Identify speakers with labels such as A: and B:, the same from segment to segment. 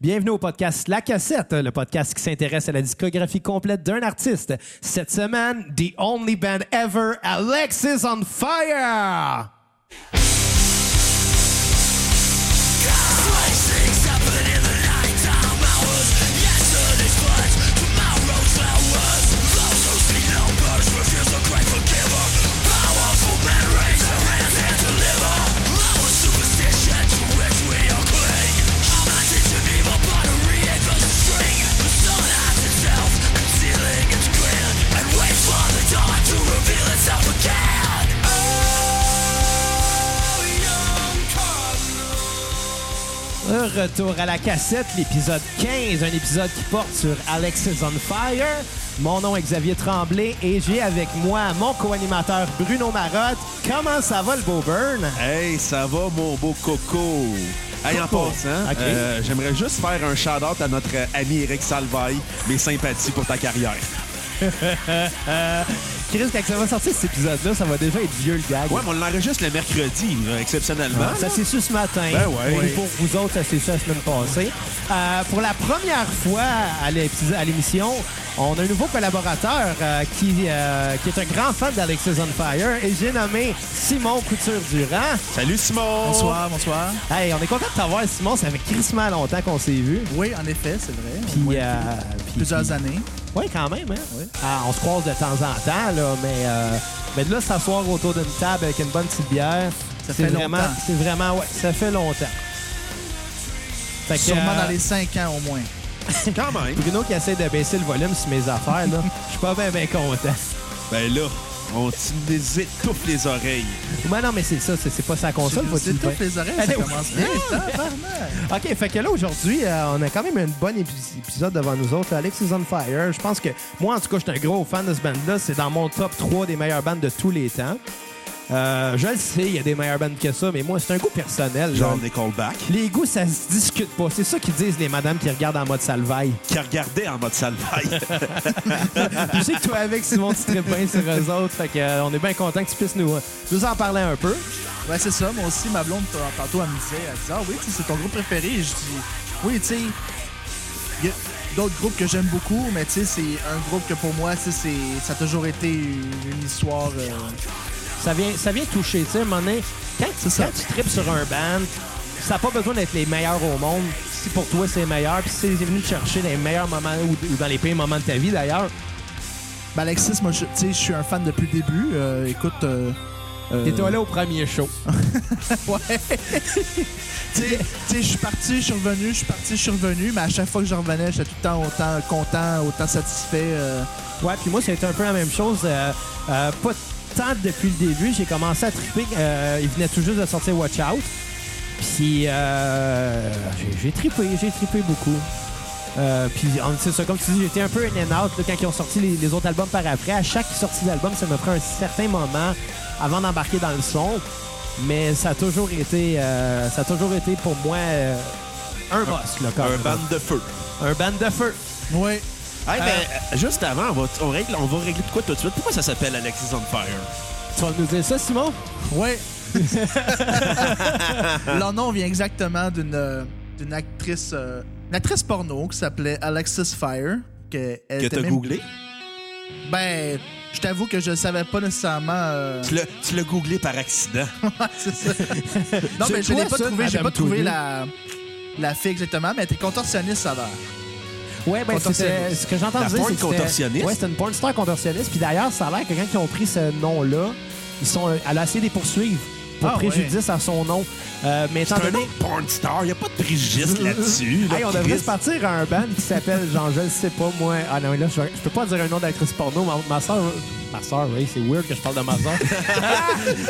A: Bienvenue au podcast La Cassette, le podcast qui s'intéresse à la discographie complète d'un artiste. Cette semaine, The Only Band Ever, Alexis on Fire! Un retour à la cassette, l'épisode 15, un épisode qui porte sur Alexis on Fire. Mon nom est Xavier Tremblay et j'ai avec moi mon co-animateur Bruno Marotte. Comment ça va le beau burn?
B: Hey, ça va, mon beau coco? Hey, en
A: Coco.
B: passant,
A: Ok.
B: euh, j'aimerais juste faire un shout-out à notre ami Eric Salvaille. Mes sympathies pour ta carrière.
A: Chris, quand ça va sortir cet épisode-là, ça va déjà être vieux le gag.
B: Ouais, mais on l'enregistre le mercredi, là, exceptionnellement.
A: Ah, Ça
B: là.
A: s'est su ce matin.
B: Ben ouais.
A: Oui, Pour vous autres, ça s'est su la semaine passée. Euh, pour la première fois à l'épis- à l'émission, on a un nouveau collaborateur euh, qui, euh, qui est un grand fan d'Alexis on Fire et j'ai nommé Simon Couture-Durand.
B: Salut, Simon!
C: Bonsoir, bonsoir.
A: Hey, on est content de t'avoir, Simon. Ça fait crissement longtemps qu'on s'est vu.
C: Oui, en effet, c'est vrai.
A: Puis,
C: Oui,
A: euh, puis-
C: plusieurs
A: puis-
C: années.
A: Oui, quand même. Hein?
C: Oui.
A: Ah, on se croise de temps en temps, là, mais, euh, mais de là, s'asseoir autour d'une table avec une bonne petite bière,
C: Ça
A: c'est
C: fait
A: vraiment,
C: longtemps.
A: c'est vraiment, ouais, ça fait longtemps. Fait que,
C: Sûrement
A: euh,
C: dans les cinq ans au moins.
B: Quand même.
A: Bruno qui essaie de baisser le volume sur mes affaires, là, je suis pas bien ben content.
B: Ben là, on te les étouffe les oreilles.
A: Mais non, mais c'est ça, c'est- c'est pas sa console, faut
C: C'est tout les oreilles,
A: Allez,
C: ça commence bien.
A: Ah,
C: tabarnak.
A: OK, fait que là, aujourd'hui, euh, on a quand même un bon épi- épisode devant nous autres. Alex is on fire. Je pense que moi, en tout cas, je suis un gros fan de ce band-là. C'est dans mon top 3 des meilleures bandes de tous les temps. Euh, je le sais, il y a des meilleures bandes que ça, mais moi, c'est un goût personnel.
B: Genre
A: là.
B: des callbacks.
A: Les goûts, ça se discute pas. C'est ça qu'ils disent les madames qui regardent en mode salvaille.
B: Qui regardaient en mode Salvaille.
A: Puis je sais que toi, avec Simon, tu tripes bien sur eux autres. Fait que, euh, on est bien content que tu puisses nous, euh, nous en parler un peu.
C: Ouais, c'est ça. Moi aussi, ma blonde, tant- tantôt, elle me disait, elle disait, ah oui, tu sais, c'est ton groupe préféré. Et Je dis, oui, tu sais, il y a d'autres groupes que j'aime beaucoup, mais tu sais, c'est un groupe que pour moi, tu sais, c'est- ça a toujours été une histoire. euh,
A: ça vient, ça vient toucher. Tu sais, à un moment donné, quand, tu-
C: ça.
A: quand tu tripes sur un band, ça n'a pas besoin d'être les meilleurs au monde. Si pour toi, c'est meilleur, puis si c'est venu te chercher dans les meilleurs moments ou, ou dans les pires moments de ta vie, d'ailleurs,
C: Ben, Alexis, moi, je- tu sais, je suis un fan depuis le début. Euh, écoute. euh, euh,
A: t'étais là au premier show.
C: Ouais. tu sais, tu sais, je suis parti, je suis revenu, je suis parti, je suis revenu, mais à chaque fois que je revenais, j'étais tout le temps autant content, autant satisfait. euh.
A: Ouais, puis moi, ça a été un peu la même chose. euh, euh, pas tant depuis le début. J'ai commencé à triper. euh, il venait tout juste de sortir Watch Out. Puis euh, j'ai- j'ai trippé, j'ai trippé beaucoup. Euh, puis en- c'est ça, comme tu dis, j'étais un peu in and out là, quand ils ont sorti les, les autres albums par après. À chaque sortie d'album, ça me prend un certain moment avant d'embarquer dans le son. Mais ça a toujours été, euh, ça a toujours été pour moi euh, un boss, là, quand
B: un
A: même.
B: band de feu.
A: un band de feu.
C: Ouais.
B: Hey, ben, juste avant, on va, on, règle, on va régler de quoi tout de suite? Pourquoi ça s'appelle Alexis on Fire?
A: Tu vas nous dire ça, Simon?
C: Ouais. Leur nom vient exactement d'une euh, d'une actrice euh, une actrice porno qui s'appelait Alexis Fire. Que, elle
B: Que
C: était
B: t'as
C: même-
B: googlé?
C: Ben, je t'avoue que je savais pas nécessairement. euh,
B: Tu l'as- Tu l'as googlé par accident.
C: C'est ça. non,
A: C'est
C: mais je l'ai
A: quoi,
C: pas
A: ça,
C: trouvé, j'ai
A: Madame
C: pas trouvé
A: Tournu?
C: la, la fille exactement, mais elle était contorsionniste, ça va.
A: Ouais, ben
C: Contorsionniste.
A: c'était ce que j'entends
B: La
A: dire,
B: porn
A: c'est que c'était-
B: contorsionniste?
A: Ouais, c'était une porn star contorsionniste. Puis d'ailleurs, ça a l'air que quand ils ont pris ce nom-là, ils sont, euh, elle a essayé de les poursuivre pour
C: Ah,
A: préjudice à son nom. Euh, mais étant
B: C'est un
A: donné,
B: nom de porn star, y a pas de préjudice là-dessus. là,
A: Hey, on devrait
B: Chris.
A: se partir à un band qui s'appelle, genre, je le sais pas, moi. Ah non, là, je, je peux pas dire un nom d'actrice porno. Ma, ma soeur, ma soeur, oui, c'est weird que je parle de ma soeur.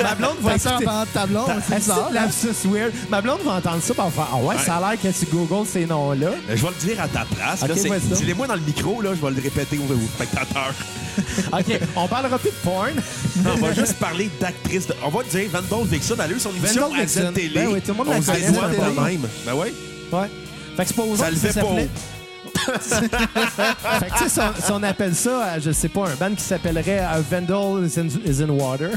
A: ma blonde va
C: Ta sœur
A: écouter-
C: pendant ta blonde, c'est
A: Elle, c'est
C: bizarre.
A: lapsus weird. Ma blonde va entendre ça, puis elle va faire, ah ouais, ça a l'air que tu googles ces noms-là.
B: Ben, Je vais le dire à ta place.
A: Ok,
B: là, c'est-
A: vas-y donc.
B: Dis-les-moi dans le micro, là, je vais le répéter aux aux spectateurs.
A: OK, on parlera plus de porn.
B: on va juste parler d'actrice. de- On va dire Van Dole Vixen, elle a eu son émission
A: Dole
B: à
A: Vixen.
B: Z Télé.
A: Ben oui, tout le monde la
B: on se
A: connaît,
B: les voit
A: Van Dole.
B: quand même. Ben oui.
A: Ouais. Fait que c'est pas aux
B: Ça
A: autres
B: le
A: que
B: fait pas
A: s'appelait. fait que tu sais, si on, si on appelle ça, euh, je sais pas, un band qui s'appellerait euh, Vandal is in, is in Water.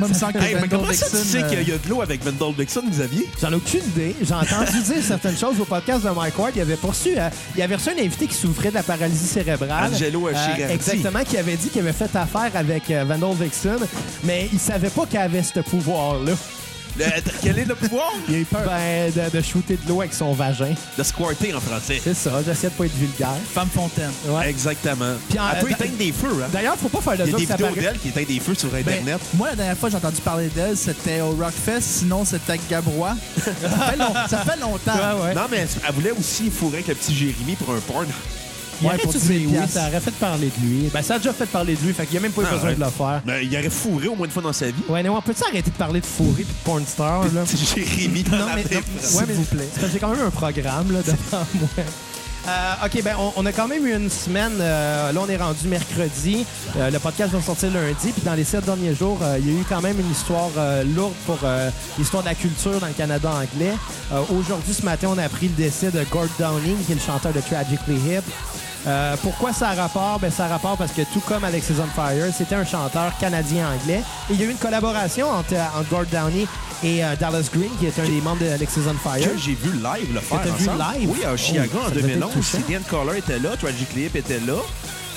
C: Moi, il me semble que
B: Hey, mais
C: Wendell
B: comment ça, tu
C: Dixon,
B: sais
C: euh,
B: qu'il y a de l'eau avec Wendell Dixon, Xavier?
A: J'en ai aucune idée. J'ai entendu dire certaines choses au podcast de Mike Ward. Il avait poursu, euh, il avait reçu un invité qui souffrait de la paralysie cérébrale. Euh,
B: Angelo Chirardi.
A: Exactement, qui avait dit qu'il avait fait affaire avec euh, Vandal Vixen, mais il savait pas qu'il avait ce pouvoir-là.
B: Le- quel est le pouvoir?
C: Il a eu peur.
A: Ben, de, de shooter de l'eau avec son vagin.
B: De squirter en français.
A: C'est ça, j'essaie de pas être vulgaire.
C: Femme Fontaine.
A: Ouais.
B: Exactement.
A: Puis en-
B: Elle peut
A: dans-
B: éteindre des feux, hein?
A: D'ailleurs, faut pas faire de
B: Il y a
A: joke
B: des
A: ça
B: vidéos
A: paraît-
B: d'elle qui éteint des feux sur
C: Ben,
B: Internet.
C: moi, la dernière fois que j'ai entendu parler d'elle, c'était au Rockfest, sinon c'était à Gabrois. ça, fait long- ça fait longtemps.
A: Ouais, ouais.
B: Non, mais elle, elle voulait aussi fourrer avec le petit Jérémy pour un porn.
A: Il
C: Ouais,
A: aurait
C: pour
A: dû
C: 10
A: dire oui,
C: piastres.
A: ça aurait fait parler de lui. Ben, ça a déjà fait parler de lui, fait qu'il y a même pas eu
B: Ah,
A: besoin
B: ouais.
A: de le faire.
B: Ben, il aurait fourré au moins une fois dans sa vie.
A: Ouais, mais on peut-tu arrêter de parler de fourré pis de porn star, là?
B: Petit Jérémy dans
A: Non,
B: la
A: mais,
B: tête.
A: non, ouais, mais
C: vous plaît.
A: c'est parce que J'ai quand même un programme là, devant moi. Euh, OK, ben on, on a quand même eu une semaine. euh, là, on est rendu mercredi. Euh, le podcast va sortir lundi. Puis dans les sept derniers jours, euh, il y a eu quand même une histoire euh, lourde pour euh, l'histoire de la culture dans le Canada anglais. Euh, Aujourd'hui, ce matin, on a appris le décès de Gord Downing, qui est le chanteur de Tragically Hip. Euh, pourquoi ça a rapport? Ben, ça a rapport parce que tout comme Alexis on Fire, c'était un chanteur canadien-anglais. Et il y a eu une collaboration entre, euh, entre Gord Downey et euh, Dallas Green, qui est un des membres de Alexis on Fire.
B: Que j'ai vu live le faire
A: Hein? t'as vu
B: ensemble.
A: live?
B: Oui, à Chicago
A: Oh,
B: en
A: ça devait être
B: 2011.
A: touchant.
B: Sidian Caller était là, Tragic Hip était là.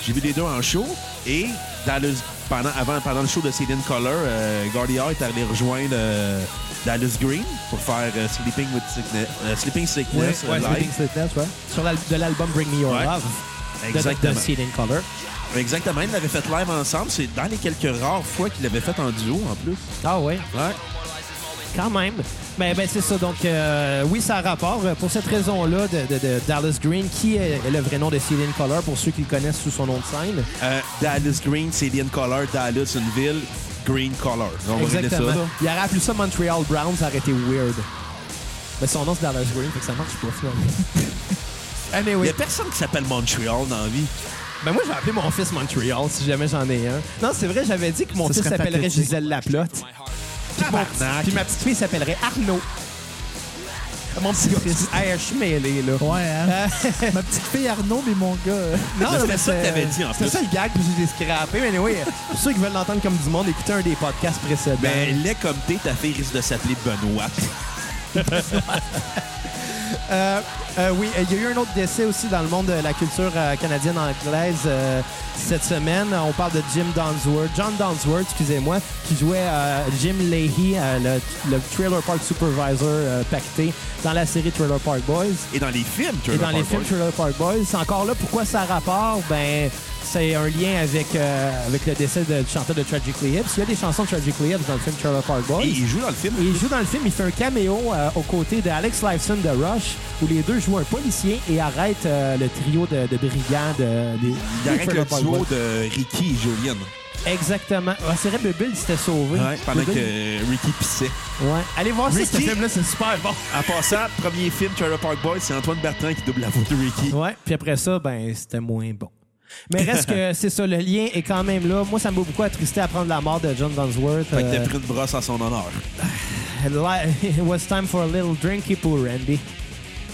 B: J'ai vu les deux en show. Et Dallas, pendant, avant, pendant le show de Sidian Caller, euh, Gordy Hart est allé rejoindre euh, Dallas Green pour faire euh, Sleeping, with Sickness, euh, Sleeping Sickness euh,
A: Ouais,
B: live.
A: Sleeping Sickness, ouais. Sur l'al- de l'album Bring Me Your
B: Ouais.
A: Love. de-
B: Exactement.
A: De Seed and Color.
B: Exactement, ils l'avaient fait live ensemble. C'est dans les quelques rares fois qu'ils l'avaient fait en duo, en plus.
A: Ah ouais,
B: Ouais.
A: quand même. Ben, ben c'est ça. Donc, euh, oui, ça a rapport. Euh, Pour cette raison-là, de, de- de Dallas Green, qui est le vrai nom de Seed and Color, pour ceux qui le connaissent sous son nom de scène.
B: Euh, Dallas Green, Sidian Caller, Dallas, une ville, Green Caller. On va régler ça,
A: Exactement.
B: là.
A: Il aurait appelé ça Montreal Browns, ça aurait été weird. Mais son nom, c'est Dallas Green, fait que ça marche pas, finalement.
B: Il n'y
A: anyway.
B: a personne qui s'appelle Montreal dans la vie.
A: Ben moi, j'ai appelé mon fils Montreal, si jamais j'en ai un. Non, c'est vrai, j'avais dit que mon
C: Ça
A: fils
C: serait
A: s'appellerait
C: pathétique.
A: Gisèle Laplotte. Puis, mon petit-
B: Tabarnak.
A: puis ma petite fille s'appellerait Arnaud. Mon petit fils. Hey, je suis mêlé, là.
C: Ouais, hein? Ma petite fille Arnaud, mais mon gars. euh,
A: Non,
B: Mais
A: non,
B: c'était
A: mais
B: ça que
A: c'est-
B: t'avais dit, en
A: C'était
B: plus.
A: ça le gag, puis je l'ai scrappé. Mais anyway, pour ceux qui veulent l'entendre comme du monde, écoutez un des podcasts précédents.
B: Ben, laid comme t'es, ta fille risque de s'appeler Benoît.
A: Euh, euh, oui, euh, il y a eu un autre décès aussi dans le monde de la culture euh, canadienne anglaise euh, cette semaine. On parle de Jim Donsworth, John Donsworth, excusez-moi, qui jouait euh, Jim Leahy, euh, le, le Trailer Park Supervisor euh, pacté dans la série Trailer Park Boys.
B: Et dans les films, tu
A: Et dans les films Trailer Park Boys, encore là, pourquoi ça a rapport? Ben, c'est un lien avec, euh, avec le décès de- du chanteur de Tragically Hip. Il y a des chansons de Tragically Hip dans le film Trailer Park Boys.
B: Et il joue dans le film.
A: Et il joue dans le film, il fait un caméo euh, aux côtés d'Alex Lifeson de Rush, où les deux jouent un policier et arrêtent euh, le trio de, de brigands de, des.
B: Il arrête
A: des
B: le
A: Trailer
B: duo
A: Park
B: de Ricky et Julian.
A: Boys. Exactement. Ah, c'est vrai, Bubble s'était sauvé.
B: Pendant
A: Bubble-
B: que Ricky pissait.
A: Ouais. Allez voir ça, ce
B: Ricky-
A: film-là, c'est super bon.
B: En passant, premier film Trailer Park Boys, c'est Antoine Bertrand qui double la voix de Ricky.
A: Ouais, puis après ça, ben, c'était moins bon. Mais reste que c'est ça, le lien est quand même là. Moi, ça m'a beaucoup attristé à prendre la mort de John Dunsworth.
B: Fait que t'as pris une brosse à son honneur.
A: euh, It was time for a little drinky pour Randy.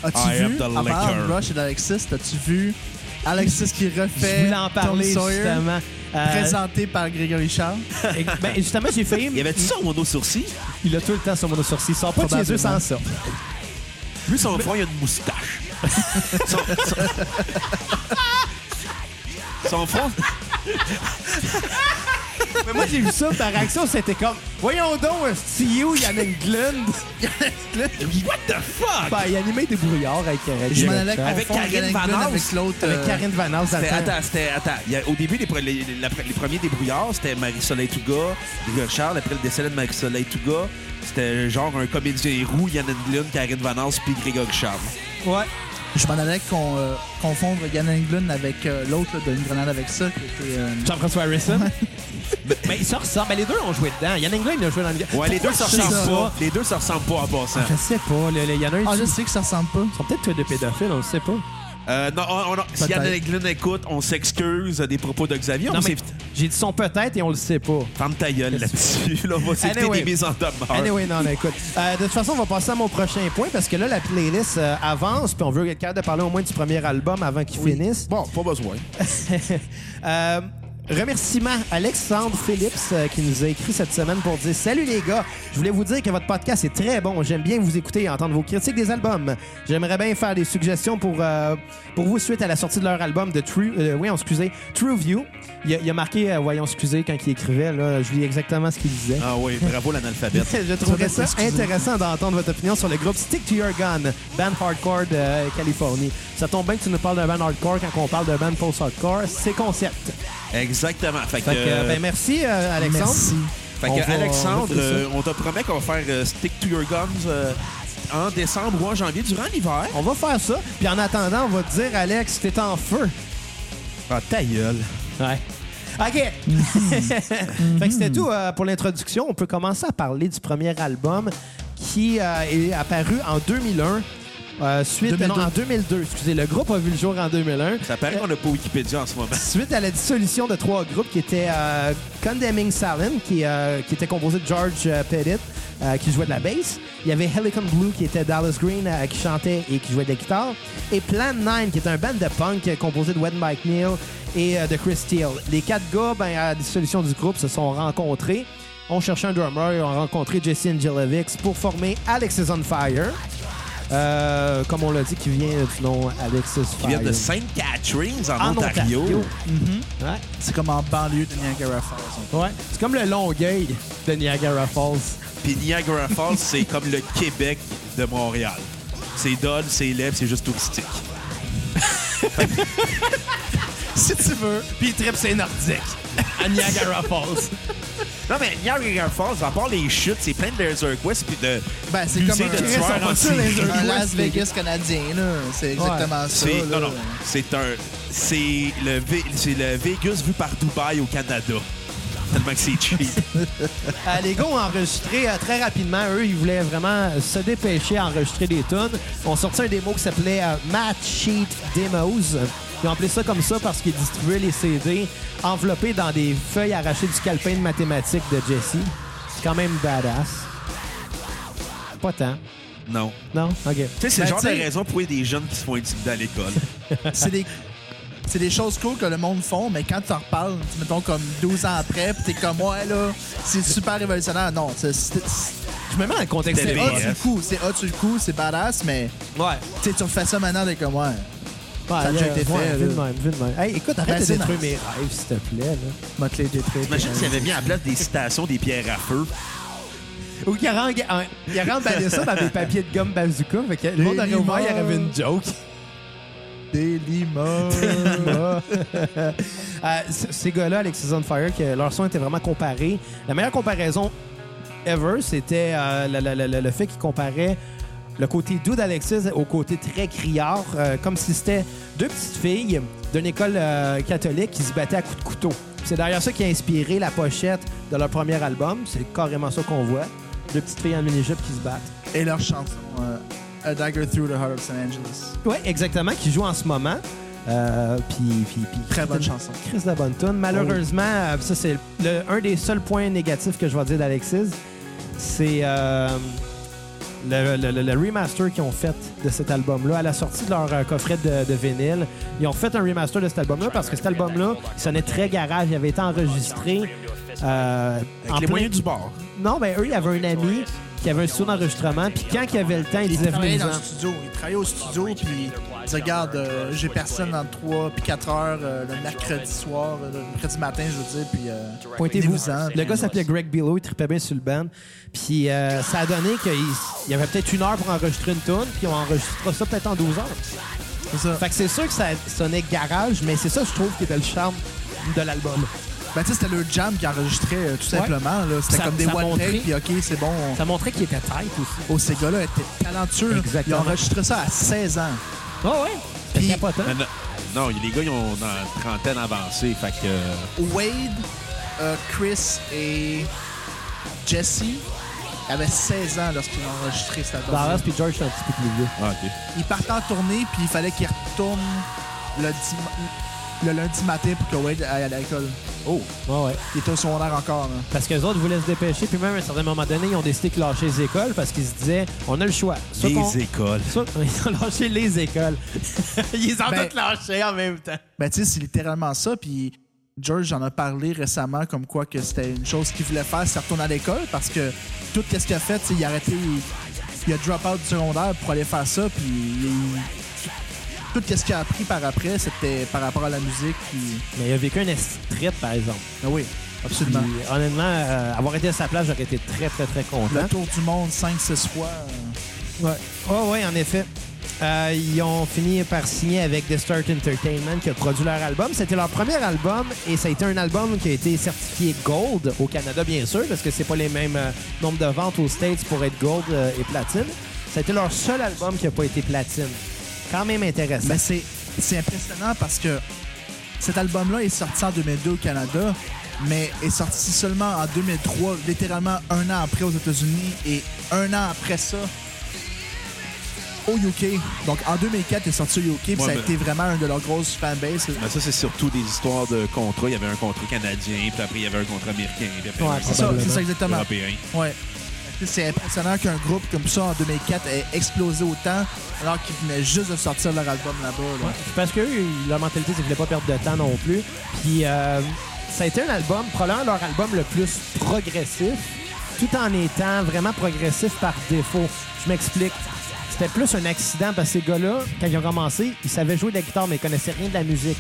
C: As-tu
B: I am
C: vu,
B: the
C: à part
B: liquor.
C: Rush et d'Alexis, as-tu vu Alexis qui
A: Je
C: refait
A: voulais en parler,
C: Tom Sawyer,
A: justement. Euh,
C: présenté par Grégory Charles?
A: et- ben, justement, j'ai failli...
B: Il y avait-tu ça au mono sourcil?
A: Il a tout le temps son mono sourcil. Il sort pas de chez eux sans ça.
B: Lui, son front, il a une moustache. son, son- son front,
A: Mais moi, j'ai vu ça par action. C'était comme, voyons donc, un CEO, il y en a une glande.
B: what the fuck?
A: Ben, il animait des brouillards avec euh,
C: Je m'en
A: Jared
C: allais
A: Shaw.
B: avec
C: confondre
B: Karine
C: Glenn
B: Van
C: Glenn
B: Hals.
C: avec l'autre.
A: Avec
C: euh,
A: Karine Van Hals dans le
B: C'était-
A: temps.
B: Attends, c'était. Attends. Il y a- au début, les, pre- les- la pre- les premiers débrouillards, c'était Marie-Soleil Touga, Grégory Charles. Après le décès de Marie-Soleil Touga, c'était genre un comédien roux, Yann Englund, Karine Vanance, puis Grégory Charles.
A: Ouais.
C: Je m'en allais con- euh, confondre Yann Englund avec euh, l'autre là, d'une grenade avec ça, qui était. euh,
A: Jean-François Harrison. Mais mais ils se ressemblent. Mais les deux ont joué dedans. Yann Englund, il a joué dans le
B: Ouais, les deux se
A: Pourquoi
C: ressemblent
A: je sais
B: ressemblent pas. Les deux se ressemblent pas en passant.
A: Je sais pas. le- le- Il y en a un
C: Ah, je
A: qui
C: sais que ça ressemble pas.
A: sont peut-être tous deux pédophiles, on le sait pas.
B: Euh, non, on- on- si Yann
C: Peut-être.
B: Englund écoute, on s'excuse des propos de Xavier. On
A: Non,
B: va
A: mais
B: s'éviter-
A: j'ai dit son peut-être et on le sait pas.
B: Ferme ta gueule là-dessus. là, on va s'éviter
A: Anyway.
B: des mises en demeure.
A: Ah. Anyway, non, non, écoute. Euh, de toute façon, on va passer à mon prochain point parce que là, la playlist euh, avance, puis on veut être capable de parler au moins du premier album avant qu'il finisse.
B: Bon, pas besoin.
A: Euh, Remerciements à Alexandre Phillips euh, qui nous a écrit cette semaine pour dire Salut les gars, je voulais vous dire que votre podcast est très bon. J'aime bien vous écouter et entendre vos critiques des albums. J'aimerais bien faire des suggestions pour, euh, pour vous suite à la sortie de leur album de True. euh, oui, on excusez, True View. Il a, il a marqué, euh, voyons, excusez, quand il écrivait, là, je lis exactement ce qu'il disait.
B: Ah oui, bravo l'analphabète.
A: Je trouverais
C: Ça
A: ça
C: doit être excusé.
A: intéressant d'entendre votre opinion sur le groupe Stick to Your Gun, band hardcore de euh, Californie. Ça tombe bien que tu nous parles d'un band hardcore quand on parle d'un band post-hardcore. C'est concept.
B: Exactement. Fait que,
A: Fait que,
B: euh,
A: ben, merci, euh, Alexandre.
C: Merci.
B: fait que,
A: on va- on
B: Alexandre,
A: va faire ça.
B: euh, on te promet qu'on va faire euh, Stick to Your Guns euh, en décembre ou en janvier, durant l'hiver.
A: On va faire ça. Puis en attendant, on va te dire, Alex, t'es en feu.
B: Ah, ta gueule.
A: Ouais. OK. fait que c'était tout euh, pour l'introduction. On peut commencer à parler du premier album qui euh, est apparu en 2001. euh, suite,
C: 2002.
A: non, en 2002, excusez. Le groupe a vu le jour en 2001.
B: Ça paraît qu'on n'a pas Wikipédia en ce moment.
A: Suite à la dissolution de trois groupes qui étaient euh, Condemning Salem, qui, euh, qui était composé de George euh, Pettit, euh, qui jouait de la bass. Il y avait Helicon Blue, qui était Dallas Green, euh, qui chantait et qui jouait de la guitare. Et Plan 9, qui était un band de punk euh, composé de Wed Mike Neal et euh, de Chris Steele. Les quatre gars, ben, à la dissolution du groupe, se sont rencontrés. On cherchait un drummer et ont rencontré Jesse Angelovix pour former Alex is on Fire. Euh, comme on l'a dit, qui vient du nom Alex is
B: Qui
A: Fire.
B: vient de St. Catharines, en,
A: En
B: Ontario.
A: Ontario. Ouais.
C: C'est comme en banlieue de Niagara Falls.
A: Ouais. C'est comme le Longueuil de Niagara Falls.
B: Puis Niagara Falls, c'est comme le Québec de Montréal. C'est dole, c'est laid, puis c'est juste touristique.
A: Si tu veux. Puis il tripe ses nordiques à Niagara Falls.
B: Non, mais Niagara Falls, à part les chutes, c'est plein de Request puis de.
C: Ben, c'est
B: musées
C: comme un-
B: de
C: Chris,
B: tueurs
C: on va
B: en
C: sur les
B: série.
C: Un Las Vegas canadien, là. C'est exactement ça.
B: C'est non
C: là.
B: non, c'est un c'est le Ve- c'est le Vegas vu par Dubaï au Canada. Tellement que c'est cheap.
A: Euh, les gars ont enregistré euh, très rapidement. Eux, ils voulaient vraiment euh, se dépêcher à enregistrer des tunes. On sorti un démo qui s'appelait euh, Match Sheet Demos. Ils ont appelé ça comme ça parce qu'ils distribuaient les CD enveloppés dans des feuilles arrachées du calepin de mathématiques de Jesse. C'est quand même badass. Pas tant.
B: non.
A: Non? OK.
B: Tu sais, c'est le
C: Ben,
B: genre de
C: tu sais-
B: raison pour des jeunes qui se font intimider à l'école.
C: C'est des. C'est des choses cool que le monde font, mais quand tu en reparles, tu- mettons comme 12 ans après, pis t'es comme ouais là, c'est super révolutionnaire. Non, c'est c'est- c'est
A: Je me mets en contexte. Ah,
B: C'était
C: hot
B: BS.
C: sur le coup, c'est hot sur le coup, c'est badass, mais
A: Ouais.
C: tu sais, tu refais ça maintenant t'es comme ouais.
A: Ouais,
C: Ça a déjà
A: là,
C: été fait,
A: ouais,
C: là.
A: vu de même, vu de même. Hey, écoute, hein.
C: Ben,
A: arrête de
C: c'est
A: détruire
C: nice.
A: mes rêves, s'il te plaît. Là.
C: M'a te les détruire.
B: Imagine s'ils avaient mis en place des citations des pierres à feu.
A: Ou qu'il rentre ça dans des papiers de gomme bazooka. Fait que le monde aurait ouvert, il y aurait eu une joke.
C: Des limons.
A: Euh, c- ces gars-là, Alexis on Fire, que leur son était vraiment comparé. La meilleure comparaison ever, c'était euh, la- la- la- la- le fait qu'ils comparaient le côté doux d'Alexis au côté très criard, euh, comme si c'était deux petites filles d'une école euh, catholique qui se battaient à coups de couteau. C'est d'ailleurs ça qui a inspiré la pochette de leur premier album. C'est carrément ça qu'on voit. Deux petites filles en mini-jupe qui se battent.
C: Et leur chanson, euh, A Dagger Through the Heart of Los Angeles.
A: Oui, exactement, qui joue en ce moment. Euh, puis, puis, puis-
C: Très bonne chanson.
A: Chris de la bonne tune. Malheureusement, euh, ça c'est le- un des seuls points négatifs que je vais dire d'Alexis. C'est euh, le, le- le- le remaster qu'ils ont fait de cet album-là. À la sortie de leur euh, coffret de, de vinyle, ils ont fait un remaster de cet album-là parce que cet album-là, il sonnait très garage. Il avait été enregistré euh,
B: Avec
A: en
B: les
A: plein-
B: moyens du bord.
A: Non, ben eux, il y avait un ami qui avait un studio d'enregistrement. Puis quand il avait le temps, il
C: Il
A: disait
C: travaillait dans le
A: venez-en.
C: studio. Il travaillait au studio, puis il disait, regarde, euh, j'ai personne entre 3 puis 4 heures euh, le mercredi soir, euh, le mercredi matin, je veux dire, puis... euh,
A: Pointez-vous.
C: Venez-vous-en.
A: Le gars s'appelait Greg Billow, il tripait bien sur le band. Puis euh, ça a donné qu'il il y avait peut-être une heure pour enregistrer une tune, puis on enregistrera ça peut-être en 12 heures.
C: C'est ça.
A: Fait que c'est sûr que ça sonnait garage, mais c'est ça, je trouve, qui était le charme de l'album.
C: Ben, tu sais, c'était le jam qui enregistrait, euh, tout
A: Ouais.
C: simplement. là. C'était
A: Ça-
C: comme des
A: ça
C: one
A: montrait-
C: take, puis OK, c'est bon.
A: Ça montrait qu'il était tight aussi.
C: Oh, ces gars-là étaient talentueux. là.
A: Exactement.
C: Ils ont enregistré ça à 16 ans.
A: Ah ouais? C'était
C: Puis-
A: capotant.
B: Non, non, les gars, ils ont dans trentaine avancée. Fait que. euh,
C: Wade, euh, Chris et Jesse avaient 16 ans lorsqu'ils ont enregistré cet album.
A: Dallas puis George, Bah, c'est un petit peu plus vieux.
B: Ah, ok.
C: Ils partaient en tournée, puis il fallait qu'ils retournent le, dim- le lundi matin pour que Wade aille à l'école.
B: Oh,
A: Ah ouais.
C: Il était au secondaire encore. hein. là.
A: Parce que les autres voulaient se dépêcher, puis même à un certain moment donné, ils ont décidé de lâcher les écoles parce qu'ils se disaient, on a le choix. Soit qu'on-
B: les écoles.
A: soit- Ils ont lâché les écoles. Ils ont
C: Ben-
A: toutes lâché en même temps.
C: Ben, tu sais, c'est littéralement ça. Puis George en a parlé récemment comme quoi que c'était une chose qu'il voulait faire, c'est retourner à l'école parce que tout ce qu'il a fait, c'est il a arrêté, il a drop out du secondaire pour aller faire ça, puis il- tout ce qu'il a appris par après, c'était par rapport à la musique, puis
A: Mais il a vécu un esti de trip, par exemple.
C: Ah oui,
A: Puis,
C: absolument.
A: honnêtement, euh, avoir été à sa place, j'aurais été très, très, très
C: Le
A: content.
C: tour du monde 5-6 fois. euh,
A: Ouais. Oh, ouais, en effet. Euh, ils ont fini par signer avec The Start Entertainment qui a produit leur album. C'était leur premier album et ça a été un album qui a été certifié Gold au Canada, bien sûr, parce que c'est pas les mêmes euh, nombres de ventes aux States pour être Gold euh, et Platine. C'était leur seul album qui a pas été Platine. Quand même intéressant.
C: Mais Ben, c'est, c'est impressionnant parce que cet album-là est sorti en 2002 au Canada, mais est sorti seulement en 2003, littéralement un an après aux États-Unis et un an après ça au UK. Donc en 2004, il est sorti au UK, puis
B: Ouais,
C: ça a
B: mais-
C: été vraiment un de leurs grosses fanbases.
B: Mais ça, c'est surtout des histoires de contrats. Il y avait un contrat canadien, puis après, il y avait un contrat américain, puis après, il y
A: Ouais,
B: avait un
C: C'est ça,
B: contrat
C: c'est ça exactement.
B: européen.
C: Ouais. C'est impressionnant qu'un groupe comme ça en 2004 ait explosé autant alors qu'ils venaient juste de sortir leur album là-bas. là.
A: Parce que eux, leur mentalité, c'est qu'ils voulaient pas perdre de temps non plus. Puis euh, ça a été un album, probablement leur album le plus progressif, tout en étant vraiment progressif par défaut. Je m'explique. C'était plus un accident parce que ces gars-là, quand ils ont commencé, ils savaient jouer de la guitare, mais ils connaissaient rien de la musique.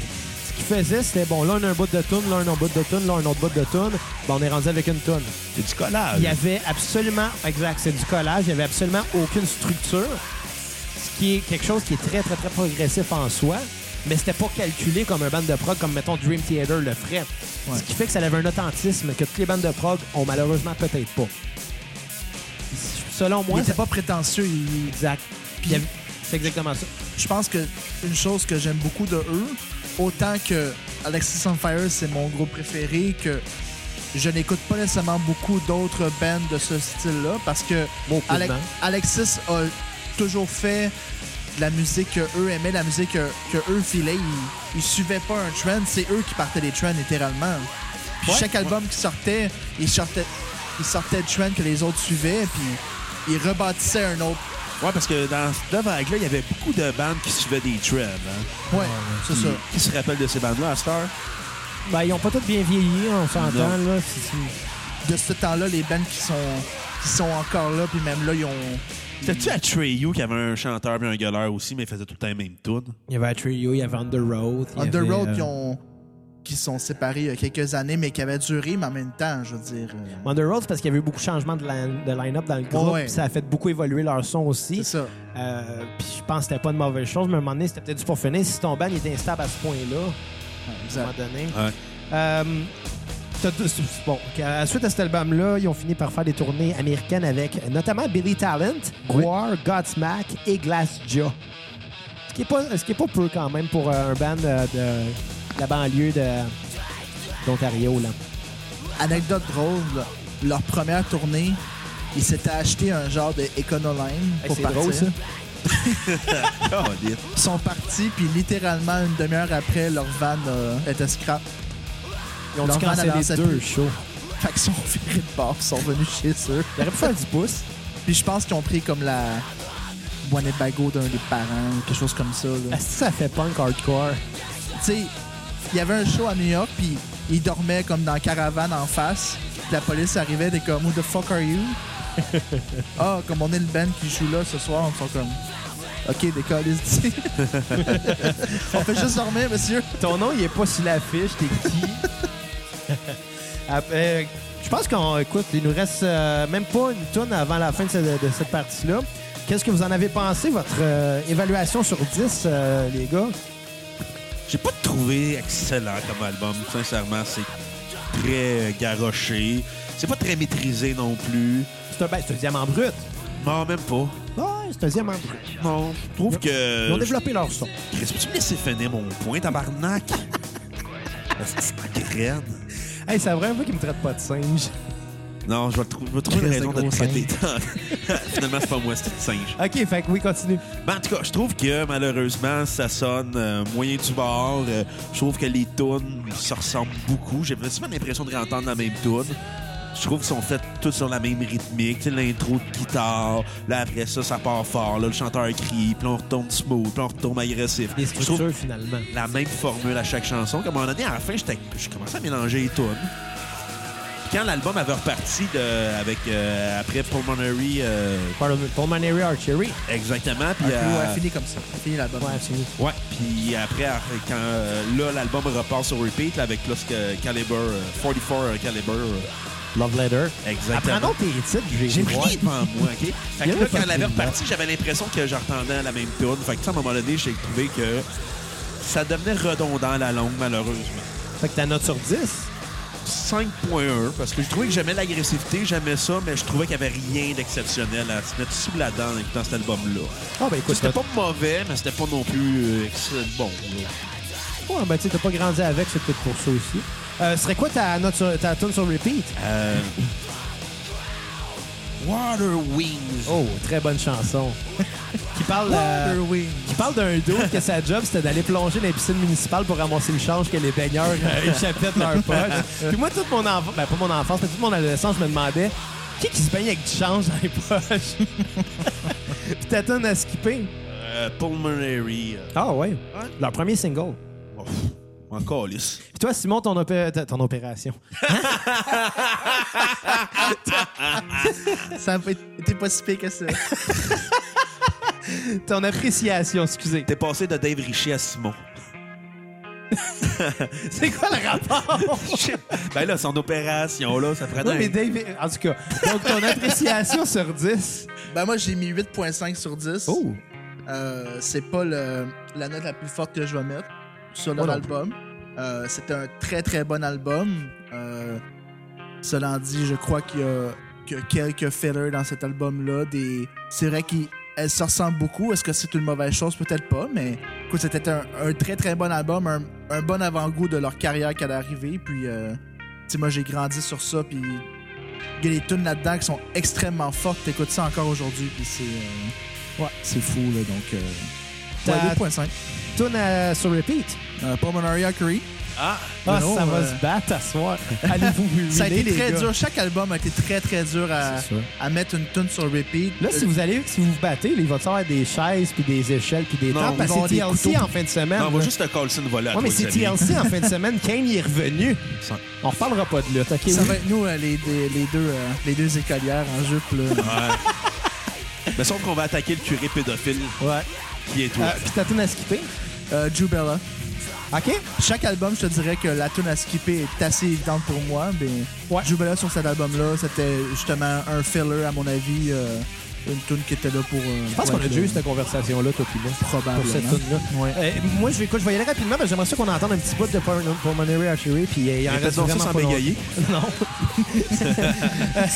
A: Ce qu'ils faisaient, c'était bon, là on a un bout de tune, là on a un bout de tune, là un autre bout de tune, ben on est rendu avec une tune.
B: C'est du collage.
A: Il y avait absolument, exact, c'est du collage, il y avait absolument aucune structure, ce qui est quelque chose qui est très, très, très progressif en soi, mais c'était pas calculé comme un band de prog, comme mettons Dream Theater le ferait.
C: Ouais.
A: Ce qui fait que ça avait un authentisme que toutes les bandes de prog ont malheureusement peut-être pas. Selon
C: Il
A: moi,
C: était
A: c'est
C: pas prétentieux, il-
A: exact. Puis il y avait- C'est exactement ça.
C: je pense que une chose que j'aime beaucoup de eux, autant que Alexis on Fire, c'est mon groupe préféré, que je n'écoute pas nécessairement beaucoup d'autres bands de ce style-là, parce que
A: Beaucoup de
C: Ale-
A: bandes.
C: Alexis a toujours fait de la musique que eux aimaient, la musique que, que eux filaient. Ils, ils suivaient pas un trend, c'est eux qui partaient des trends littéralement. Puis
A: Ouais.
C: chaque album qui sortait, ils sortaient, ils sortaient de trends que les autres suivaient, puis ils rebâtissaient un autre.
B: Ouais, parce que dans cette vague-là, il y avait beaucoup de bandes qui suivaient des trends. hein.
C: Ouais, c'est ça.
B: Qui se rappelle de ces bandes-là à Star?
A: Ben, ils ont pas tous bien vieilli, on s'entend.
B: Non.
A: là. C'est- c'est-
C: de ce temps-là, les bands qui sont, qui sont encore là, puis même là, ils ont.
B: C'était-tu à Treyu qui avait un chanteur et un gueuleur aussi, mais il faisait tout le temps les mêmes tunes?
A: Il y avait Trio, il y avait On The Road. il y
C: On the
A: avait,
C: Road,
A: euh,
C: qui, ont, qui sont séparés il y a quelques années, mais qui avaient duré, mais en même temps, je veux dire. euh,
A: Wonder Road, c'est parce qu'il y avait eu beaucoup de changements de, la- de line-up dans le groupe.
C: Ouais.
A: puis Ça a fait beaucoup évoluer leur son aussi.
C: C'est ça.
A: Euh, puis je pense que c'était pas une mauvaise chose, mais à un moment donné, c'était peut-être du pour finir. Si ton band il était instable à ce point-là, à un moment
C: Exact.
A: donné.
B: Ouais.
A: Euh, t'as deux- bon, à- suite à cet album-là, ils ont fini par faire des tournées américaines avec euh, notamment Billy Talent,
C: Oui.
A: War, Godsmack et Glassjaw. Ce qui est pas, ce qui est pas peu quand même pour euh, un band euh, de, de la banlieue de d'Ontario là.
C: Anecdote drôle, leur première tournée, ils s'étaient acheté un genre de Econoline pour
A: c'est
C: partir.
A: drôle, ça.
B: Oh, lit.
C: Ils sont partis, puis littéralement une demi-heure après, leur van euh, était scrap.
A: Ils ont
C: Leur
A: dû
C: band avait
A: canceller
C: lancé
A: deux
C: plus.
A: shows.
C: Fait qu'ils sont virés de bord, ils sont venus chez eux.
A: Ils auraient pu faire 10 pouces.
C: Puis je pense qu'ils ont pris comme la Bonnet Bago d'un des parents, ou quelque chose comme ça. là.
A: Est-ce que ça fait punk hardcore?
C: Tu sais, il y avait un show à New York, puis ils dormaient comme dans la caravane en face. Puis la police arrivait, des comme, Who the fuck are you? Ah, comme on est le band qui joue là ce soir, on sont comme, OK, des colis d'ici. on fait juste dormir, monsieur.
A: Ton nom, il est pas sur l'affiche, t'es qui? Après, Ah, ben, je pense qu'on écoute, il nous reste euh, même pas une tonne avant la fin de, ce- de cette partie-là. Qu'est-ce que vous en avez pensé, votre euh, évaluation sur 10, euh, les gars?
B: J'ai pas trouvé excellent comme album. Sincèrement, c'est très euh, garoché. C'est pas très maîtrisé non plus.
A: C'est un, ben, c'est un diamant brut.
B: Non, même pas.
A: Ouais, c'est un diamant brut.
B: Non, Euh, je trouve que...
A: Ils ont développé leur son.
B: Chris, peux-tu me laisser finir mon point, tabarnak? C'est graine.
A: Hey, c'est la première fois qu'ils me traitent pas de singe.
B: Non, je vais, trou- je vais trouver une
C: Chris,
B: raison
C: le
B: de
C: gros
B: traiter tant. Finalement, c'est pas moi, c'est une singe.
A: OK, fait que oui, continue.
B: Ben, en tout cas, je trouve que malheureusement, ça sonne euh, moyen du bord. Euh, je trouve que les tunes se ressemblent beaucoup. J'ai vraiment l'impression de réentendre la même tune. je trouve qu'ils sont faits tous sur la même rythmique. Tu sais, l'intro de guitare, là, après ça, ça part fort, là, le chanteur crie, puis on retourne smooth, puis on retourne agressif.
A: Les
B: Je trouve
A: structures, finalement.
B: la même formule à chaque chanson. Comme à un moment donné, à la fin, j'étais- je commençais à mélanger les tunes. Puis Quand l'album avait reparti de- avec, euh, après Pulmonary, euh,
A: Pardon, Pulmonary Archery.
B: exactement, puis
C: Puis,
B: euh,
C: fini comme ça. Fini l'album.
A: Ah. Ouais, fini.
B: Ouais, puis après, euh, quand euh, là, l'album repart sur repeat là, avec plus que Caliber, euh, 44 euh, Caliber. euh,
A: Love Letter.
B: exactement.
A: Apprendons tes titres, j'ai
B: J'ai
A: voir.
B: pris devant moi, OK? Fait que
A: Il y en
B: là,
A: a
B: quand
A: pas
B: elle avait
A: pris,
B: reparti, j'avais l'impression que j'entendais la même tune. Fait que, tu sais, à un moment donné, j'ai trouvé que ça devenait redondant à la longue, malheureusement.
A: Fait que ta note sur 10.
B: 5.1, parce que je trouvais que j'aimais l'agressivité, j'aimais ça, mais je trouvais qu'il n'y avait rien d'exceptionnel à se mettre sous la dent en écoutant cet album-là.
A: Ah, ben écoute,
B: C'était pas mauvais, mais c'était pas non plus euh, ex- bon. là.
A: Ouais, ben, tu sais, t'as pas grandi avec, c'est peut-être pour ça aussi. Euh, serait quoi ta, note sur, ta tune sur repeat?
B: Euh... Water Wings.
A: Oh, très bonne chanson. qui parle euh,
C: Waterway.
A: qui parle d'un dos que sa job, c'était d'aller plonger dans les piscines municipales pour ramasser le change que les baigneurs euh, échappaient de leur poche. Puis moi, toute mon enfance, ben pas mon enfance, mais toute mon adolescence, je me demandais qui qui se baigne avec du change dans les poches? Puis ta tune à skipper.
B: Euh, Pulmonary. euh,
A: Ah ouais.
B: Ouais.
A: Leur premier single.
B: oh, encore lisse.
A: Puis toi, Simon, ton, opé- ta- ton opération.
C: Ça a pas été pas si pire que ça.
A: Ton appréciation, excusez.
B: T'es passé de Dave Richer à Simon.
A: C'est quoi le rapport?
B: ben là, son opération, là, ça prenait
A: Non, mais
B: un...
A: Dave, en tout cas, donc ton appréciation sur 10.
C: ben moi, j'ai mis 8.5 sur 10.
A: Oh!
C: Euh, c'est pas le- la note la plus forte que je vais mettre sur leur
A: Moi non
C: album. Euh, c'est un très très bon album. Euh, cela en dit, je crois qu'il y a que quelques fillers dans cet album-là. Des... C'est vrai qu'elles se ressemblent beaucoup. Est-ce que c'est une mauvaise chose? Peut-être pas, mais écoute, c'était un, un très très bon album, un, un bon avant-goût de leur carrière qu'elle allait arriver. Puis, euh, tu sais, moi j'ai grandi sur ça, puis il y a des tunes là-dedans qui sont extrêmement fortes. T'écoutes ça encore aujourd'hui, puis c'est. euh, ouais, c'est fou, là. Donc, euh,
A: T'as-
C: ouais, 8.5.
A: Tourne à- sur repeat.
C: Euh, Pulmonary Archery.
B: Ah!
A: Ah,
C: Non,
A: ça va
C: euh,
A: se battre à soir. Allez-vous ruiner,
C: Ça a été
A: les
C: très
A: gars.
C: dur. Chaque album a été très très dur à,
A: C'est sûr.
C: à mettre une tune sur repeat.
A: Euh, Là, si vous allez, si vous vous battez, là, il va te avoir des chaises, puis des échelles, puis des
B: Non,
A: tables.
B: ils
A: Parce
C: vont
A: que c'est
C: avoir des
A: TLC
C: couteaux.
A: en fin de semaine.
B: Non, on va
A: là.
B: juste te coller une volée à
A: Ouais, mais
B: toi,
A: c'est
B: Xavier.
A: TLC en fin de semaine. Kane, il est revenu.
B: Ça-
A: On reparlera pas de lutte, OK?
C: ça
A: oui?
C: va être nous, euh, les, les- les deux, euh, les deux écolières en jupe. Là.
B: Ouais. mais sauf qu'on va attaquer le curé pédophile
A: Ouais.
B: qui est toi.
A: Euh, puis t'as tune à skipper.
C: Euh, Jubella.
A: OK?
C: Chaque album, je te dirais que la tune à skipper est assez évidente pour moi, mais
A: Ouais.
C: Jubella sur cet album-là, c'était justement un filler, à mon avis. euh, une tune qui était là pour. euh,
A: Je pense
C: pour
A: qu'on a
C: être,
A: déjà eu
C: euh,
A: cette conversation-là, toi, puis moi.
C: Probablement.
A: Pour cette tune-là Euh,
C: Ouais.
A: moi, je vais, écoute, je vais y aller rapidement, parce que j'aimerais ça qu'on entende un petit bout de Pul- Pulmonary Archery, puis euh, il en
B: Mais
A: reste
B: fais-donc ça
A: vraiment
B: sans
A: pas longtemps.
B: bégayer.
A: Non.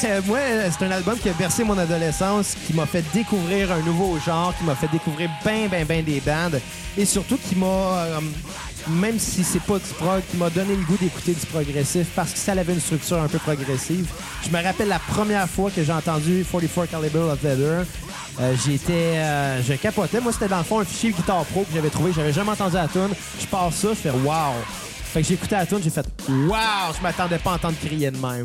A: Euh, moi, euh, c'est un album qui a bercé mon adolescence, qui m'a fait découvrir un nouveau genre, qui m'a fait découvrir ben, ben, ben des bandes, et surtout qui m'a, euh, même si c'est pas du prog, qui m'a donné le goût d'écouter du progressif parce que ça avait une structure un peu progressive. Je me rappelle la première fois que j'ai entendu 44 Caliber of Leather. euh, j'étais, euh, je capotais. Moi, c'était dans le fond un fichier Guitar Pro que j'avais trouvé. J'avais jamais entendu la tune. Je passe ça, je fais waouh. Fait que j'ai écouté la tune, j'ai fait Waouh, je m'attendais pas à entendre crier de même.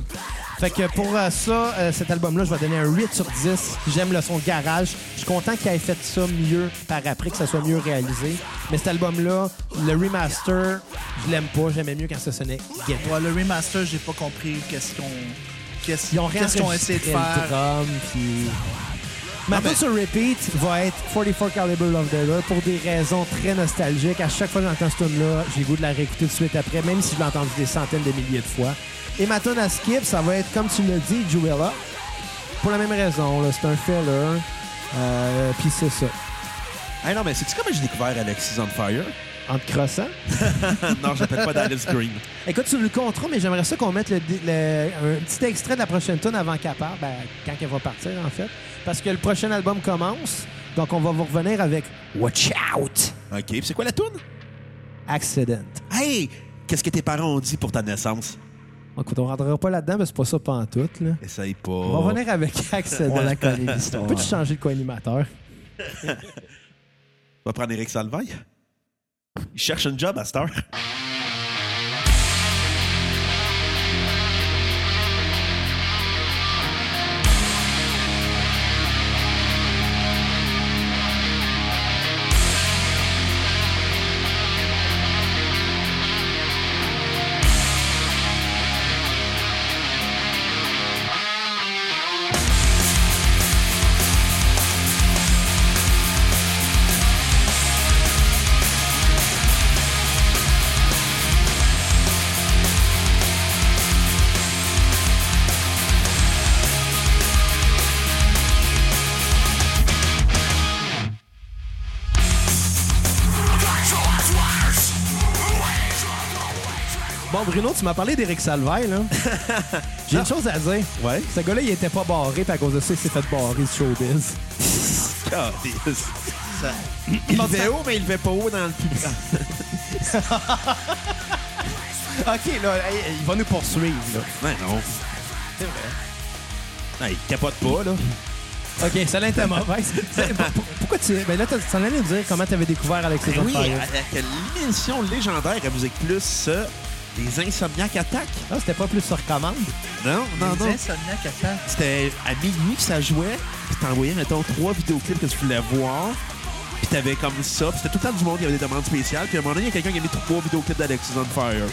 A: Fait que pour euh, ça, euh, cet album-là, je vais donner un 8 sur 10. J'aime le son de garage. Je suis content qu'il ait fait ça mieux par après, que ça soit mieux réalisé. Mais cet album-là, le remaster, je l'aime pas. J'aimais mieux quand ça sonnait ghetto.
C: Ouais, le remaster, j'ai pas compris qu'est-ce qu'on. Qu'est-ce
A: Ils ont
C: qu'est-ce qu'on essaie de
A: réenregistré le
C: faire.
A: drum, puis... Ma tune sur repeat va être 44 Caliber Love Letter pour des raisons très nostalgiques. À chaque fois que j'entends ce tune-là, j'ai le goût de la réécouter tout de suite après, même si je l'ai entendu des centaines de milliers de fois. Et ma tune à skip, ça va être, comme tu l'as dit, Juella. Pour la même raison, là, c'est un filler. Euh, puis c'est ça.
B: Ah non, mais c'est-tu comment j'ai découvert Alexis on Fire? Ah,
A: En te crossant.
B: non, je l'appelle pas d'Alice Green.
A: Écoute, tu le contrôles, mais j'aimerais ça qu'on mette le, le- un petit extrait de la prochaine tune avant qu'elle parte, ben, quand elle va partir, en fait. Parce que le prochain album commence, donc on va vous revenir avec Watch Out!
B: OK, puis c'est quoi la toune?
A: Accident.
B: Hey! Qu'est-ce que tes parents ont dit pour ta naissance?
A: Écoute, on rentrera pas là-dedans, mais c'est pas ça pantoute, là.
B: Essaye pas.
A: Oh. On va revenir avec Accident.
C: On la connaît, l'histoire.
A: Peux-tu changer de co-animateur?
B: On va prendre Eric Salvaille. Il cherche un job à cette heure.
A: Bon, Bruno, tu m'as parlé d'Éric Salvaille, là. J'ai une chose à dire.
B: Ouais.
A: Ce gars-là, il était pas barré, puis à cause de ça, il s'est fait barrer du showbiz.
B: Calice. Il levait haut, mais il levait pas haut dans le public.
A: OK, là, il va nous poursuivre,
B: Non, ben non.
A: C'est vrai.
B: Non, il capote pas, là.
A: OK, ça était mauvaise. C'est- pour- pour- Pourquoi tu... Ben là, t'as- t'en allais nous dire comment t'avais découvert Alexis
B: Ben oui,
A: Onfray.
B: avec l'émission légendaire à Musique Plus, euh, les Insomniacs attaquent.
A: Ah, c'était pas plus sur commande.
B: Non, non,
C: Les
B: non.
C: insomniaques à temps.
B: C'était à minuit que ça jouait, puis t'envoyais, mettons, trois vidéoclips que tu voulais voir, puis t'avais comme ça, puis c'était tout le temps du monde, il y avait des demandes spéciales, puis à un moment donné, il y a quelqu'un qui a mis trois vidéoclips d'Alexis on Fire.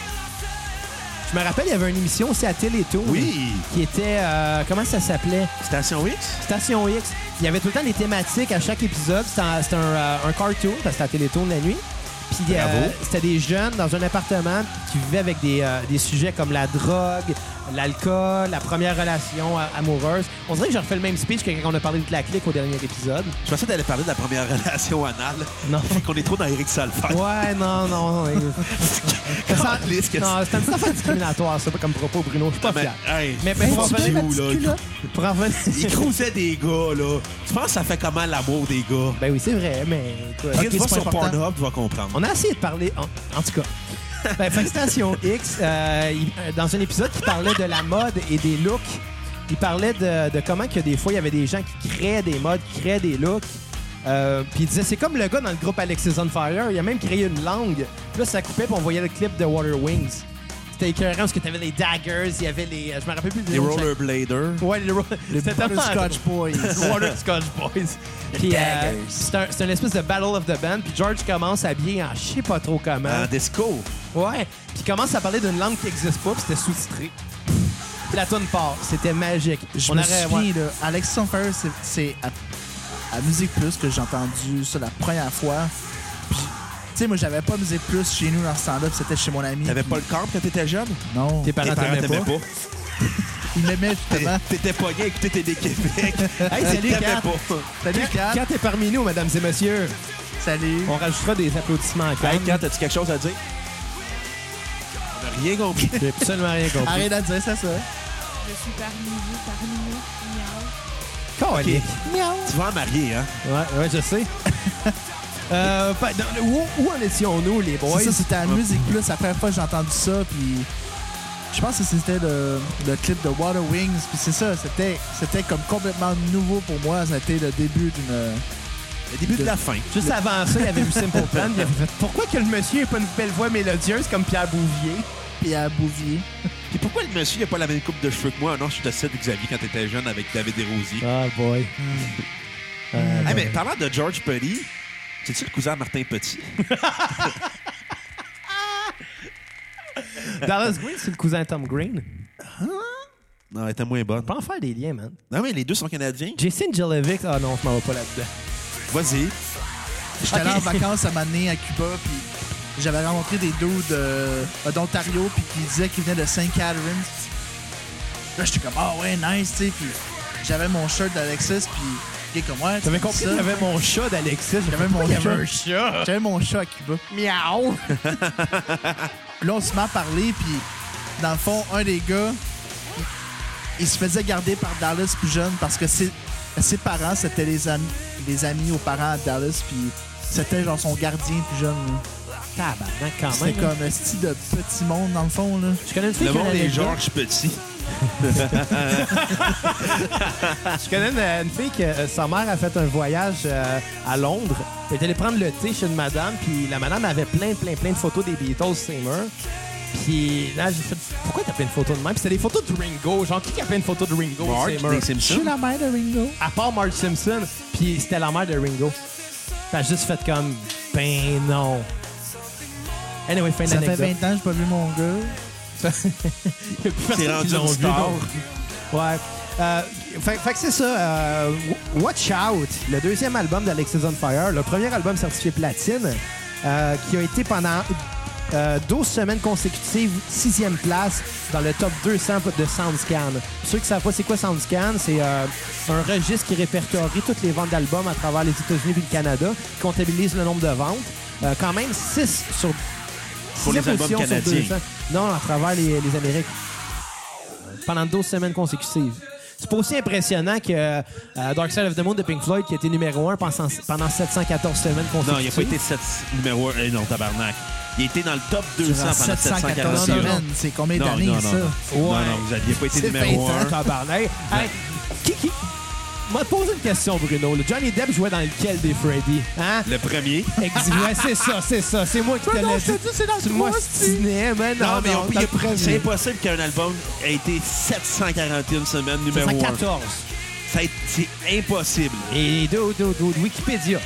A: Je me rappelle, il y avait une émission aussi à Télétoon.
B: Oui.
A: Qui était... euh, comment ça s'appelait?
B: Station X?
A: Station X. Il y avait tout le temps des thématiques à chaque épisode. C'était un, c'était un, euh, un cartoon, parce que c'était à Télétoon la nuit. Puis euh,
B: Bravo.
A: c'était des jeunes dans un appartement qui vivaient avec des, euh, des sujets comme la drogue, l'alcool, la première relation euh, amoureuse. On dirait que j'ai refait le même speech que quand on a parlé de la clique au dernier épisode.
B: Je pensais d'aller parler de la première relation anale.
A: Non.
B: Fait qu'on est trop dans Eric Salfer.
A: Ouais, non, non. non. Ça-
B: Caliste que
A: non, c'est un petit affaire discriminatoire, ça, comme propos, Bruno. Je suis pas
B: Mais,
A: fier.
B: hey,
A: Mais, mais pour
B: mon
A: en
B: petit
A: revenir, ma
B: cul,
A: petite
B: là,
A: cul, là, pour en
B: Il
A: revenir-
B: crousait des gars, là. Tu penses que ça fait comment l'amour des gars?
A: Ben oui, c'est vrai, mais... écoute,
B: Regarde,
A: ok,
B: tu
A: c'est
B: vas
A: pas
B: sur
A: important.
B: Pornhub, tu vas comprendre.
A: On a essayé de parler. En, en tout cas. Ben, fait que Station X, euh, il- euh, dans un épisode qui parlait de la mode et des looks, il parlait de, de comment que des fois, il y avait des gens qui créaient des modes, qui créaient des looks. Euh, puis il disait, c'est comme le gars dans le groupe Alexis on Fire, il a même créé une langue. Puis là, ça coupait, puis on voyait le clip de Water Wings. C'était écœurant parce que t'avais les daggers, il y avait les. euh, Je me rappelle plus du
B: Les
A: nom de chaque-
B: rollerbladers.
A: Ouais, les, ro- C'était tellement-
C: Scotch Boys.
A: Water Scotch Boys. Puis euh,
C: Daggers.
A: c'est un, c'est une espèce de battle of the band. Puis George commence habillé en je sais pas trop comment.
B: En disco.
A: Ouais. Puis il commence à parler d'une langue qui n'existe pas, puis c'était sous-titré. Puis la tourne part. C'était magique.
C: Je
A: On
C: me
A: aurait-
C: suis, là, Alex Sonfire, c'est- c'est à, à Musique Plus que j'ai entendu ça la première fois. Puis, tu sais, moi, j'avais pas Musique Plus chez nous dans ce temps-là, puis c'était chez mon ami.
B: T'avais
C: puis-
B: pas le camp quand t'étais jeune?
C: Non.
A: Tes parents t'aimaient pas.
C: Il m'aimait justement.
B: T'étais- T'étais pas gay, écoutez, t'es des Québec.
A: Hey, salut,
B: T'aimais
A: Kat.
B: pas.
C: Salut,
A: Kat.
C: Kat.
A: Kat est parmi nous, mesdames et messieurs.
C: Salut.
A: On rajoutera des applaudissements à Kat.
B: Hey, Kat, as-tu quelque chose à dire? On a rien compris.
A: J'ai absolument rien compris.
C: Arrête de dire ça, ça.
D: Je suis parmi vous, parmi nous. Miaou.
A: Calique.
B: Tu vas en marier, hein?
A: Ouais, ouais, je sais. Euh, fait- dans- où, où en étions-nous, les boys?
C: C'est ça, c'était à Musique Plus. La première fois que j'ai entendu ça, puis je pense que c'était le, le clip de Water Wings. Puis c'est ça, c'était c'était comme complètement nouveau pour moi. Ça a été le début d'une. euh,
B: Le début de la fin.
A: Juste avant ça, il y avait vu Simple Plan. Il avait fait Pourquoi que le monsieur n'a pas une belle voix mélodieuse comme Pierre Bouvier?
C: Puis à Bouvier.
B: Puis pourquoi le monsieur, il a pas la même coupe de cheveux que moi? Non, je suis de celle de Xavier quand t'étais jeune avec David Desrosiers.
A: Ah, boy. Ah,
B: Hey, mais parlant de George Petit, c'est-tu le cousin de Martin Petit?
A: Dallas Green, c'est le cousin de Tom Green.
B: Non, elle était moins bonne.
A: Pas en faire des liens, man.
B: Non, mais les deux sont canadiens.
A: Jason Jelevic, ah non, je m'en vais pas là-dedans.
B: Vas-y.
C: J'étais allé en
A: Ok.
C: vacances à m'amener à Cuba, puis j'avais rencontré des dudes euh, d'Ontario, puis qui disaient qu'ils venaient de St. Catharines. Là, j'étais comme, ah ouais, nice, tu sais. Puis j'avais mon shirt d'Alexis, puis il est comme, ouais,
A: T'avais
C: tu
A: compris
C: dis
A: qu'il y
C: ça?
A: avait mon chat d'Alexis. J'ai
C: J'avais
A: fait,
C: mon
A: pourquoi il y
C: chat.
A: avait un chat.
C: J'avais mon chat à Cuba.
A: Miaou.
C: Puis là, on se met à parler, puis dans le fond, un des gars, il- il, se faisait garder par Dallas plus jeune parce que ses, ses parents, c'était les, amis les amis aux parents à Dallas, puis c'était genre son gardien plus jeune. là.
A: Ah Tabarnak, quand
C: C'était
A: même.
C: comme un style de petit monde, dans le fond. Là.
A: Je connais une fille
B: Le
A: qui a une
B: monde est
A: anecdote.
B: George Petit.
A: Je connais une, une fille que euh, sa mère a fait un voyage euh, à Londres. Elle est allée prendre le thé chez une madame, puis la madame avait plein, plein, plein de photos des Beatles sur ses murs. Puis là, j'ai fait Pourquoi t'as plein de photos de même? Puis c'était des photos de Ringo. Genre, qui a plein de photos de Ringo sur
B: Marge
A: ses murs?
B: des Simpsons.
C: la mère de Ringo.
A: à part Marge Simpson, puis c'était la mère de Ringo. T'as juste fait comme, ben non. Anyway, fin de
C: Ça fait
A: l'anecdote.
C: 20 ans que j'ai pas vu mon gars.
A: Il y a plus personne
B: C'est
A: qui
B: rendu
A: l'ont
B: une
A: vu.
B: star.
A: donc. Ouais. Euh, fait, fait que c'est ça. euh, Watch Out, le deuxième album d'Alexis on Fire, le premier album certifié platine, euh, qui a été pendant euh, 12 semaines consécutives sixième place dans le top 200 de SoundScan. Pour ceux qui savent pas c'est quoi SoundScan, c'est euh, un registre qui répertorie toutes les ventes d'albums à travers les États-Unis et le Canada, qui comptabilise le nombre de ventes. Euh, quand même, 6 sur
B: pour les
A: sixième
B: albums
A: position sur
B: canadiens.
A: 200. Non, à travers les, les Amériques. Pendant 12 semaines consécutives. C'est pas aussi impressionnant que euh, Dark Side of the Moon de Pink Floyd qui était numéro 1 pendant, pendant 714 semaines consécutives.
B: Non, il n'a pas été sept- numéro 1. non, tabarnak. Il était dans le top 200 pendant 740
C: 714
A: semaines.
B: semaines.
C: semaines. C'est combien
B: Non, non, non,
C: d'années, ça?
B: non. Non,
A: Ouais.
B: non, vous n'aviez pas été
C: C'est
B: numéro 1.
C: feintant.
A: Tabarnak. Hey, qui, qui... M'a posé une question, Bruno. là. Johnny Depp jouait dans lequel des Freddy? Hein?
B: Le premier.
A: Ex- ouais, c'est ça, c'est ça. C'est moi qui te l'ai
C: non,
A: dit.
C: je te dis, c'est dans
A: Tu
C: le
A: m'as
C: trois,
A: stiné, mais non,
B: Non, mais on-
A: t'as
B: il-
A: le premier.
B: c'est impossible qu'un album ait été 741 semaines numéro 1.
A: 714.
B: C'est impossible.
A: Et de, de, de, de Wikipédia.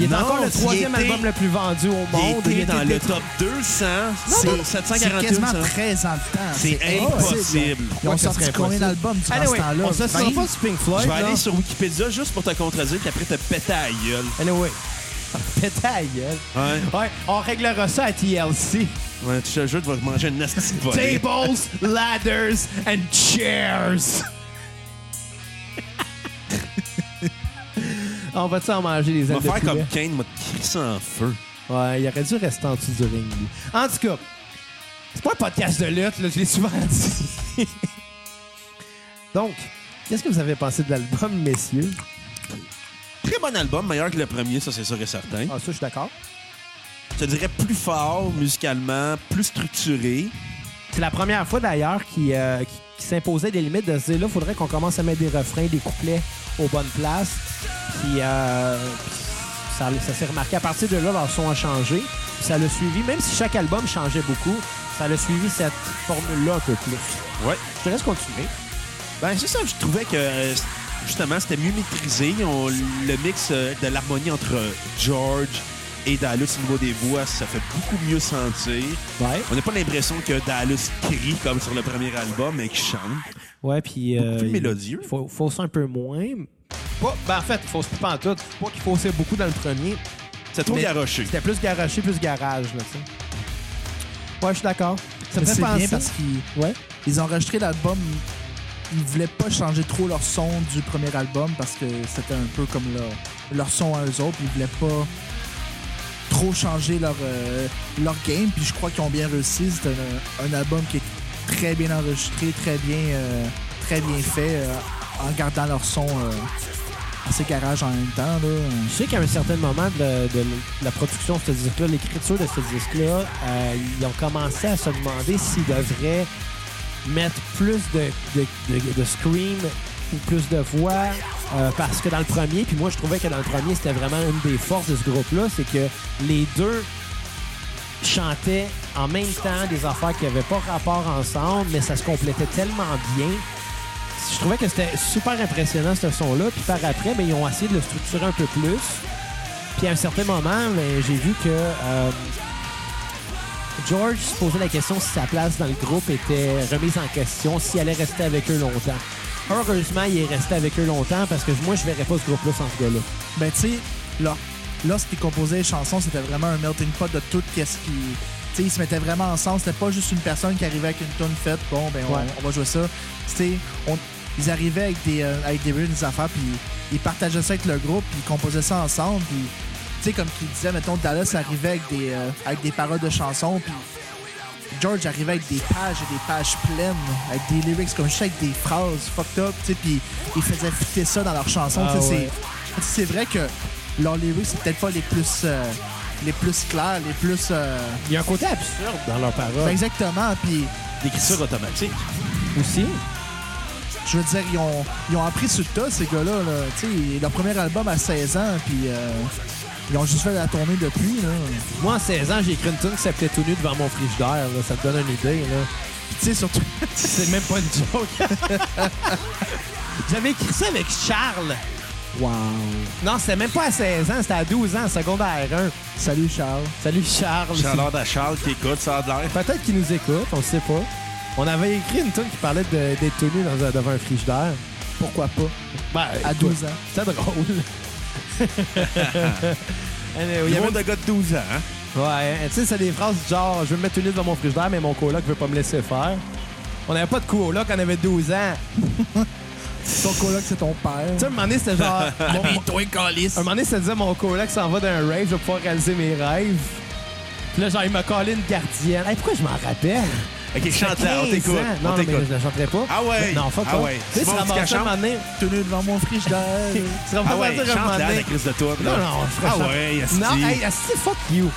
A: Il est
B: Non,
A: encore le
B: il
A: troisième
B: était-
A: album le plus vendu au monde.
B: Il était
A: Il
B: dans
A: était-
B: le top 200.
C: C'est
B: C'est
C: c'est
B: 741
C: quasiment
B: semaines.
C: 13 ans de temps.
B: C'est impossible.
C: Ils
A: Ouais,
C: ont
A: ça
C: sorti
A: serait
C: combien
A: impossible.
C: d'albums durant ce
A: Anyway,
C: temps-là?
A: on se sent
C: 20?
A: pas sur Pink Floyd.
B: Je vais
A: là.
B: aller sur Wikipédia juste pour te contredire, puis après te péter à la gueule.
A: Anyway. Pète ta gueule.
B: Ouais.
A: Ouais, on réglera ça à TLC.
B: Ouais, tu te jure, tu vas manger une nasty de volée.
A: Tables, ladders and chairs. on va tu en manger les
B: Tu
A: ailes de
B: vas faire
A: poulet?
B: comme Kane, m'a crissé en feu.
A: Ouais, il aurait dû rester en dessous du ring. lui. En tout cas, c'est pas un podcast de lutte, là, je l'ai souvent dit. Donc, qu'est-ce que vous avez pensé de l'album, messieurs?
B: Très bon album, meilleur que le premier, ça c'est sûr et certain.
A: Ah, ça, je suis d'accord.
B: Je te dirais plus fort musicalement, plus structuré.
A: C'est la première fois, d'ailleurs, qu'il euh, qu'il- qu'il s'imposait des limites de se dire, là, faudrait qu'on commence à mettre des refrains, des couplets aux bonnes places. Puis, euh, ça, ça s'est remarqué. À partir de là, leur son a changé. Puis ça l'a suivi, même si chaque album changeait beaucoup, ça l'a suivi cette formule-là un peu plus.
B: Ouais.
A: Je te laisse continuer.
B: Ben c'est ça, je trouvais que euh, justement c'était mieux maîtrisé. On- le mix euh, de l'harmonie entre euh, George et Dallas au niveau des voix, ça fait beaucoup mieux sentir.
A: Ouais.
B: On n'a pas l'impression que Dallas crie comme sur le premier album, mais qu'il chante.
A: Ouais, puis. euh,
B: plus
A: il-
B: mélodieux.
A: Faut, faut ça un peu moins. Pas, ben en fait, il faut se pas en tout. Pas qu'il faussait beaucoup dans le premier.
B: C'est trop
A: Mais
B: garoché.
A: C'était plus garoché, plus garage, là, tu sais. Ouais, je suis d'accord. Ça me
C: Mais
A: fait
C: C'est
A: penser.
C: bien parce qu'ils
A: Ouais.
C: ils ont enregistré l'album. Ils voulaient pas changer trop leur son du premier album parce que c'était un peu comme leur, leur son à eux autres. Ils voulaient pas trop changer leur, euh, leur game. Puis je crois qu'ils ont bien réussi. C'est un, un album qui est très bien enregistré, très bien, euh, très bien fait euh, en gardant leur son euh, assez garage en même temps. Là.
A: Je sais qu'à un certain moment de, de la production de ce disque-là, l'écriture de ce disque-là, euh, ils ont commencé à se demander s'ils devraient mettre plus de, de, de- de scream ou plus de voix euh, parce que dans le premier, puis moi je trouvais que dans le premier, c'était vraiment une des forces de ce groupe-là, c'est que les deux chantaient en même temps des affaires qui n'avaient pas rapport ensemble, mais ça se complétait tellement bien. Je trouvais que c'était super impressionnant ce son-là. Puis par après, ben, ils ont essayé de le structurer un peu plus. Puis à un certain moment, ben, j'ai vu que euh, George se posait la question si sa place dans le groupe était remise en question, s'il allait rester avec eux longtemps. Heureusement, il est resté avec eux longtemps parce que moi, je verrais pas ce groupe-là sans ce gars-là.
C: Ben, tu sais, là, lorsqu'ils composaient les chansons, c'était vraiment un melting pot de tout qu'est-ce qui. Tu sais, ils se mettaient vraiment ensemble. C'était pas juste une personne qui arrivait avec une tonne faite. Bon, ben, on,
A: Ouais.
C: on va jouer ça. C'était. On, ils arrivaient avec des, euh, avec des, rues, des affaires, puis ils partageaient ça avec le groupe, puis ils composaient ça ensemble. Puis, tu sais, comme qu'ils disaient, mettons, Dallas arrivait avec des, euh, avec des paroles de chansons, puis George arrivait avec des pages et des pages pleines, avec des lyrics comme je sais, avec des phrases fucked up, tu sais, puis ils faisaient fitter ça dans leurs chansons.
A: Ah
C: tu sais, c'est-
A: ouais.
C: C'est vrai que leurs lyrics, c'est peut-être pas les plus, euh, les plus clairs, les plus. euh,
A: Il y a un côté absurde dans leur
C: ben
A: parole
C: exactement, puis
B: L'écriture automatique.
A: aussi.
C: je veux dire, ils ont, ils ont appris sur le tas, ces gars-là. là. Tu sais, leur premier album à 16 ans, puis euh, ils ont juste fait la tournée depuis. Là.
A: Moi, en 16 ans, j'ai écrit une tune qui s'appelait Tout nu devant mon frigidaire. là. Ça te donne une idée. Là.
C: Puis, tu sais, surtout.
A: C'est même pas une joke. J'avais écrit ça avec Charles.
C: Wow!
A: Non, c'était même pas à 16 ans, c'était à 12 ans, secondaire 1.
C: Salut, Charles.
A: Salut Charles.
B: Chaleur à Charles qui écoute, ça a de l'air.
A: Peut-être qu'il nous écoute, on sait pas. On avait écrit une tune qui parlait de- d'être tenu dans un- devant un frigidaire.
C: Pourquoi pas?
A: Ben,
C: À
A: écoute,
C: 12 ans.
A: C'est drôle. Anyway, il y
B: Le
A: avait-
B: monde de gars de 12 ans, hein?
A: Ouais, tu sais, c'est des phrases du genre Je veux me mettre tenu devant mon frigidaire, mais mon coloc veut pas me laisser faire. On n'avait pas de coloc, on avait 12 ans.
C: Ton coloc, c'est ton père.
A: Tu sais, à un moment donné, c'était genre. mon- mon-
C: toi, calice!
A: À un moment donné, ça disait mon coloc s'en va d'un rave, je vais pouvoir réaliser mes rêves. Puis là, genre, il m'a collé une gardienne. Hey, pourquoi je m'en rappelle?
B: Ok,
A: Ça fait
B: chante là, on
A: 15
B: t'écoute.
A: ans.
B: On
A: Non, non, mais
B: t'écoute.
A: je la chanterai pas.
B: Ah ouais?
A: Non, fuck
B: Ah
A: off.
B: ouais.
A: Tu sais,
B: Simon
A: tu ramassais à un
B: Ducachamp?
A: moment donné...
C: Tenu devant mon frigidaire.
A: Tu ramassais
B: Ah ouais,
A: à un moment
B: chante là, la
A: donné...
B: crise de toi.
A: Non, non, je ferais
B: Ah
A: ça.
B: ouais, esti.
A: Non, hey, asti, fuck you.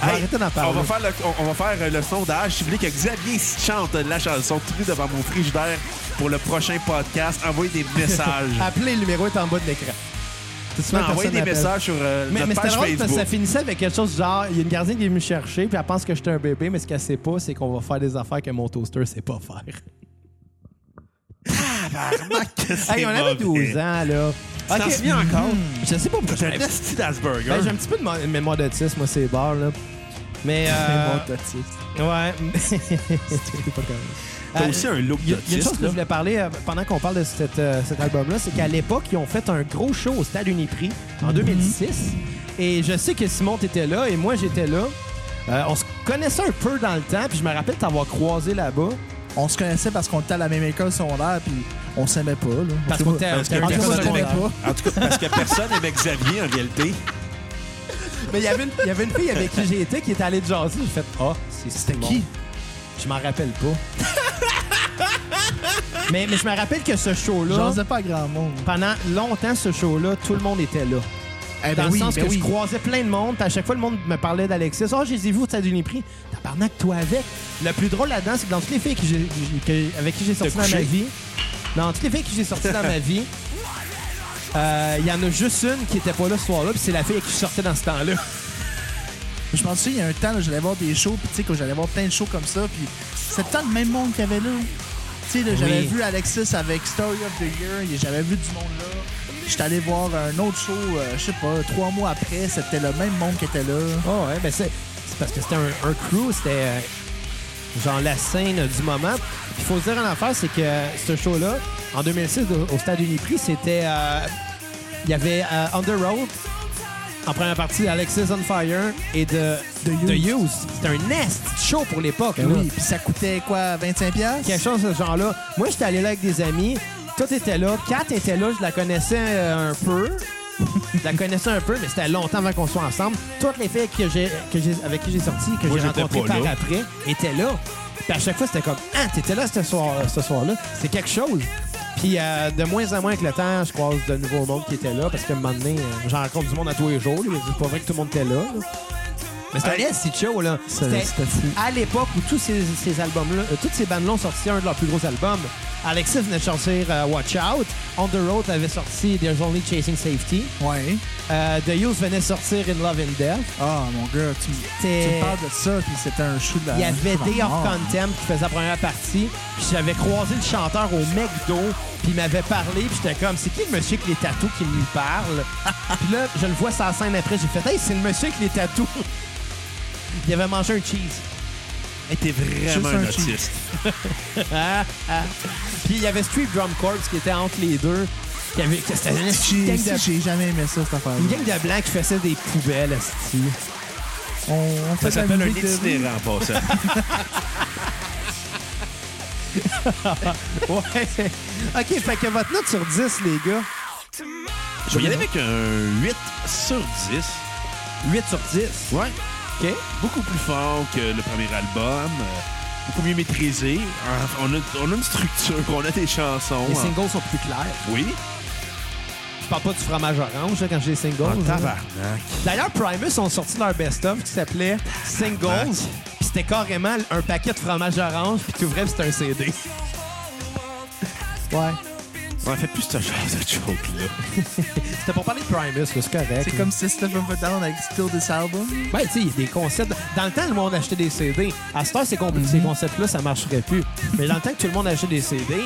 A: On va
B: Hey,
A: arrêter d'en
B: on
A: parler.
B: va faire le, on, on va faire euh, le sondage. Si vous voulez que Xavier chante la chanson tout devant mon frigidaire pour le prochain podcast, envoyez des messages.
A: Appeler le numéro est en bas de l'écran. Tout de suite,
B: Non,
A: personne
B: envoyez des
A: n'appelle.
B: messages sur euh,
A: Mais,
B: notre
A: mais c'était
B: page
A: drôle
B: Facebook.
A: parce que ça finissait avec quelque chose genre, il y a une gardienne qui est venue me chercher, puis elle pense que j'étais un bébé, mais ce qu'elle sait pas, c'est qu'on va faire des affaires que mon toaster sait pas faire. Hey, on avait 12 ans, là.
B: Tu t'en
A: Ok.
B: souviens encore?
A: Je sais pas pourquoi
B: J'ai un
A: j'avais-
B: esti d'Asperger.
A: Ben, j'ai un petit peu de mo- mémoire d'autisme, moi, ces bars, là. Mais, euh,
C: Bon, t'autiste.
A: ouais. C'est pas comme-
B: T'as
A: Euh,
B: aussi un look
A: Il y a, il y a une chose
B: d'autiste,
A: que je
B: là.
A: voulais parler euh, pendant qu'on parle de cette, euh, cet album-là, c'est qu'à l'époque, ils ont fait un gros show au Stade Uniprix en 2006. Et je sais que Simon, t'étais là et moi, j'étais là. Euh, on se connaissait un peu dans le temps, puis je me rappelle t'avoir croisé là-bas.
C: On se connaissait parce qu'on était à la même école secondaire, puis on s'aimait pas. Là.
A: Parce
C: En tout
A: qu'on
C: cas,
A: était-
B: Parce que
A: on était
C: en tout cas, on
B: personne
C: s'aimait
A: secondaire.
C: pas.
B: En tout cas, parce que personne n'aimait Xavier en réalité.
A: Mais il y avait une- il y avait une fille avec qui j'étais qui était allée de jaser. J'ai fait Ah, c'est C'était
C: qui?
A: Je m'en rappelle pas. mais, mais je me rappelle que ce show-là,
C: J'en sais pas à grand monde.
A: pendant longtemps, ce show-là, tout le monde était là.
C: Eh
A: Dans
C: ben
A: le
C: oui,
A: sens
C: ben
A: que
C: oui.
A: je croisais plein de monde, puis à chaque fois, le monde me parlait d'Alexis. Oh, j'ai vu au Stade Uniprix. Tabarnak, toi avec. Le plus drôle là-dedans, c'est que dans toutes les filles que j'ai- que- avec qui j'ai sorti dans
B: couché.
A: ma vie, dans toutes les filles que j'ai sorties dans ma vie, euh, il y en a juste une qui était pas là ce soir-là, puis c'est la fille avec qui je sortais dans ce temps-là.
C: Je me souviens, il y a un temps, là, j'allais voir des shows, puis tu sais, que j'allais voir plein de shows comme ça, puis c'était tant le même monde qu'il y avait là. Tu sais, là, j'avais
A: Oui.
C: vu Alexis avec Story of the Year, et j'avais vu du monde là. J'étais allé voir un autre show, euh, je sais pas, trois mois après, c'était le même monde qui était là.
A: Oh, ouais, ben c'est c'est parce que c'était un, un crew, c'était euh, genre la scène euh, du moment. Il faut se dire en affaire, c'est que ce show-là, en 2006, au, au Stade Uniprix, c'était. euh, Il y avait euh, On The Road, en première partie, Alexis on Fire et de
C: The Used.
A: Youth. C'était un nest show pour l'époque.
C: Ben
A: là.
C: oui, puis ça coûtait quoi, 25$? piastres?
A: Quelque chose de ce genre-là. Moi, j'étais allé là avec des amis. Tout était là. Kat était là. Je la connaissais euh, un peu. je la connaissais un peu, mais c'était longtemps avant qu'on soit ensemble. Toutes les filles que j'ai, que j'ai- avec qui j'ai sorti, que
B: Moi,
A: j'ai
B: j'étais
A: rencontrées
B: pas
A: par
B: là.
A: après, étaient là. Puis à chaque fois, c'était comme Ah, t'étais là ce, soir, ce soir-là. C'est quelque chose. Puis euh, de moins en moins avec le temps, je croise de nouveaux mondes qui étaient là parce que un moment donné, euh, j'en rencontre du monde à tous les jours. là. C'est pas vrai que tout le monde était là. là. Mais c'était
B: Hey.
A: un esti de show, là.
C: C'était c'était fou.
A: À l'époque où tous ces, ces albums-là, euh, toutes ces bandes-là ont sorti un de leurs plus gros albums, Alexis venait de sortir euh, Watch Out, On the Road avait sorti There's Only Chasing Safety,
C: Ouais.
A: euh, The Youth venait de sortir In Love and Death.
C: Ah, mon gars, tu, tu
A: C'était-
C: me parles de ça, puis c'était un show de la.
A: Il y avait
C: de la
A: Day of
C: mort.
A: Contempt qui faisait la première partie. Puis j'avais croisé le chanteur au McDo. Puis il m'avait parlé. Puis j'étais comme, c'est qui le monsieur avec les tatous qui me parle? puis là, je le vois sur la scène après. J'ai fait, hey, c'est le monsieur avec les tatous. il avait mangé un cheese.
B: Hey, T'es vraiment
C: Juste un
B: un autiste.
A: Ah, ah. Puis il y avait Street Drum Corps qui était entre les deux. qui avait- que C'était une
C: J'ai-
A: gang de,
C: Ah, J'ai jamais aimé ça, cette affaire.
A: une gang de blancs qui faisait des poubelles, esti.
C: On, on
B: Ça
C: fait de la
B: s'appelle un
C: musique de rue.
B: itinérant, en passant.
A: Ouais. OK, fait que votre note sur 10, les gars.
B: Je vais y aller avec un 8 sur 10.
A: 8 sur 10.
B: Ouais.
A: OK.
B: Beaucoup plus fort que le premier album. euh, Beaucoup mieux maîtrisé. Euh, On a, on a une structure, on a des chansons.
A: Les
B: en-
A: singles sont plus clairs.
B: Oui.
A: Je parle pas du fromage orange là, quand j'ai les singles.
B: En
C: Ah,
A: là.
B: tabarnak.
A: D'ailleurs, Primus ont sorti leur best-of qui s'appelait Singles. Puis c'était carrément un paquet de fromage orange. Puis tu ouvrais, puis c'était un CD. Ouais.
B: On fait plus ce genre de joke-là.
A: C'était pour parler de Primus, là, c'est correct.
C: C'est
A: là.
C: comme System of a Down avec Still This Album.
A: Ben, tu sais, il y a des concepts. Dans le temps, le monde achetait des CD. À cette heure, ces,
C: Mhm.
A: compl- ces concepts-là, ça marcherait plus. Mais dans le temps que tout le monde achetait des CD,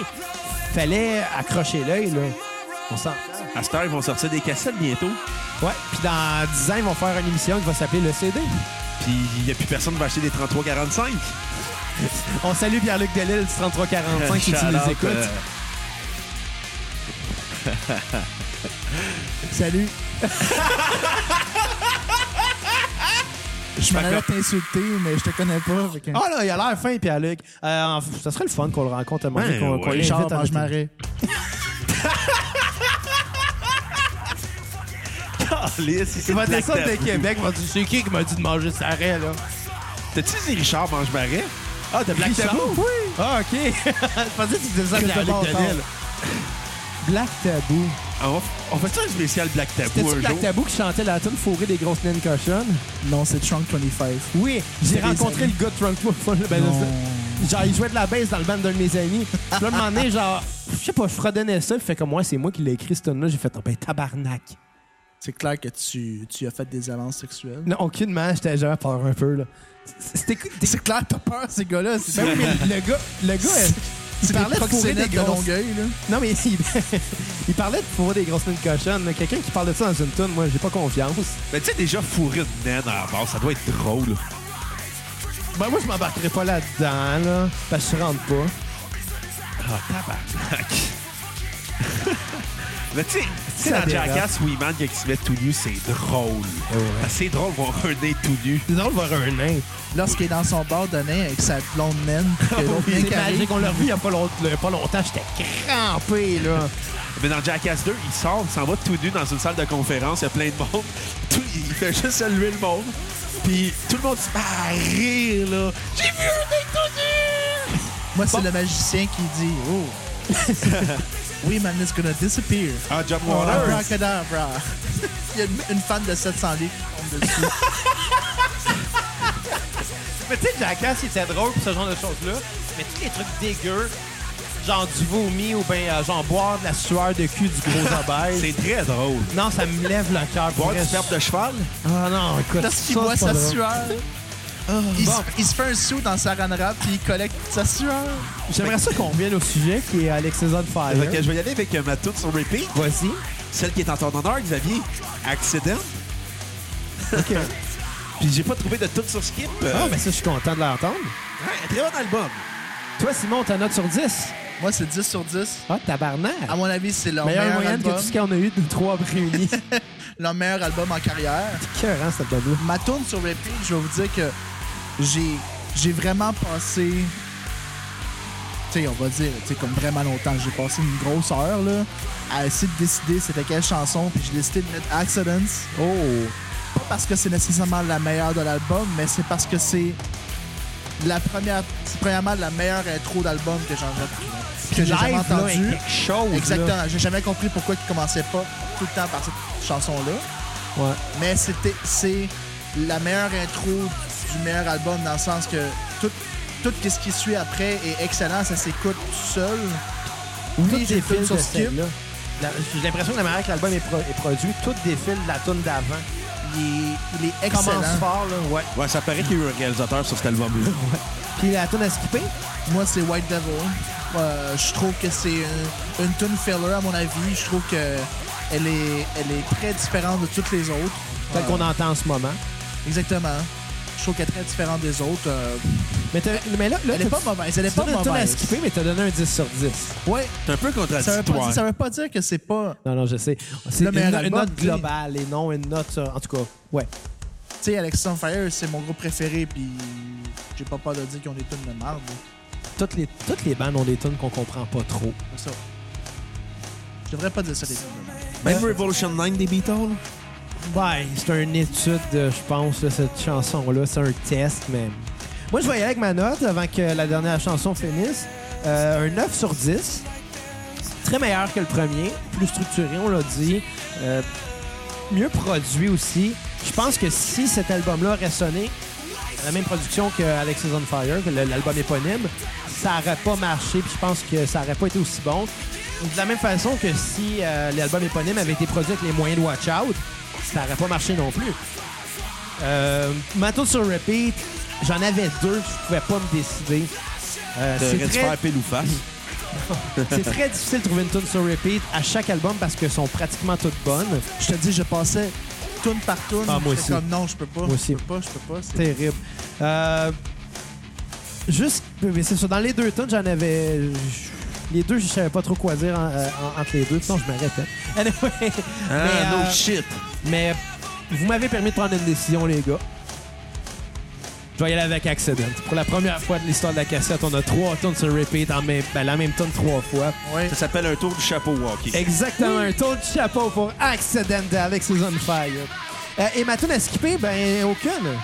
A: fallait accrocher l'œil, là. On s'en.
B: À cette heure, ils vont sortir des cassettes bientôt.
A: Ouais. Puis dans 10 ans, ils vont faire une émission qui va s'appeler Le CD.
B: Puis il n'y a plus personne qui va acheter des 33-45.
A: On salue Pierre-Luc Delisle du 3345 si tu
B: Shout out,
A: nous écoutes.
B: euh,
C: Salut. Je m'en allais t'insulter, mais je te connais pas. fait que-
A: Ah là, il a l'air fin, Pierre-Luc. Euh, ça serait le fun qu'on le rencontre à un moment donné,
B: Ouais,
A: qu'on
B: ouais.
A: qu'on l'invite
C: Richard,
A: à notre
C: mange ma raie.
B: Calice, c'est
A: Il va
B: de la
A: descendre de
B: tabou.
A: Québec, il va dire c'est qui qui m'a dit de manger sa raie, là?
B: T'as-tu dit Richard Mange-Marais? Ah, t'as Black
A: Richard?
B: Tabou?
A: Oui. Ah, OK. Je pensais que tu disais ça de la
C: Quel
A: Ligue de
C: bâtard.
A: Lille. Black Tabou.
B: Ah, on, on fait ça un spécial Black Tabou
A: C'était-tu
B: un
A: Black
B: jour?
A: Tabou qui chantait la tune Fourré des grosses naines cochonnes?
C: Non, c'est Trunk 25.
A: Oui, j'ai
C: C'était
A: rencontré
C: des
A: le gars de Trunk Muffin. Ben,
C: Non.
A: c'est- genre, il jouait de la bass dans le band d'un de mes amis. Puis là, un moment donné, genre, je sais pas, je fredonnais ça. Il fait comme moi, c'est moi qui l'ai écrit, ce tune-là. J'ai fait, oh, ben, tabarnak.
C: C'est clair que tu, tu as fait des avances sexuelles.
A: Non, aucunement, j'étais j'avais peur un peu, là. C'était cou-
C: C'est clair, t'as peur, ces gars-là. C'est
A: Ben oui, mais le gars, le gars, euh, il
C: c'est des
A: parlait de fourrer des
C: proxénètes de
A: grosses...
C: Longueuil, là.
A: Non, mais il, il parlait de fourrer des grosses naines cochonnes. là. Quelqu'un qui parle de ça dans une tune, moi, j'ai pas confiance.
B: Mais Ben, tu sais, déjà fourré de naine à la base, ça doit être drôle.
A: Ben moi, je m'embarquerai pas là-dedans, là, parce que je rentre pas.
B: Ah, tabarnak. Mais tu sais, tu sais,
A: Ça
B: dans
A: dérape.
B: Jackass, oui, man, quand il se met tout nu, c'est drôle.
A: ouais.
B: Ah, C'est drôle voir un nez tout nu.
A: C'est drôle de voir un nain.
C: Lorsqu'il est dans son bar de nain avec sa blonde naine, puis que l'autre nain
A: C'est magique,
C: qui arrive,
A: on l'a vu il y a pas, long- il y a pas longtemps, j'étais crampé, là.
B: Mais Ben, dans Jackass 2, il sort, il s'en va tout nu dans une salle de conférence, il y a plein de monde. Tout- il fait juste saluer le monde. Puis tout le monde se met à rire, là. J'ai vu un nez tout nu!
C: moi, c'est le magicien qui dit « Oh! oui, man, it's gonna disappear.
B: Ah, John Waters!
C: Abracadabra. » Il y a une, une fan de 700 livres qui tombe dessus.
A: Mais tu sais, Jackass, c'était drôle pour ce genre de choses-là. Mais tous les trucs dégueux, genre du vomi ou ben euh, genre boire de la sueur de cul du gros obèse.
B: C'est très drôle.
A: Non, ça me lève le cœur. pour
B: Boire du
A: vrai.
B: sperme de cheval?
A: Ah non, écoute,
C: Lorsqu'il
A: ça,
C: boit
A: c'est pas
C: sa
A: drôle. Oh,
C: sueur, il, se-
A: bon.
C: il se fait un sou dans sa ranera puis il collecte sa sueur.
A: J'aimerais ça qu'on revienne au sujet qui est Alexis on Fire.
B: Fait que je vais y aller avec euh, ma toute sur repeat.
A: Voici.
B: Celle qui est en ton honneur, Xavier. Accident.
A: OK.
B: Puis j'ai pas trouvé de toute sur skip. Euh,
A: Ah, mais ça, je suis content de l'entendre.
B: ouais, très bon album.
A: Toi, Simon, ta note sur 10.
C: Moi, c'est 10 sur 10.
A: Ah, tabarnak.
C: À mon avis, c'est leur
A: Meilleure
C: meilleur,
A: moyenne
C: album,
A: que tout ce qu'on a eu de nous trois réunis. C'est
C: leur meilleur album en carrière.
A: cœur, hein, cette bande-là.
C: Ma tourne sur repeat, je vais vous dire que j'ai j'ai vraiment passé, tu sais, on va dire, tu sais, comme vraiment longtemps. J'ai passé une grosse heure là à essayer de décider c'était quelle chanson, puis j'ai décidé de mettre Accidents.
A: Oh.
C: Pas parce que c'est nécessairement la meilleure de l'album, mais c'est parce que c'est la première, c'est premièrement la meilleure intro d'album que j'ai que j'ai jamais
A: Live, là,
C: entendue.
A: quelque chose. là.
C: Exactement. J'ai jamais compris pourquoi ils commençaient pas tout le temps par cette chanson-là.
A: Ouais.
C: Mais c'était c'est la meilleure intro du meilleur album dans le sens que tout, tout ce qui suit après est excellent, ça s'écoute tout seul.
A: Tout
C: Oui, j'ai fait
A: défile
C: sur
A: de
C: Skip.
A: celle-là. La- J'ai l'impression que la manière que l'album est, pro- est produit, tout défile de la tune d'avant.
C: Il est, il est excellent.
A: Commence fort, là, ouais.
B: Ouais, ça paraît qu'il y a eu un réalisateur sur cet album-là.
A: Puis la tune à skipper,
C: Moi, c'est White Devil. Euh, je trouve que c'est une, une tune filler à mon avis. Je trouve que elle est, elle est très différente de toutes les autres.
A: celle
C: Euh,
A: qu'on entend en ce moment.
C: Exactement. Je trouve qu'elle est très différente des autres. Euh,
A: Mais, Ben, t'as- mais là, là
C: elle est pas mauvaise. Elle est
A: c'est
C: pas
A: pas une tune à
C: mauvaise.
A: skipper, mais t'as donné un 10 sur 10.
C: Ouais,
B: C'est un peu
C: ça veut, pas,
B: contradictoire.
C: dire- ça veut pas dire que c'est pas.
A: Non, non, je sais. C'est
C: Le
A: une,
C: meilleur
A: une
C: album,
A: note
C: tu sais.
A: globale et non une note, euh, en tout cas, ouais.
C: Tu sais, Alex on Fire, c'est mon groupe préféré, puis j'ai pas peur de dire qu'on est tous de merde.
A: Toutes les, toutes les bandes ont des tunes qu'on comprend pas trop.
C: C'est ça. Je devrais pas dire ça des tunes de merde.
B: Même Revolution 9 des Beatles.
A: Ouais, c'est une étude, euh, je pense, là, cette chanson-là. C'est un test, mais. Moi, je vais y aller avec ma note avant que la dernière chanson finisse. Euh, un 9 sur 10. Très meilleur que le premier. Plus structuré, on l'a dit. Euh, mieux produit aussi. Je pense que si cet album-là aurait sonné à la même production que Alexis on Fire, que le- l'album éponyme, ça aurait pas marché, puis je pense que ça aurait pas été aussi bon. De la même façon que si euh, l'album éponyme avait été produit avec les moyens de Watch Out, ça aurait pas marché non plus. Euh, ma tune sur repeat, j'en avais deux, je pouvais pas me décider. Euh,
B: T'aurais
A: c'est
B: dû
A: très-
B: faire pile ou face.
A: c'est très, difficile de trouver une tune sur repeat à chaque album parce qu'elles sont pratiquement toutes bonnes.
C: Je te dis, je passais tune par tune.
A: Ah, moi
C: j'étais
A: aussi.
C: comme non, je peux pas.
A: Moi aussi.
C: Je peux pas, je peux pas. c'est-
A: Terrible. Euh, juste, mais c'est ça. Dans les deux tonnes, j'en avais. je- Les deux, je savais pas trop quoi dire en- en- entre les deux. Sinon, je m'arrête. hein. Anyway,
B: Ah,
A: euh,
B: no shit.
A: mais vous m'avez permis de prendre une décision, les gars. Je vais y aller avec Accident. Pour la première fois de l'histoire de la cassette, on a trois tonnes sur repeat en même, ben, la même tonne trois fois.
C: Ouais.
B: Ça s'appelle un tour du chapeau walkie.
A: Exactement, un taux de chapeau pour Accident d'Alex is on fire. Euh, et ma tune à skipper, ben aucune.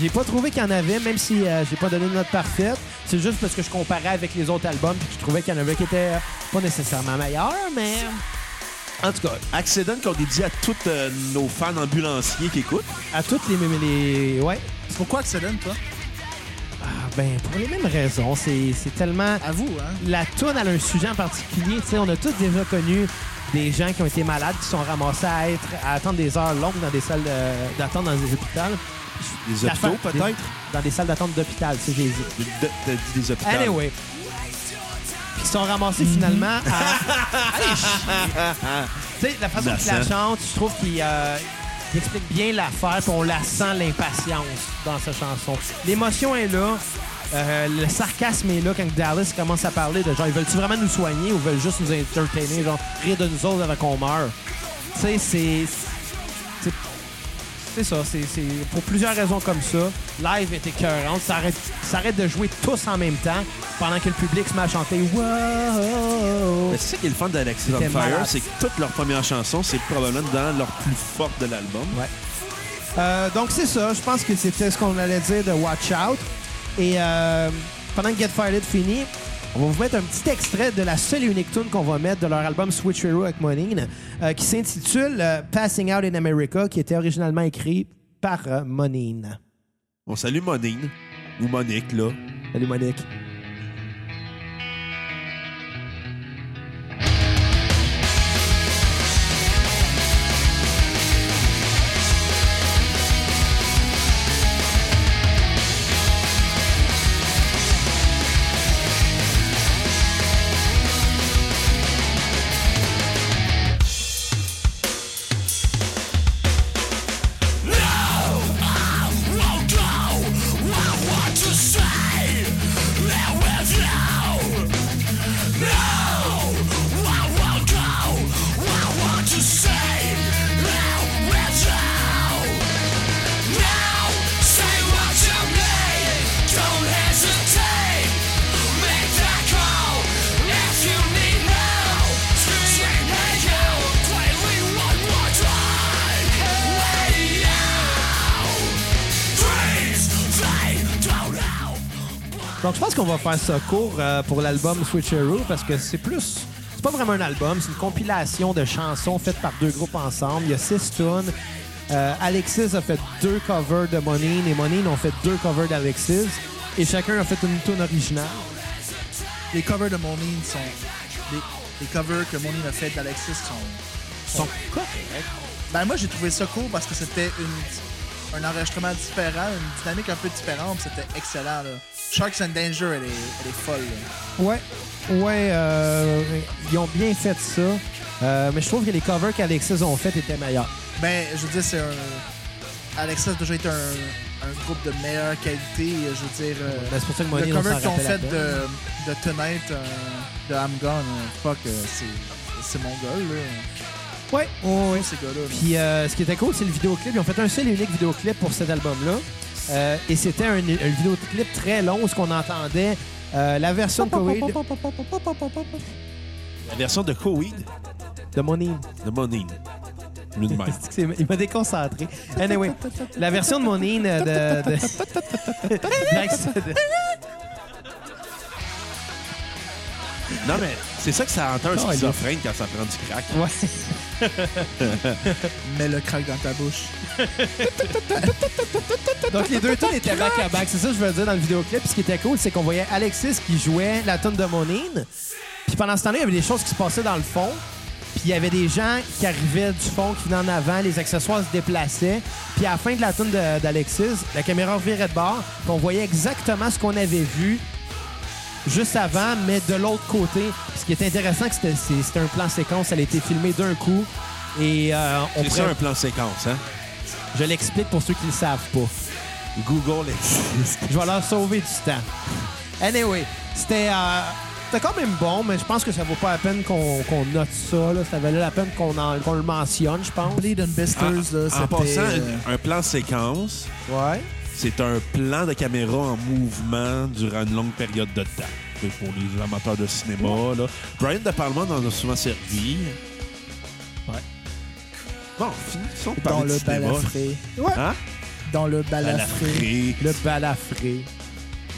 A: J'ai pas trouvé qu'il y en avait, même si euh, j'ai pas donné de note parfaite. C'est juste parce que je comparais avec les autres albums puis que je trouvais qu'il y en avait qui étaient euh, pas nécessairement meilleurs, mais. En tout cas,
B: Accident qu'on dédie à tous euh, nos fans ambulanciers qui écoutent.
A: à toutes les. les ouais.
C: C'est pourquoi Excellent, toi?
A: Ah, ben, pour les mêmes raisons. C'est c'est tellement.
C: À vous, hein?
A: la toune elle a un sujet en particulier. Tu sais, on a tous déjà connu des gens qui ont été malades, qui sont ramassés à, être, à attendre des heures longues dans des salles de- d'attente dans des hôpitaux.
B: Des
A: La
B: hôpitaux,
A: fin-
B: peut-être.
A: Dans des salles d'attente d'hôpital, c'est j'ai dit.
B: Des- de- T'as dit des hôpitaux.
A: Anyway. Puis Qui sont ramassés finalement à. Allez, chier. Tu sais, la façon qu'il la
B: Innocent.
A: chante, je trouve qu'il euh, il explique bien l'affaire, puis on la sent l'impatience dans sa chanson. L'émotion est là. euh, le sarcasme est là quand Dallas commence à parler de genre, ils veulent-tu vraiment nous soigner ou veulent juste nous entertainer, genre, rire de nous autres avant qu'on meure. Tu sais, c'est. c'est- C'est ça, c'est c'est- pour plusieurs raisons comme ça. Live est écœurant, ça arrête, ça arrête de jouer tous en même temps pendant que le public se met à chanter Wow!
B: Mais c'est ça qui est le fun d'Alexis on
A: C'était malade.
B: Fire, c'est que toutes leurs premières chansons, c'est probablement dans leur plus forte de l'album.
A: Euh, donc c'est ça, je pense que c'était ce qu'on allait dire de Watch Out. Et euh, pendant que Get Fired finit, on va vous mettre un petit extrait de la seule et unique tune qu'on va mettre de leur album Switch Hero avec Monine, euh, qui s'intitule euh, Passing Out in America, qui était originalement écrit par euh, Monine.
B: On salue Monine, ou Monique, là.
A: Salut Monique. Donc, je pense qu'on va faire ça court euh, pour l'album Switcheroo parce que c'est plus. C'est pas vraiment un album, c'est une compilation de chansons faites par deux groupes ensemble. Il y a six tunes. Euh, Alexis a fait deux covers de Monine et Monine ont fait deux covers d'Alexis. Et chacun a fait une tune originale.
C: Les covers de Monine sont. Les, les covers que Monine a fait d'Alexis sont.
A: Son quoi?
C: Ben, moi, j'ai trouvé ça cool parce que c'était une. Un enregistrement différent, une dynamique un peu différente, puis c'était excellent. Là. Sharks and Danger, elle est, elle est folle. là.
A: Ouais, ouais, euh, ils ont bien fait ça. Euh, mais je trouve que les covers qu'Alexis ont fait étaient meilleurs.
C: Ben, je veux dire, c'est un. Alexis a toujours été un, un groupe de meilleure qualité. Je veux dire, euh,
A: Ben, c'est pour ça que
C: le
A: Monine, on
C: cover
A: s'en
C: qu'ils ont
A: rappelle à
C: fait
A: peine.
C: de, de Tonight euh, de I'm Gone, euh, fuck, euh, c'est c'est mon gars, là.
A: Ouais, ouais, ouais.
C: Ces gars-là. là.
A: Puis euh, ce qui était cool, c'est le vidéoclip. Ils ont fait un seul et unique vidéoclip pour cet album-là. Euh, et c'était un, un vidéoclip très long, où ce qu'on entendait. euh, la version de Koweïd
B: La version de Coweed
A: de Monine.
B: de Monine. Lui de même.
A: C'est- Il m'a déconcentré. Anyway, la version de Monine euh, de. de... de-
B: Non, mais c'est ça que ça entend un
A: Non, elle est-
B: schizophrène quand ça prend du crack.
A: ouais.
C: Mets le crack dans ta bouche.
A: Donc les deux tunes étaient back à back. C'est ça que je veux dire dans le vidéoclip. Puis Ce qui était cool, c'est qu'on voyait Alexis qui jouait la tune de Monine. Puis pendant ce temps-là, il y avait des choses qui se passaient dans le fond. Puis il y avait des gens qui arrivaient du fond, qui venaient en avant, les accessoires se déplaçaient. Puis à la fin de la tune de- d'Alexis, la caméra revirait de bord. Puis on voyait exactement ce qu'on avait vu juste avant, mais de l'autre côté. Puis Ce qui est intéressant, c'est que c'était- c'était un plan séquence. Elle a été filmée d'un coup. Et euh, on
B: C'est
A: pourrait-
B: ça un plan séquence, hein?
A: Je l'explique pour ceux qui ne le savent pas.
B: Google existe.
A: Je vais leur sauver du temps. Anyway, c'était euh, c'était quand même bon, mais je pense que ça vaut pas la peine qu'on qu'on note ça. Là. Ça valait la peine qu'on en- qu'on le mentionne, je pense.
C: Bleed and
B: Ah, En,
C: Busters, là, c'était...
B: en passant,
C: euh,
B: un plan séquence,
A: Ouais.
B: c'est un plan de caméra en mouvement durant une longue période de temps. C'est Pour les amateurs de cinéma, là. Brian De Palma en a souvent servi.
A: Ouais.
B: Bon, finissons de
C: dans
B: parler de
C: le
B: cinéma.
C: balafré.
A: Ouais.
B: Hein?
C: dans le balafré.
B: Balafré.
A: Le balafré.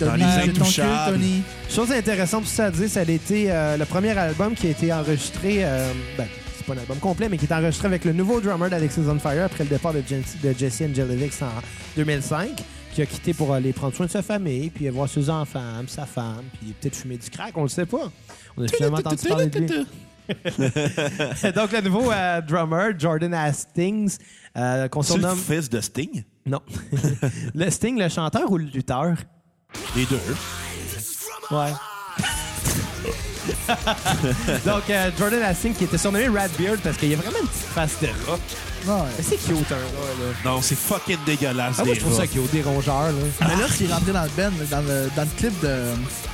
B: Dans les
C: j'ai ton cul,
B: intouchables.
C: Tony.
A: Chose intéressante, tout ça à dire, ça a été euh, le premier album qui a été enregistré, euh, ben, c'est pas un album complet, mais qui est enregistré avec le nouveau drummer d'Alexis on Fire après le départ de, Jen- de Jesse Angelevic en 2005, qui a quitté pour aller prendre soin de sa famille, puis voir ses enfants, puis sa femme, puis peut-être fumer du crack, on le sait pas. On a finalement entendu parler de lui. Donc, le nouveau euh, drummer, Jordan Hastings, euh, qu'on
B: C'est le
A: surnomme...
B: fils de Sting?
A: Non. le Sting, le chanteur ou le lutteur?
B: Les deux.
A: Ouais. Donc, euh, Jordan Hastings, qui était surnommé Ratbeard parce qu'il y a vraiment une petite face de rat. Mais
C: Ouais.
A: c'est cute, un rat, là.
B: Non, c'est fucking dégueulasse.
A: Ah, moi,
B: des
A: je trouve ça
B: rats.
A: cute, des rongeurs, là.
C: Mais là, s'il est rentré dans le band, dans le, dans le clip de,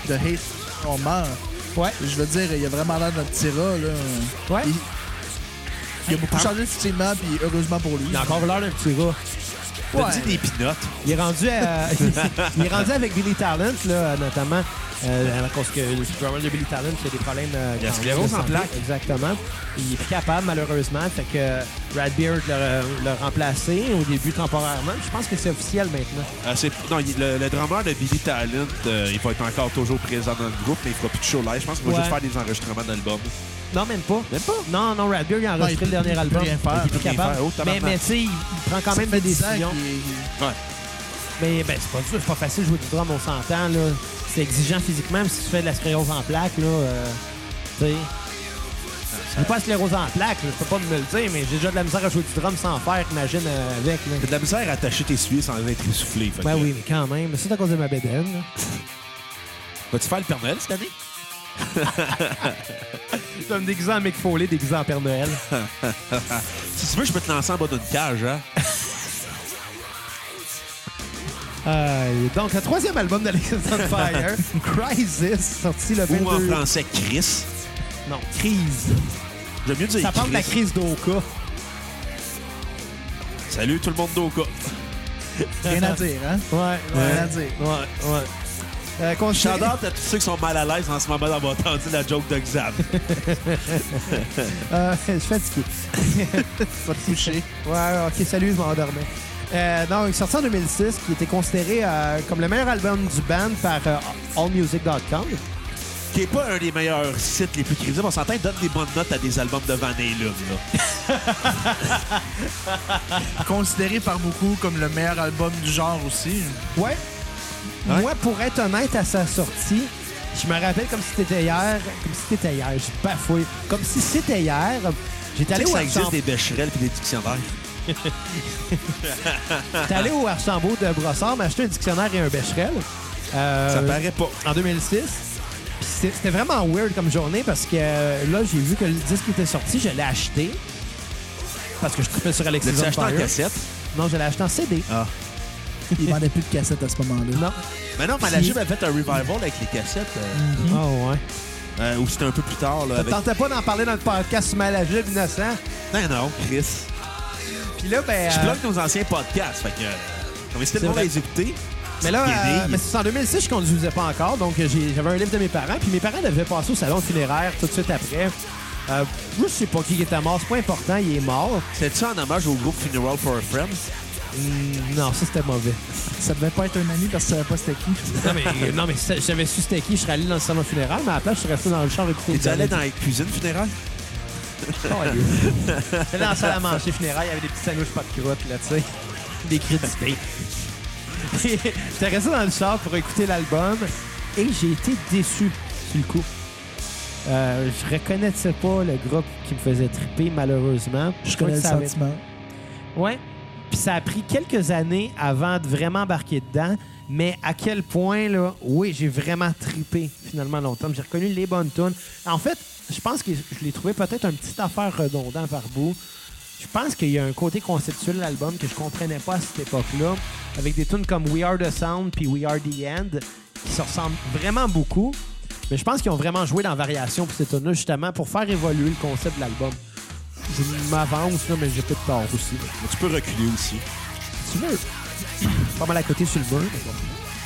C: de Hate, on meurt.
A: Ouais.
C: Je veux dire, il a vraiment l'air d'un petit rat, là.
A: Ouais.
C: Il, il a beaucoup changé effectivement, puis heureusement pour lui.
A: Ah. Il a encore l'air d'un petit rat.
B: T'as
C: Ouais.
B: dit des pinottes.
A: Il est rendu, à- il est rendu avec Billy Talent, là, notamment. Euh, à cause que le drummer de Billy Talent, il a des problèmes. euh,
B: Il a
A: quand-
B: sclérose
A: de
B: en
A: santé.
B: plaques.
A: Exactement. Il est plus capable, malheureusement. Fait que Radbeard l'a l'a remplacé au début temporairement. Je pense que c'est officiel maintenant.
B: Euh, c'est- non, il- le, le drummer de Billy Talent, euh, il va être encore toujours présent dans le groupe, mais il fera plus de show live. Je pense qu'il va
A: Ouais.
B: juste faire des enregistrements d'albums.
A: Non, même pas.
B: Même pas.
A: Non, non, Radbeard, il a enregistré
C: Non, il
A: le
C: peut-
A: dernier
C: il peut
A: album.
C: rien faire,
A: Il est plus
B: il peut rien
A: capable.
B: faire. Oh,
A: mais
B: tabarnak.
A: mais tu sais, il il prend quand
C: Ça
A: même
C: fait
A: des
C: 10 ans
A: décisions.
C: qu'il est-
A: Mais ben, c'est pas dur, c'est pas facile de jouer du drum, on s'entend. là. C'est exigeant physiquement, même si tu fais de la sclérose en plaques, là. euh, tu sais. Je n'ai pas la sclérose en plaques, je peux pas me le dire, mais j'ai déjà de la misère à jouer du drum sans faire, imagine, euh, avec. là.
B: T'as de la misère à attacher tes souliers sans être essoufflé. Fait
A: Ben
B: que-
A: oui, mais quand même. C'est à cause de ma bédaine. là.
B: Vas-tu faire le Père Noël cette année?
A: Je vais me déguiser en Mick Foley, déguisé en Père Noël.
B: Si tu veux, je peux te lancer en bas d'une cage, hein?
A: Euh, donc, le troisième album d'Alexis on Fire, Crisis, sorti le 22...
B: Ou en français, Chris.
A: Non, Crise.
B: J'aime mieux dire
A: Ça parle de la crise d'Oka.
B: Salut tout le monde d'Oka.
C: Rien à dire, hein?
A: Ouais,
C: Rien
A: ouais.
C: à dire.
A: Ouais, ouais. Euh, qu'on-
B: Shout out à tous ceux qui sont mal à l'aise en ce moment d'avoir entendu la joke de Xav.
A: Euh, je suis fatigué.
C: Faut te coucher.
A: Ouais, ok, salut, je m'endormais. Euh, donc, sorti en 2006, qui était considéré euh, comme le meilleur album du band par euh, AllMusic.com.
B: qui est pas un des meilleurs sites les plus crédibles. On s'entend, il donne des bonnes notes à des albums de Van Halen. Là.
C: Considéré par beaucoup comme le meilleur album du genre aussi.
A: Ouais. Moi, pour être honnête, à sa sortie, je me rappelle comme si c'était hier. Comme si c'était hier, je bafouille. Comme si c'était hier. J'étais
B: Tu
A: allé,
B: sais que
A: au
B: ça existe
A: Archambault-
B: des bécherelles et des dictionnaires.
A: j'étais allé au Archambault de Brossard m'acheter un dictionnaire et un Becherel. Euh,
B: Ça paraît pas.
A: en 2006. Puis c'est- C'était vraiment weird comme journée parce que euh, là, j'ai vu que le disque était sorti, je l'ai acheté. Parce que je trouvais sur Alexis
B: L'as-tu
A: on
B: acheté en
A: Fire.
B: cassette?
A: Non, je l'ai acheté en CD.
B: Ah.
C: Il vendait plus de cassettes à ce moment-là.
A: Non.
B: Mais non, mais la
A: Puis-
B: Juve a fait un revival avec les cassettes. euh,
A: Oh, ouais.
B: euh, ou c'était un peu plus tard. Là,
A: Ça
B: avec...
A: te tentait pas d'en parler dans le podcast sur Malajub Innocent.
B: Non, non, Chris.
A: Puis là, ben.
B: Je
A: euh,
B: plug nos anciens podcasts. Fait que, euh, on va essayer
A: C'est
B: de pas
A: vrai.
B: les écouter.
A: mais là,
B: Guédille.
A: euh, mais c'est en 2006, je conduisais pas encore. Donc, euh, j'ai- j'avais un livre de mes parents. Puis mes parents devaient passer au salon funéraire tout de suite après. Euh, je sais pas qui était mort, c'est pas important, il est mort.
B: C'était-tu en hommage au groupe Funeral for a Friend?
A: Hum, non, ça c'était mauvais.
C: Ça devait pas être un ami parce que ça savait pas c'était qui.
A: Non, mais, non, mais ça- j'avais su c'était qui, je serais allé dans le salon funéraire, mais à la place, je serais resté dans le char écouter
B: Et
A: le
B: tu allais
A: ballet.
B: dans la cuisine funéraire?
A: Calieux. J'allais dans la salle à manger funéraire, il y avait des petits sandwichs pas de croûte, là, tu sais. Des crédités. J'étais resté dans le char pour écouter l'album et j'ai été déçu, sur le coup. Euh, je reconnaissais pas le groupe qui me faisait triper, malheureusement.
C: Je
A: crois
C: connais le
A: que ça avait-
C: sentiment.
A: Ouais. Puis ça a pris quelques années avant de vraiment embarquer dedans. Mais à quel point, là, oui, j'ai vraiment tripé finalement longtemps. J'ai reconnu les bonnes tunes. En fait, je pense que je l'ai trouvé peut-être un petit affaire redondant par bout. Je pense qu'il y a un côté conceptuel de l'album que je comprenais pas à cette époque-là, avec des tunes comme We Are the Sound puis We Are the End, qui se ressemblent vraiment beaucoup. Mais je pense qu'ils ont vraiment joué dans la variation pour ces tunes-là, justement, pour faire évoluer le concept de l'album. Je m'avance, là, mais j'ai peu de tort aussi.
B: Mais tu peux reculer aussi.
A: Tu veux? Pas mal à côté sur le mur. mais bon.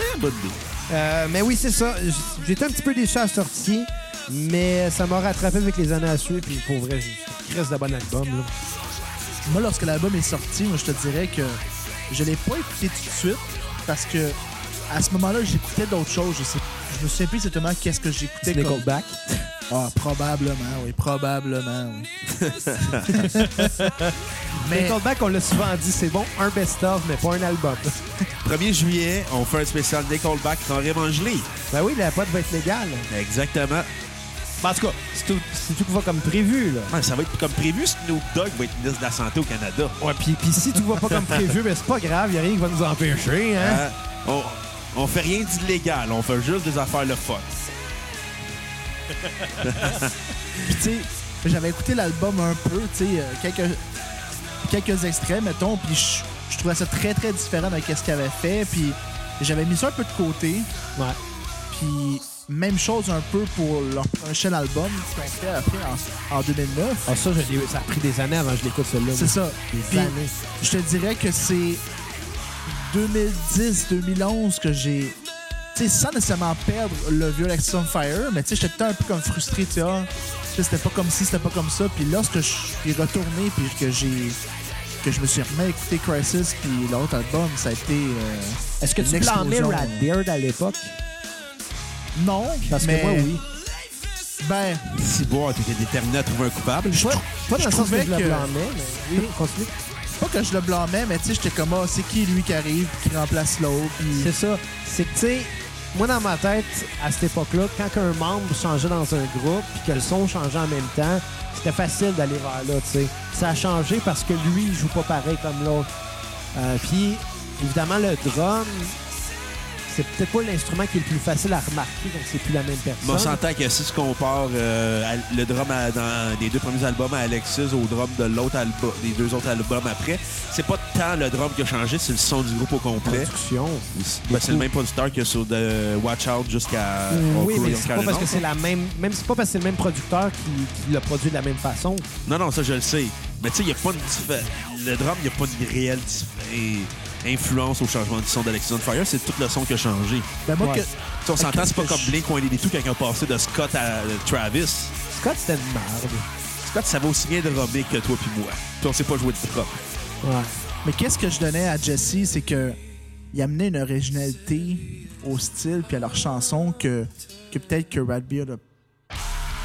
B: Ah, bonne idée.
A: Euh, mais oui, c'est ça. J- J'étais un petit peu déçu à la sortie, mais ça m'a rattrapé avec les années à suivre. Puis pour vrai, j'ai- reste de bon album. là.
C: Moi, lorsque l'album est sorti, moi, je te dirais que Je l'ai pas écouté tout de suite parce que à ce moment-là, j'écoutais d'autres choses. Je, sais, je me souviens plus exactement qu'est-ce que j'écoutais. comme-
A: Nickelback.
C: Ah, probablement, oui, probablement, oui. Mais
A: Nickelback, on l'a souvent dit, c'est bon, un best-of, mais pas un album.
B: 1er juillet, on fait un spécial Nickelback dans Révangelie.
A: ben oui, la boîte va être légale.
B: Exactement.
A: Ben, en tout cas, c'est tout, c'est tout qui va comme prévu, là.
B: Ouais, ça va être comme prévu, Snoop Dogg va être ministre de la Santé au Canada.
A: Ouais, puis puis si tout va pas comme prévu, ben c'est pas grave, y a rien qui va nous empêcher, hein.
B: Hein? On, on fait rien d'illégal, on fait juste des affaires le fun.
C: Puis, tu sais, j'avais écouté l'album un peu, tu sais, euh, quelques, quelques extraits, mettons, puis je- je trouvais ça très, très différent de qu'est-ce qu'il avait fait, puis j'avais mis ça un peu de côté,
A: Ouais.
C: puis même chose un peu pour leur prochain album qu'ils ont fait après en, en 2009.
A: Ah, ça, je l'ai- ça a pris des années avant que je l'écoute, celui-là.
C: C'est ça.
A: Des
C: Puis,
A: années.
C: je te dirais que c'est 2010-2011 que j'ai. Tu sais, sans nécessairement perdre le vieux Alex on Fire, mais tu sais, j'étais tout le temps un peu comme frustré, tu sais, ah, tu sais, c'était pas comme ci, c'était pas comme ça. Puis lorsque je suis retourné, puis que j'ai. que je me suis remis à écouter Crisis, puis l'autre album, ça a été. euh,
A: Est-ce que
C: une
A: tu blâmais
C: explosion.
A: Rat Beard à l'époque?
C: Non,
A: Parce
C: mais.
A: que moi, oui.
C: Ben,
B: Si bon, tu étais déterminé à trouver un coupable.
C: je, trou-
A: Pas dans
C: je
A: le sens que
C: trouvais
A: je le
C: que-
A: blâmais, hein, mais oui, continue.
C: pas que je le blâmais, mais tu sais, j'étais comme, ah, c'est qui lui qui arrive, puis qui remplace l'autre, puis.
A: C'est ça. C'est que, tu sais, moi, dans ma tête, à cette époque-là, quand un membre changeait dans un groupe puis que le son changeait en même temps, c'était facile d'aller vers là, tu sais. Ça a changé parce que lui, il joue pas pareil comme l'autre. Euh, puis, évidemment, le drum, c'est peut-être pas l'instrument qui est le plus facile à remarquer, donc c'est plus la même
B: Mais on
A: personne.
B: s'entend que si tu compares euh, à- le drum à- dans des deux premiers albums à Alexis au drum de l'autre album, des deux autres albums après, c'est pas tant le drum qui a changé, c'est le son du groupe au complet.
A: Production.
B: Ben, c'est le même producteur que sur de Watch Out
A: Mm.
B: jusqu'à
A: Oui,
B: All Cool
A: mais
B: Young
A: c'est pas parce
B: Cardinals.
A: que c'est la même, même c'est pas parce que c'est le même producteur qui, qui l'a produit de la même façon.
B: Non, non, ça je le sais. Mais tu sais, il n'y a pas une diffé- Le drum, il n'y a pas une réelle diffé- influence au changement du son d'Alexis on Fire, c'est tout le son qui a changé.
C: Ben, moi,
A: Ouais.
C: que-
B: Tu sais, on s'entend, c'est pas
C: je-
B: comme Blink ou des tout quand ils ont passé de Scott à euh, Travis.
A: Scott, c'était une merde.
B: Scott, ça va aussi bien drummer que toi puis moi. Puis on sait pas jouer de drum.
A: Ouais.
C: Mais qu'est-ce que je donnais à Jesse, c'est que il amenait une originalité au style puis à leurs chansons que, que peut-être que Radbeard a...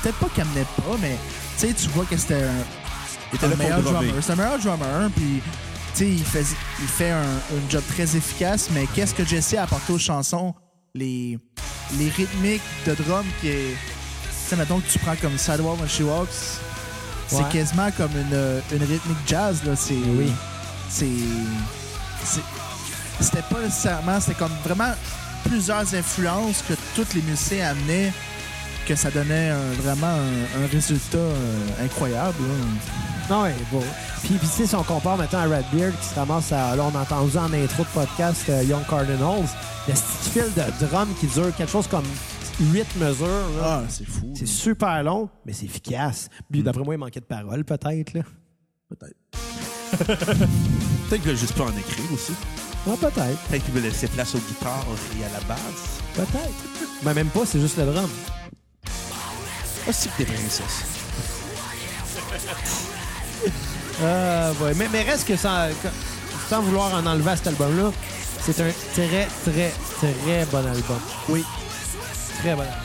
C: peut-être pas qu'il amenait pas, mais tu sais, tu vois que c'était un,
B: Il était
C: un
B: là pour
C: meilleur
B: drummer.
C: drummer. C'est un meilleur drummer, puis tu sais, il fait, il fait un, un job très efficace, mais qu'est-ce que Jesse a apporté aux chansons? Les, les rythmiques de drum qui est... Tu sais, mettons que tu prends comme Sidewalk When She Walks,
A: Ouais. Eh
C: c'est quasiment comme une, une rythmique jazz, là. C'est,
A: Oui.
C: c'est... c'est- C'était pas nécessairement... C'était comme vraiment plusieurs influences que tous les musiciens amenaient que ça donnait un- vraiment un, un résultat euh, incroyable. là.
A: Non, ouais, bon. Puis, puis, tu sais, si on compare maintenant à Redbeard qui se ramasse à. Là, on a entendu en intro de podcast euh, Young Cardinals, le petit fil de drum qui dure quelque chose comme 8 mesures. là.
C: Ah, c'est fou.
A: C'est super long, mais c'est efficace. Puis d'après moi, il manquait de paroles, peut-être. là.
C: Peut-être.
B: Peut-être qu'il veut juste pas en écrire aussi.
A: Ouais, Ah, peut-être.
B: Peut-être qu'il veut laisser place aux guitares et à la basse.
A: Peut-être. Mais même pas, c'est juste le drum.
B: Aussi Ah, que des princesses.
A: Euh, ouais. mais, mais reste que sans, sans vouloir en enlever à cet album-là, c'est un très, très, très bon album.
C: Oui.
A: Très bon album.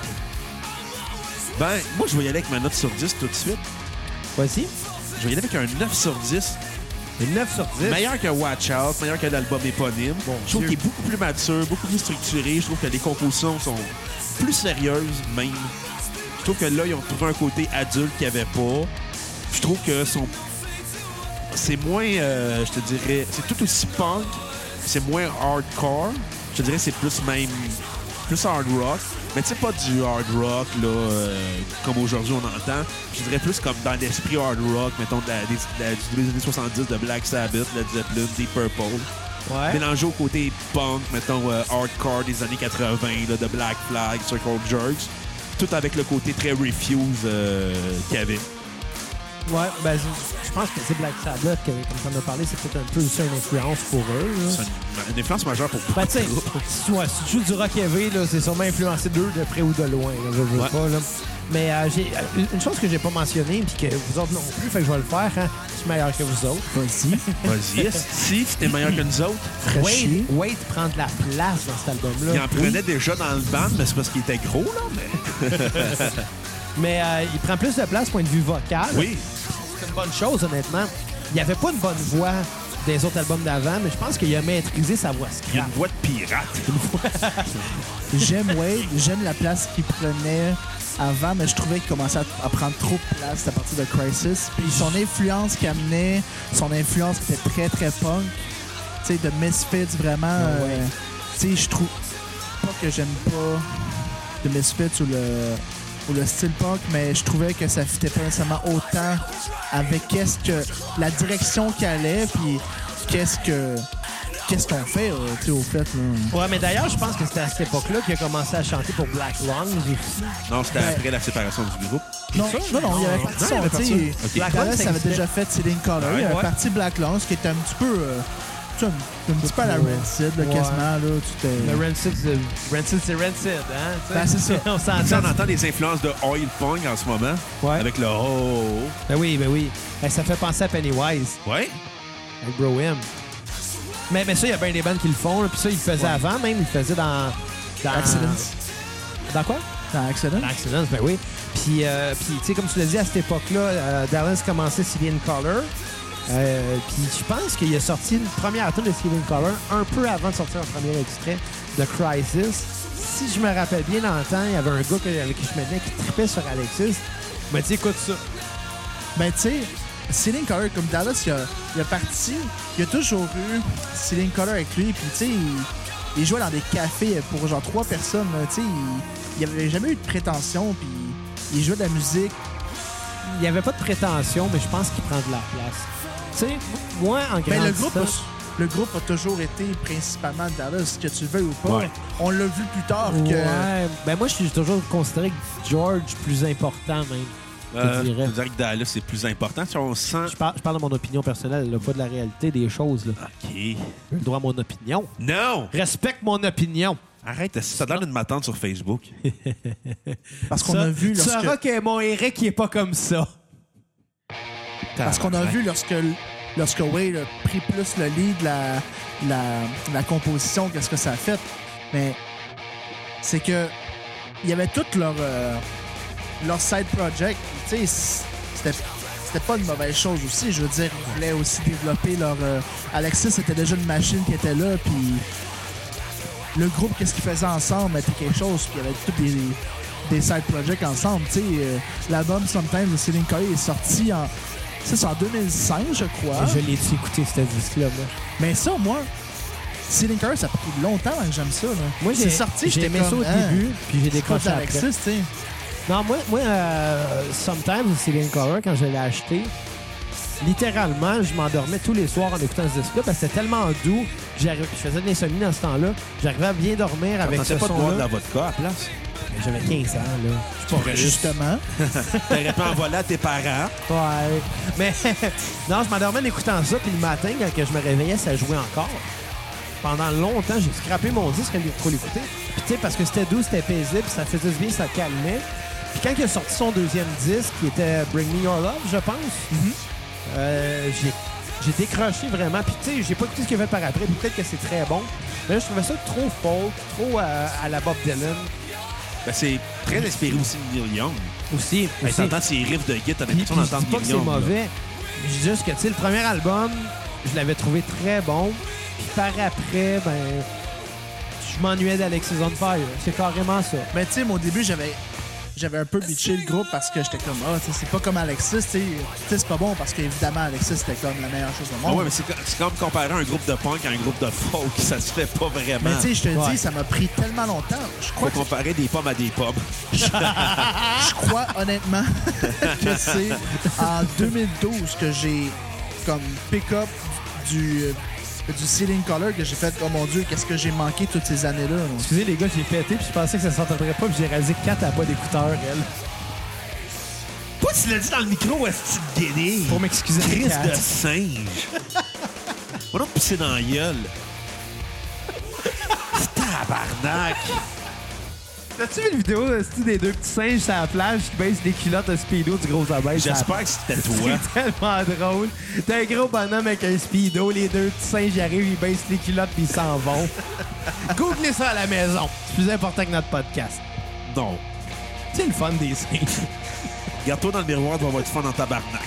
B: Ben, moi, je vais y aller avec ma note sur 10 tout de suite.
A: Voici.
B: Je vais y aller avec un 9 sur 10.
A: Une 9 sur 10.
B: Meilleur que Watch Out, meilleur que l'album éponyme. je trouve
A: Dieu.
B: qu'il est beaucoup plus mature, beaucoup plus structuré. Je trouve que les compositions sont plus sérieuses, même. Je trouve que là, ils ont trouvé un côté adulte qu'il n'y avait pas. Je trouve que son... c'est moins, euh, je te dirais, c'est tout aussi punk, c'est moins hardcore. Je te dirais c'est plus même, plus hard rock. Mais tu sais, pas du hard rock, là, euh, comme aujourd'hui on entend. Je dirais plus comme dans l'esprit hard rock, mettons, de la- des- de la- du- des années 70 de Black Sabbath, Led Zeppelin, Deep Purple
A: Ouais.
B: mélangé au côté punk, mettons euh, hardcore des années 80, là, de Black Flag, Circle Jerks, tout avec le côté très refuse euh, qu'il y avait.
A: Ouais, ben, je, je pense que c'est Black Sabbath, que, comme on a parlé, c'est peut-être un peu aussi une influence pour eux.
B: C'est
A: là.
B: une, une influence majeure pour
A: Ben,
B: beaucoup
A: tu sais,
B: de groupes.
A: si, tu- ouais, si tu joues du rock heavy, là, c'est sûrement influencé d'eux de près ou de loin. là, je veux
B: Ouais.
A: pas, là. Mais euh, j'ai, euh, une chose que j'ai pas mentionnée, puis que vous autres non plus, fait que je vais le faire, hein, suis meilleur que vous autres.
C: Vas-y.
B: Vas-y, si c'était meilleur que nous autres.
C: Fais
A: Wade,
C: chier.
A: Wade prend de la place dans cet album-là.
B: Il
A: Oui.
B: en prenait déjà dans le band, mais c'est parce qu'il était gros, là. Mais...
A: Mais euh, il prend plus de place point de vue vocal.
B: Oui,
A: C'est une bonne chose, honnêtement. Il n'y avait pas une bonne voix des autres albums d'avant, mais je pense qu'il a maîtrisé sa voix
B: il y a
A: scrap.
B: une voix de pirate.
C: J'aime Wade, j'aime la place qu'il prenait avant, mais je trouvais qu'il commençait à, à prendre trop de place à partir de Crisis. Puis son influence qu'il amenait, son influence qui était très très punk, tu sais, de Misfits vraiment. euh, tu sais, je trouve pas que j'aime pas de Misfits ou le ou le style punk, mais je trouvais que ça fitait pas nécessairement autant avec qu'est-ce que la direction qu'il allait, puis qu'est-ce que qu'est-ce qu'on fait, euh, tu sais, au fait. là.
A: Ouais, mais d'ailleurs, je pense que c'était à cette époque-là qu'il a commencé à chanter pour Black Lungs aussi.
B: Non, c'était
C: Ben-
B: après la séparation du groupe.
C: Non, non, non, il y avait
A: Non, Ah, il
C: parti
A: y avait
C: son
A: parti.
C: petit.
B: Ok.
A: Black Lung, ça
C: ça avait
A: existait.
C: déjà fait Céline Color.
B: Ouais,
C: il y avait
B: ouais.
C: parti Black Lance qui était un petit peu. euh, tu sais, un, un petit peu à la
A: Ouais.
C: Rancid,
A: Ouais.
C: là, quasiment. Là, tu t'es-
A: Le Rancid, c'est- Rancid, c'est Rancid, hein? tu sais?
C: Ben, c'est ça.
A: on
B: Tu sais, on
A: s'entend.
B: entend des influences de Oil Pong en ce moment,
A: Ouais.
B: avec le oh.
A: Ben oui, ben oui. Ben, ça fait penser à Pennywise,
B: Ouais.
A: avec Brohim. Mais, mais ça, il y a bien des bandes qui le font. là. Puis ça, il le faisait avant même. Il le faisait dans... dans...
C: Accidents.
A: Dans quoi?
C: Dans Accidents.
A: Accidents, ben oui. Puis, euh, puis tu sais, comme tu l'as dit, à cette époque-là, euh, Dallas commençait Cillian Color. Euh, puis je pense qu'il a sorti une première tune de Cillian Color un peu avant de sortir un premier extrait de Crisis. Si je me rappelle bien dans le temps, il y avait un gars que- avec qui je me tenais qui tripait sur Alexis. Il m'a dit, écoute ça.
C: Ben, tu sais, Céline Color, comme Dallas, il a, il a parti. Il a toujours eu Céline Color avec lui. Puis, tu sais, il, il jouait dans des cafés pour genre trois personnes. là, Tu sais, il- il avait jamais eu de prétention. Puis, il jouait de la musique.
A: Il n'y avait pas de prétention, mais je pense qu'il prend de la place. Tu sais, moi, en
C: Mais Ben, le
A: grandissant-
C: groupe, a, le groupe a toujours été principalement Dallas, que tu le veuilles ou pas.
B: Ouais.
C: On l'a vu plus tard que.
A: Ouais. Ben moi, je suis toujours considéré que George plus important, même.
B: Euh,
A: Je
B: je
A: dirais.
B: veux dire que Dallas, c'est plus important. Si on sent.
A: Je parle, je parle de mon opinion personnelle, là, pas de la réalité des choses. Là.
B: OK.
A: J'ai le droit à mon opinion.
B: Non!
A: Respecte mon opinion.
B: Arrête, ça donne une matante sur Facebook.
C: Parce qu'on
A: Ça,
C: a vu
A: Tu
C: lorsque.
A: sauras que mon Eric, il est pas comme ça.
C: Parce qu'on a vu lorsque. Lorsque Wade a pris plus le lead de la, la, la composition, qu'est-ce que ça a fait. Mais c'est que il y avait tout leur, euh, leur side project. Tu sais, c- c'était c'était pas une mauvaise chose aussi. Je veux dire, ils voulaient aussi développer leur. euh, Alexis c'était déjà une machine qui était là, puis le groupe, qu'est-ce qu'ils faisaient ensemble, était quelque chose. Puis il y avait tous des, des side projects ensemble. Tu sais, euh, l'album Sometimes de Céline Collier est sorti en. C'est ça, en 2005, je crois.
A: Je l'ai écouté, cette disque-là. moi.
C: Mais ça, moi, Céline Collier, ça a pris longtemps avant que j'aime ça. Là.
A: Moi,
C: C'est
A: j'ai-
C: sorti,
A: j'ai
C: j'étais
A: aimé
C: comme,
A: ça au
C: Ah,
A: début, puis j'ai
C: c'est pas
A: décroché
C: d'Alexis,
A: après.
C: tu sais.
A: Non, moi, moi euh, Sometimes, c'est bien Cover, quand je l'ai acheté, littéralement, je m'endormais tous les soirs en écoutant ce disque-là parce que c'était tellement doux que j'arrivais- je faisais de l'insomnie dans ce temps-là. J'arrivais à bien dormir avec
B: T'en
A: ce
B: sais pas de boire de la
A: son-là.
B: vodka à place.
A: J'avais 15 ans, là. Je suis pas
B: Ben,
A: riche.
C: Justement.
B: T'aurais pu en voler à tes parents.
A: Ouais. Mais non, je m'endormais en écoutant ça, puis le matin, quand que je me réveillais, ça jouait encore. Pendant longtemps, j'ai scrappé mon disque pour l'écouter. Puis tu sais, parce que c'était doux, c'était paisible, ça faisait du bien, ça calmait. Puis quand il a sorti son deuxième disque, qui était Bring Me Your Love, je pense, euh, j'ai j'ai décroché vraiment. Puis tu sais, j'ai pas écouté ce qu'il a fait par après, puis peut-être que c'est très bon. Mais là, je trouvais ça trop folk, trop euh, à la Bob Dylan.
B: Ben, c'est très inspiré aussi de Neil Young.
A: Aussi,
B: Ben, t'entends ces riffs de guitare, t'as
A: Puis,
B: l'impression
A: puis je dis
B: d'entendre
A: pas que
B: Neil
A: c'est
B: Young. là.
A: mauvais. mais Je dis juste que, tu sais, le premier album, je l'avais trouvé très bon. Puis par après, ben, je m'ennuyais d'Alexis on Fire. C'est carrément ça.
C: Mais tu sais, moi, au début, j'avais. J'avais un peu bitché le groupe parce que j'étais comme, ah, tu sais, c'est pas comme Alexis, tu sais, Tu sais, c'est pas bon parce qu'évidemment, Alexis, c'était comme la meilleure chose au
B: Ah
C: monde.
B: ouais, mais c'est co- c'est comme comparer un groupe de punk à un groupe de folk. Ça se fait pas vraiment.
C: mais tu sais, je te le
A: Ouais.
C: dis, ça m'a pris tellement longtemps. Je
B: Faut
C: crois, que-
B: comparer des pommes à des pommes.
C: je crois honnêtement que c'est en 2012 que j'ai comme pick-up du, euh, du Ceiling Color que j'ai fait, oh mon Dieu, qu'est-ce que j'ai manqué toutes ces années-là. là.
A: Excusez les gars, j'ai pété, puis je pensais que ça s'entendrait pas, puis j'ai réalisé que Kat n'a pas d'écouteur, elle.
B: Pourquoi tu l'as dit dans le micro, est-ce que tu guéris?
A: Pour m'excuser,
B: Crise
A: Kat.
B: de singe. Va donc pisser dans la gueule. C'est Tabarnak.
A: T'as-tu vu la vidéo euh, c'est-tu, des deux petits singes sur la plage qui baissent les culottes de speedo du gros abeille? sur la
B: J'espère que c'était toi.
A: C'est tellement drôle. T'as un gros bonhomme avec un speedo, les deux petits singes y arrivent, ils baissent les culottes puis ils s'en vont. Googlez ça à la maison. C'est plus important que notre podcast.
B: Non.
A: C'est le fun des singes.
B: Regarde-toi dans le miroir, tu vas avoir du fun en tabarnak.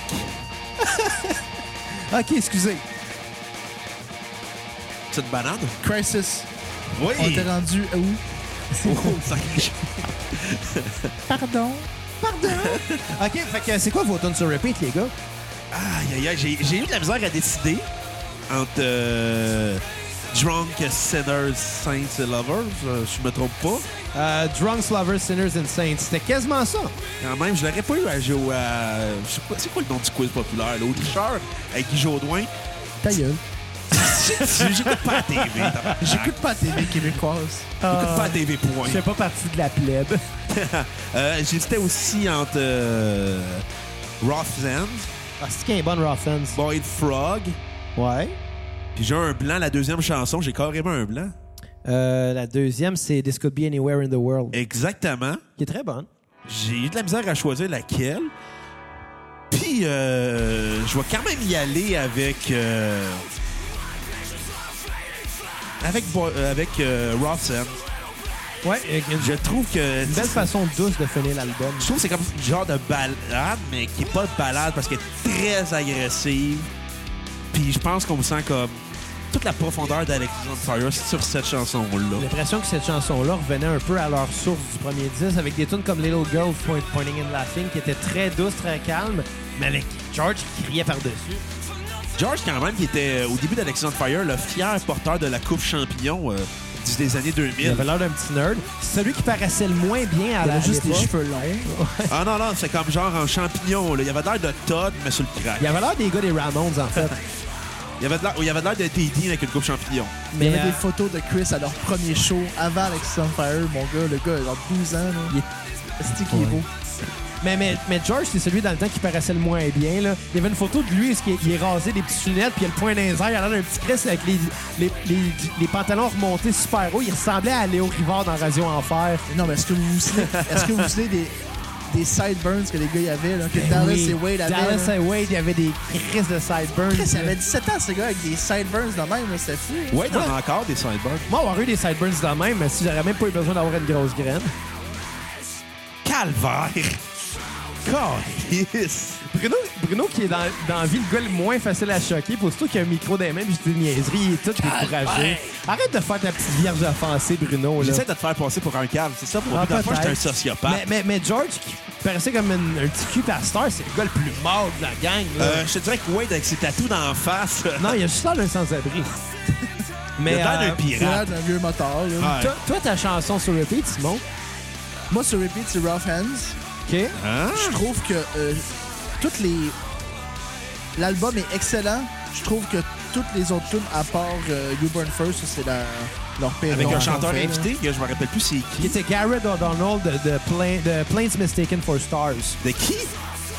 A: ok, excusez.
B: C'est une banane?
C: Crisis.
B: Oui!
C: On était rendu à où?
B: Oh, ça-
C: Pardon.
A: Ok, fait que c'est quoi vos tunes sur repeat, les gars?
B: Aïe, aïe, aïe, j'ai j'ai eu de la misère à décider entre euh, Drunk, Sinners, Saints et Lovers, euh, si je me trompe pas.
A: Euh, Drunks, Lovers, Sinners and Saints. C'était quasiment ça.
B: Quand même, je l'aurais pas eu à jouer à... je sais pas, C'est quoi le nom du quiz populaire, là? Au tricheur, avec Guy Jodoin.
C: Ta gueule.
B: J'ai- J'écoute pas la TV. tabarnak. J'écoute
C: J'écoute pas la TV québécoise.
B: pas la TV, point.
A: pas partie de la plèbe.
B: Euh, J'hésitais aussi entre euh, Roth End,
A: Ah, c'est qu'il y a un bon Rough Ends.
B: Boyd Frog,
A: Ouais.
B: puis j'ai un blanc, la deuxième chanson, j'ai carrément un blanc.
A: Euh, la deuxième, c'est This Could Be Anywhere in the World,
B: Exactement.
A: qui est très bonne.
B: J'ai eu de la misère à choisir laquelle. Puis, euh, je vais quand même y aller avec. euh, avec Bo- euh, avec euh, Ross End.
A: Ouais, euh, une
B: Je trouve que.
A: belle façon douce de finir l'album.
B: Je trouve que c'est comme un genre de balade, mais qui est pas de balade parce qu'elle est très agressive. Puis, je pense qu'on sent comme toute la profondeur d'Alexis on Fire sur cette
A: J'ai
B: chanson-là.
A: l'impression que cette chanson-là revenait un peu à leur source du premier disque, avec des tunes comme Little Girl Point- Pointing and Laughing, qui était très douce, très calme, mais avec George qui criait par-dessus.
B: George, quand même, qui était euh, au début d'Alexis on Fire, le fier porteur de la Coupe Champion euh, du- des années 2000.
A: Il avait l'air d'un petit nerd. C'est celui qui paraissait le moins bien à
C: Elle
A: la
C: a juste les
A: l'époque.
C: cheveux longs.
B: Ah non, non, c'est comme genre en champignon. Là. Il avait l'air de Todd, mais sur le crack.
A: Il avait l'air des gars des Ramones, en fait.
B: Il avait de l'air, il avait de, l'air de Teddy avec une coupe champignon.
C: Il y
A: mais
C: avait
A: euh,
C: des photos de Chris à leur premier show avant Alex on Fire. Mon gars, le gars, il a 12 ans. là.
A: Il
C: C'est qui est beau.
A: mais, mais, mais George, c'est celui dans le temps qui paraissait le moins bien. Là. Il y avait une photo de lui, il est, il est rasé des petites lunettes, puis il a le point d'un il a l'air d'un petit Chris avec les, les, les- les pantalons remontés super haut. Il ressemblait à Léo Rivard dans Radio Enfer.
C: Non, mais est-ce que vous vous souvenez, est-ce que vous vous souvenez des, des sideburns que les gars y avaient, là, que Dallas
A: Ben Eh Oui,
C: et Wade avaient?
A: Dallas
C: là?
A: et Wade, il y avait des crises de sideburns.
C: Chris, il avait 17 ans, ce gars, avec des sideburns de même, là, c'était fou.
B: Ouais, il en a encore des sideburns.
A: Moi, avoir eu des sideburns de même, mais si j'aurais même pas eu besoin d'avoir une grosse graine.
B: Calvaire! Calice!
A: Bruno, Bruno qui est dans, dans la vie le gars le moins facile à choquer, pour surtout qu'il a un micro dans les mains, puis je dis une niaiserie, il est tout découragé. Arrête de faire ta petite vierge offensée, Bruno. Là. Bah.
B: J'essaie de te faire passer pour un calme, c'est ça pour
A: Ah,
B: moi. Parfois,
A: peut-être.
B: j'étais un sociopathe.
A: Mais, mais, mais George, qui paraissait comme une- un petit cul pasteur, c'est le gars le plus mort de la gang. là.
B: Euh, je te dirais que Wade, avec ses tatous dans la face, euh,
A: Non, il a juste l'air d'un sans-abri.
B: il
A: mais
B: a l'air
A: euh,
B: d'un
C: Il a l'air
B: pirate.
C: d'un vieux motard. là.
B: Ouais.
A: toi, toi, ta chanson sur repeat, Simon.
C: Moi, sur repeat, c'est Rough Hands.
A: OK.
B: Hein?
C: Je trouve que euh, toutes les. L'album est excellent. Je trouve que toutes les autres tunes, à part euh, You Burn First, ça, c'est la- leur pire.
B: Avec
C: nom
B: un
C: qu'on
B: chanteur
C: fait, là.
B: invité, que je me rappelle plus c'est qui.
A: Qui était Garrett O'Donnell de, de, Pla- de Planes Mistaken for Stars.
B: De qui?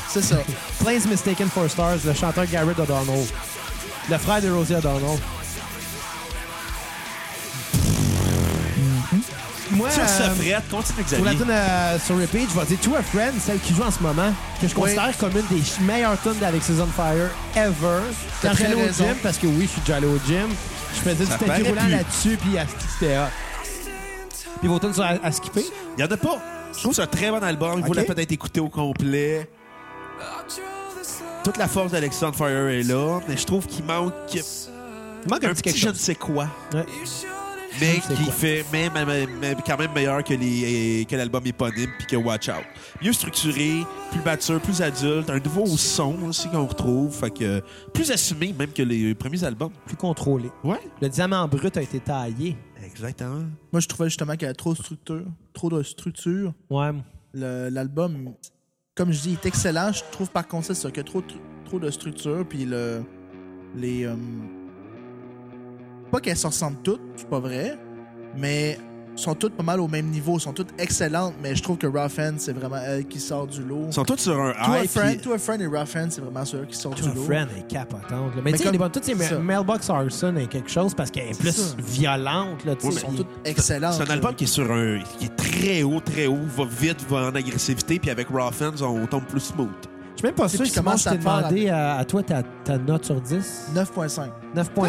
C: C'est ça.
A: Planes Mistaken for Stars, le chanteur Garrett O'Donnell. Le frère de Rosie O'Donnell.
C: Mm-hmm.
A: Moi,
B: Sur ce
A: euh,
B: fret, continue,
A: pour la
B: Xavier.
A: tune euh, sur repeat, je vais dire To a Friend, celle qui joue en ce moment, que je
C: Oui.
A: considère comme une des ch- meilleures tunes d'Alexis on Fire ever.
C: T'as
A: Quand
C: très
A: j'allais au
C: raison.
A: gym, parce que oui, je suis déjà allé au gym, je faisais
B: Ça
A: du tapis
B: paraît
A: roulant
B: plus.
A: là-dessus, puis à c'était hot. Puis vos tunes sont à, à skipper.
B: Il y en a pas. Je trouve que c'est un très bon album. Il
A: Ok.
B: faut la peut-être écouter au complet. Toute la force d'Alexandre Fire est là, mais je trouve qu'il manque
A: Il manque un,
B: un
A: petit
B: petit
A: quelque
B: je ne
A: chose.
B: sais quoi,
A: Ouais.
B: mais
A: sais
B: qui
A: quoi.
B: fait mais, mais- mais- mais quand même meilleur que, les, que l'album éponyme puis que Watch Out. Mieux structuré, plus mature, plus adulte, un nouveau son aussi qu'on retrouve, fait que euh, plus assumé même que les premiers albums.
A: Plus contrôlé.
B: Ouais,
A: Le diamant brut a été taillé.
B: exactement.
C: Moi, je trouvais justement qu'il y avait trop de structure. Trop de structure.
A: Ouais.
C: Le- L'album, comme je dis, il est excellent. Je trouve par contre, c'est ça, qu'il y a trop, de tru- trop de structure. Puis le, les. euh, pas qu'elles se ressemblent toutes, c'est pas vrai. Mais sont toutes pas mal au même niveau, sont toutes excellentes, mais je trouve que Rough End, c'est vraiment elle qui sort du lot.
B: Ils sont tous sur un
C: To a
B: high.
C: Friend,
B: puis-
C: To a Friend et Rough End, c'est vraiment ceux qui sortent
A: Tout
C: du lot.
A: Friend est capotante. là. Mais, tu sais,
C: comme-
A: elle est bonne. Toutes ces
C: ça.
A: Mailbox Arson est quelque chose parce qu'elle est plus
C: C'est ça.
A: violente. Là, tu
B: Ouais,
A: sais,
B: mais-
A: puis-
C: Toutes excellentes.
B: C'est un
C: là.
B: album qui est sur un. qui est très haut, très haut, va vite, va en agressivité, puis avec Raw Fans, on tombe plus smooth.
A: Je suis même pas sûr
C: puis
A: si moi,
C: commence
A: je t'ai
C: à te faire
A: demandé à, à toi ta, ta note sur 10.
C: 9.5.
A: 9.5.
B: bah,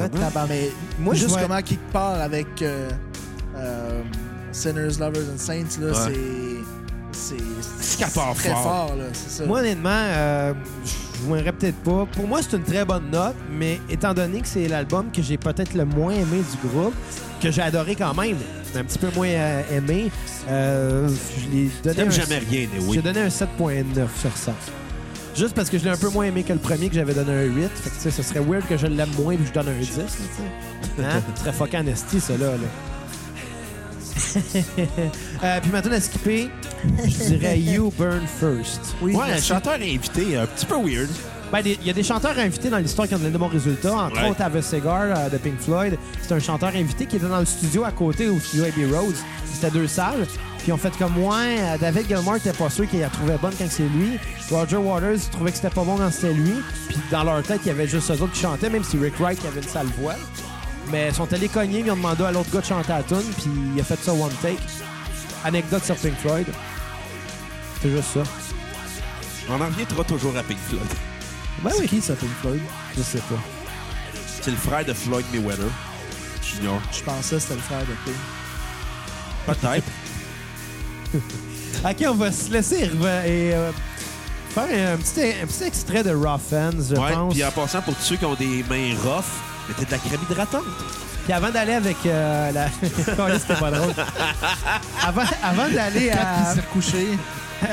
A: Ouais, tabarnak.
C: Mais
A: Moi, Hein? je
C: juste
A: vois-
C: comment kick part avec euh, euh, Sinners, Lovers and Saints, là,
B: Ouais.
C: c'est- c'est.
B: Ce qu'elle part
C: très
B: fort.
C: là, c'est ça.
A: Moi, honnêtement, euh, je vous aimerais peut-être pas. Pour moi, c'est une très bonne note, mais étant donné que c'est l'album que j'ai peut-être le moins aimé du groupe, que j'ai adoré quand même, mais un petit peu moins euh, aimé, euh, je l'ai donné.
B: T'aimes
A: un-
B: jamais rien, mais
A: J'ai
B: Eh oui.
A: donné un 7.9 sur 100. Juste parce que je l'ai un peu moins aimé que le premier, que j'avais donné un 8. Fait que, tu sais, ce serait weird que je l'aime moins et que je donne un 10. là, tu sais. Hein? Ce serait fucking nasty, ça, là. là. Euh, puis maintenant, à skipper, je dirais You Burn First.
C: oui,
B: Ouais, le
C: merci.
B: chanteur invité, un petit peu weird.
A: Ben, des- il y a des chanteurs invités dans l'histoire qui ont donné de bons résultats, entre
B: Ouais.
A: autres Ava Segar euh, de Pink Floyd. C'est un chanteur invité qui était dans le studio à côté au studio Abbey Road. C'était deux salles. Puis on fait comme moi, euh, David Gilmour était pas sûr qu'il la trouvait bonne quand c'est lui. Roger Waters il trouvait que c'était pas bon quand c'était lui. Puis dans leur tête, il y avait juste eux autres qui chantaient, même si Rick Wright qui avait une sale voix. Mais ils sont allés cogner, ils ont demandé à l'autre gars de chanter à tune, puis il a fait ça one take. Anecdote sur Pink Floyd. C'est juste ça.
B: On en reviendra toujours à Pink Floyd.
A: Ben
C: C'est
A: oui,
C: qui ça, Pink Floyd?
A: je sais pas.
B: C'est le frère de Floyd Mayweather. Junior.
C: Je pensais que c'était le frère de Pink.
B: Peut-être.
A: Ok, on va se laisser reve- et euh, faire un petit, un petit extrait de Raw Fans, je
B: Ouais,
A: pense.
B: puis en passant, pour tous ceux qui ont des mains rough, mettez de la crème hydratante.
A: Puis avant d'aller avec euh, la. Calais, c'était pas drôle. Avant, avant d'aller à.
C: Quand il s'est recouché,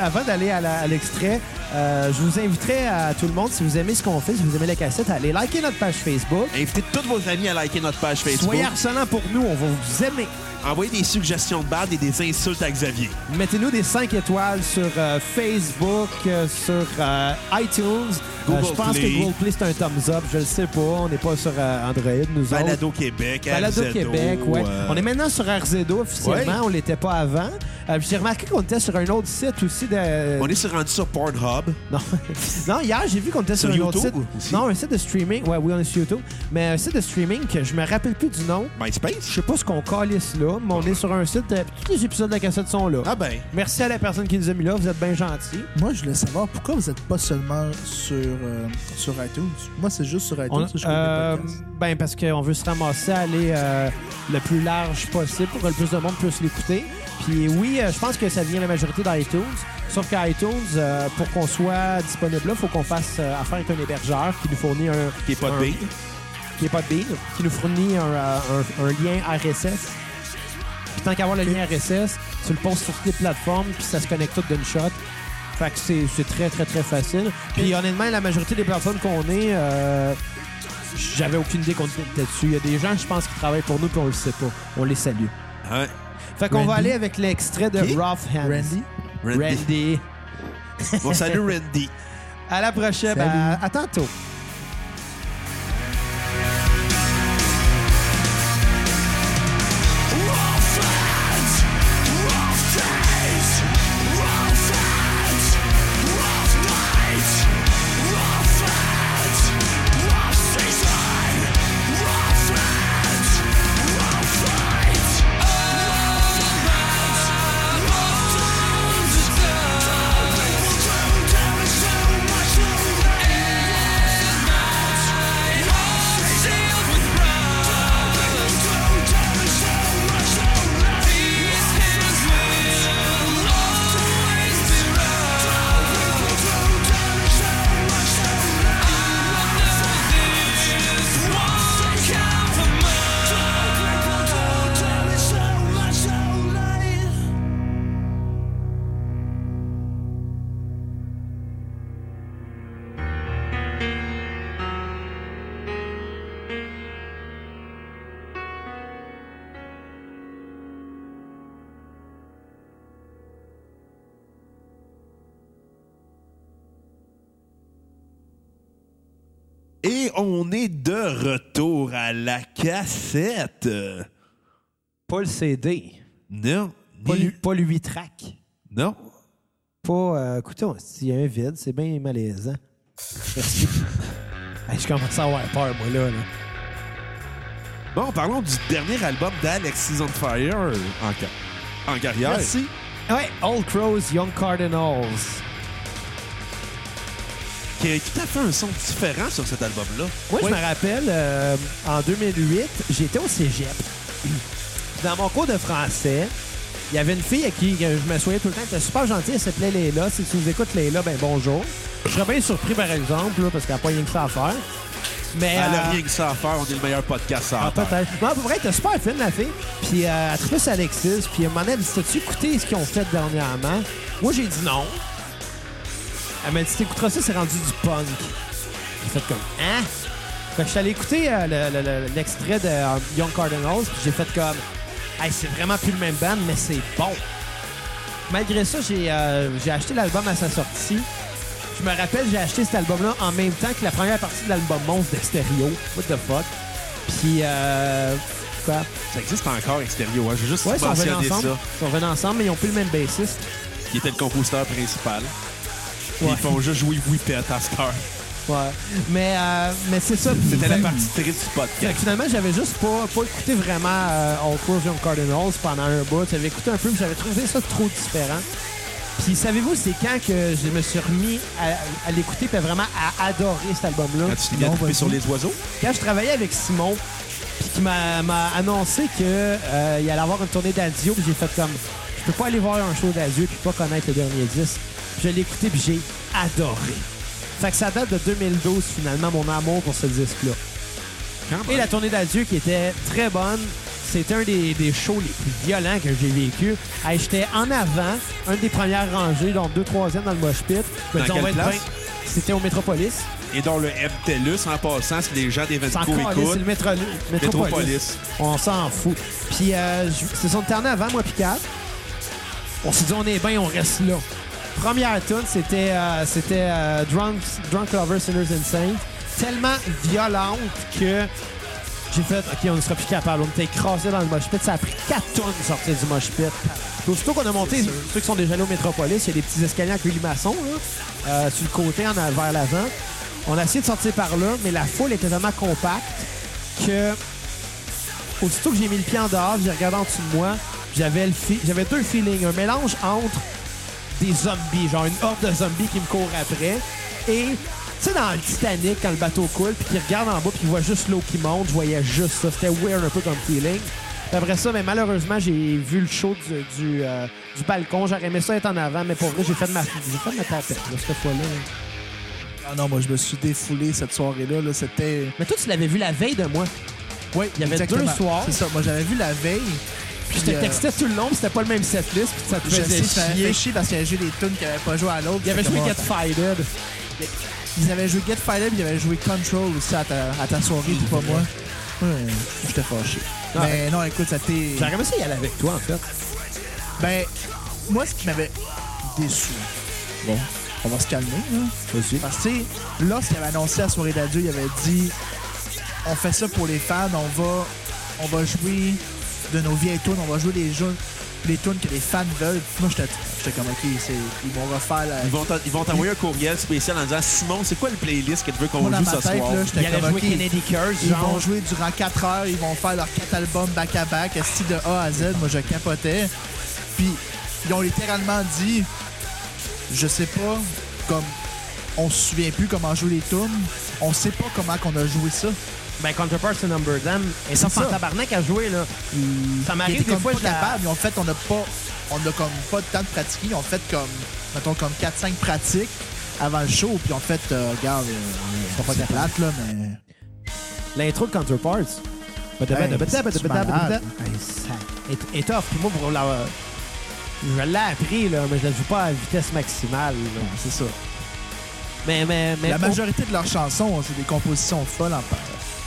A: Avant d'aller à la- à l'extrait, euh, je vous inviterai à tout le monde, si vous aimez ce qu'on fait, si vous aimez la cassette, à aller liker notre page Facebook.
B: Invitez tous vos amis à liker notre page Facebook.
A: Soyez harcelants pour nous, on va vous aimer.
B: Envoyez des suggestions de bardes et des insultes à Xavier.
A: Mettez-nous des 5 étoiles sur euh, Facebook, euh, sur euh, iTunes.
B: Google
A: je pense
B: Play.
A: que Google Play, c'est un thumbs up. Je le sais pas. On n'est pas sur euh, Android, nous autres.
B: Balado Québec,
A: Balado
B: RZO,
A: Québec, ouais.
B: euh,
A: On est maintenant sur RZO officiellement.
B: Ouais.
A: On l'était pas avant. Euh, puis J'ai remarqué qu'on était sur un autre site aussi de.
B: on est sur rendu sur Pornhub.
A: Non. non, hier, j'ai vu qu'on était sur,
B: Sur
A: un autre site.
B: YouTube aussi?
A: Non, un site de streaming. Ouais, oui, on est sur YouTube. Mais un site de streaming que je me rappelle plus du nom. Je
B: MySpace?
A: sais pas ce qu'on calisse là, mais on est sur un site. euh, tous les épisodes de la cassette sont là.
B: Ah ben,
A: Merci à la personne qui nous a mis là. Vous êtes bien gentils.
C: moi, je voulais savoir pourquoi vous n'êtes pas seulement sur, euh, sur iTunes. Moi, c'est juste sur
A: On-
C: iTunes que je connais
A: euh,
C: le podcast.
A: ben parce qu'on veut se ramasser, aller euh, le plus large possible pour que le plus de monde puisse l'écouter. Puis oui, euh, je pense que ça vient la majorité d'iTunes. Sauf qu'iTunes, euh, pour qu'on soit disponible là, faut qu'on fasse euh, affaire avec un hébergeur qui nous fournit un
B: qui est pas
A: un-
B: de bille.
A: qui est pas de bille, qui nous fournit un, euh, un- un lien RSS. Puis tant qu'avoir le lien RSS, tu le poses sur toutes les plateformes, puis ça se connecte tout d'une shot. Fait que c'est c'est très, très, très facile. Puis honnêtement, la majorité des plateformes qu'on est, euh, j'avais aucune idée qu'on était dessus. Il y a des gens, je pense, qui travaillent pour nous, puis on le sait pas. On les salue.
B: Hein?
A: Fait qu'on
C: Randy?
A: va aller avec l'extrait de
B: Qui?
A: Rough Hands.
C: Randy?
B: Randy.
A: Randy.
B: Bon, salut Randy.
A: À la prochaine.
C: Salut.
A: Ben, à tantôt.
B: Et on est de retour à la cassette.
A: Paul CD.
B: Non.
A: Pas,
B: ni-
A: lui, pas lui track.
B: Non.
A: Pas. euh, écoutez, on- s'il y a un vide, c'est bien malaisant. Merci. Hey, je commence à avoir peur, moi, là. là.
B: Bon, parlons du dernier album d'Alex Season Fire euh, en, ca- en carrière.
C: Merci.
A: Ouais, Old Crows, Young Cardinals.
B: Qui a tout à fait un son différent sur cet album-là.
A: Moi, je me rappelle, euh, en 2008, j'étais au cégep. Dans mon cours de français, il y avait une fille à qui euh, je me souviens tout le temps, elle était super gentille, elle s'appelait Léla. Si tu nous écoutes, Léla, ben bonjour. Je serais bien surpris, par exemple, là, parce qu'elle n'a pas rien que ça à faire. Mais,
B: Elle a
A: euh,
B: rien que ça à faire, on est le meilleur podcast à
A: Ah,
B: faire.
A: peut-être. Non, pour vrai, elle était super fine, la fille. Puis euh, elle trouvait ça Alexis. Puis à un moment donné, elle me dit T'as-tu écouté ce qu'ils ont fait dernièrement Moi, j'ai dit non. Elle m'a dit T'écouteras ça, c'est rendu du punk. J'ai fait comme Hein Fait que je suis allé écouter euh, le- le- le- l'extrait de euh, Young Cardinals. Puis j'ai fait comme Hey, c'est vraiment plus le même band, mais c'est bon. Malgré ça, j'ai euh, j'ai acheté l'album à sa sortie. Je me rappelle, j'ai acheté cet album-là en même temps que la première partie de l'album Monstre d'Extérieur. What the fuck? Puis, euh, quoi?
B: Ça existe encore, extérieur. Hein? J'ai juste
A: Ouais, ils sont
B: mentionné
A: revenus
B: ça.
A: ensemble. Ils sont revenus ensemble, mais ils ont plus le même bassiste.
B: Il était le compositeur principal.
A: Ouais.
B: Ils font juste jouer Whippet à cette heure.
A: Ouais. Mais, euh, mais c'est ça.
B: C'était
A: Fait-
B: la partie triste du
A: Fait que
B: podcast.
A: finalement, j'avais juste pas, pas écouté vraiment euh, All Crows Young Cardinals pendant un bout. J'avais écouté un peu, mais j'avais trouvé ça trop différent. Puis savez-vous, c'est quand que je me suis remis à, à l'écouter puis vraiment à adorer cet album-là?
B: Quand tu t'es mis à
A: Non,
B: triper
A: vas-y.
B: sur les oiseaux,
A: Quand je travaillais avec Simon, puis qu'il m'a m'a annoncé qu'il allait avoir une tournée d'Adio, puis j'ai fait comme, je peux pas aller voir un show d'Adio puis pas connaître le dernier disque. Puis je l'ai écouté puis j'ai adoré. Fait que ça date de 2012 finalement, mon amour pour ce disque-là.
B: quand
A: Et la tournée d'adieu qui était très bonne. C'était un des, des shows les plus violents que j'ai vécu. Hey, J'étais en avant, un des premières rangées, donc deux troisième dans le mosh pit. Je me
B: Dans
A: dis, on va
B: quelle
A: être
B: place?
A: bien. C'était au Métropolis.
B: Et dans le MTLUS, en passant, si les gens
A: C'est
B: d'Eventco
A: encore allé, c'est le
B: écoutent,
A: métro- Métropolis.
B: Métropolis.
A: On s'en fout. Puis, euh, je- c'est son dernier avant, moi, Picard. On s'est dit, on est bien, on reste là. Première tune, c'était euh, c'était euh, Drunk, Drunk Lover, Sinners and Saints. Tellement violente que j'ai fait, OK, on ne sera plus capable. On était écrasés dans le mosh pit. Ça a pris 4 tonnes de sortir du mosh pit. Puis Aussitôt qu'on a monté, ceux qui sont déjà allés au Métropolis, il y a des petits escaliers en colimaçon, là, euh, sur le côté, en a- vers l'avant. On a essayé de sortir par là, mais la foule était tellement compacte que aussitôt que j'ai mis le pied en dehors, j'ai regardé en dessous de moi, j'avais le fi- j'avais deux feelings, un mélange entre des zombies, genre une horde de zombies qui me court après, et tu sais dans le Titanic quand le bateau coule, puis qu'il regarde en bas, puis il voit juste l'eau qui monte, je voyais juste ça, c'était weird un peu comme feeling. Puis Après ça, mais malheureusement, j'ai vu le show du, du, euh, du balcon. J'aurais aimé ça être en avant, mais pour vrai, j'ai fait ma, j'ai fait ma tapette là, cette fois-là.
C: Ah non, moi, je me suis défoulé cette soirée-là. là, C'était.
A: Mais toi, tu l'avais vu la veille de moi.
C: Oui,
A: il y avait deux soirs.
C: C'est ça. Moi, j'avais vu la veille.
A: Puis je te
C: euh,
A: textais tout le long, puis c'était pas le même setlist, puis ça te
C: Je sais, ça
A: faisait
C: avait fait
A: chier.
C: chier parce qu'il y avait joué des tunes qui n'avaient pas joué à l'autre.
A: Il y avait
C: Fait que
A: joué
C: moi,
A: Get Fired.
C: Ils avaient joué Get Fired puis ils avaient joué Control aussi à ta, à ta soirée, puis pas moi. Ouais, J'étais fâché.
A: Ah,
C: Mais non, écoute, ça t'est.
A: J'aurais aimé ça y aller avec toi, en fait.
C: Ben, moi, ce qui m'avait déçu. Bon, on va se calmer, là. Parce que, tu sais, lorsqu'il avait annoncé la soirée d'adieu, il avait dit on fait ça pour les fans, on va, on va jouer de nos vieilles tunes, on va jouer les jeux, les tunes que les fans veulent. Puis Moi, j'étais j'étais comme, OK, c'est- ils vont refaire la.
B: ils vont t'en- ils vont t'envoyer un courriel spécial en disant Simon, c'est quoi le playlist que tu veux qu'on
C: Moi, dans
B: joue
C: ma
B: ce
C: tête,
B: soir
C: là,
A: Il
C: j'étais
A: allait
C: comme,
A: jouer
C: OK,
A: Kennedy Curse,
C: ils vont
A: genre.
C: jouer durant 4 heures, ils vont faire leurs 4 albums back-à-back, style de A à Z. Moi, je capotais. Puis, ils ont littéralement dit, je sais pas, comme, on se souvient plus comment jouer les tunes, on sait pas comment qu'on a joué ça.
A: Ben, Counterpart to Number Dam. Et ça,
C: C'est
A: en
C: ça.
A: tabarnak à jouer, là. Ça
C: Ils
A: m'arrive
C: étaient
A: des
C: comme
A: fois,
C: pas
A: je la...
C: capables. Ils ont fait, on n'a pas, on a comme pas de temps de pratiquer. Ils ont fait comme, mettons, comme 4-5 pratiques avant le show. Puis ils ont fait, euh, regarde, euh,
A: sont pas
C: c'est
A: capables.
C: plate, là, mais...
A: L'intro de Counterparts.
C: Hey, c'est malade.
A: Hey, ça- est- Est off. Puis moi, pour la... Je l'ai appris, là, mais je la joue pas à vitesse maximale, là.
C: C'est ça.
A: Mais, mais, mais...
C: La
A: pour-
C: majorité de leurs chansons, c'est des compositions folles en, par-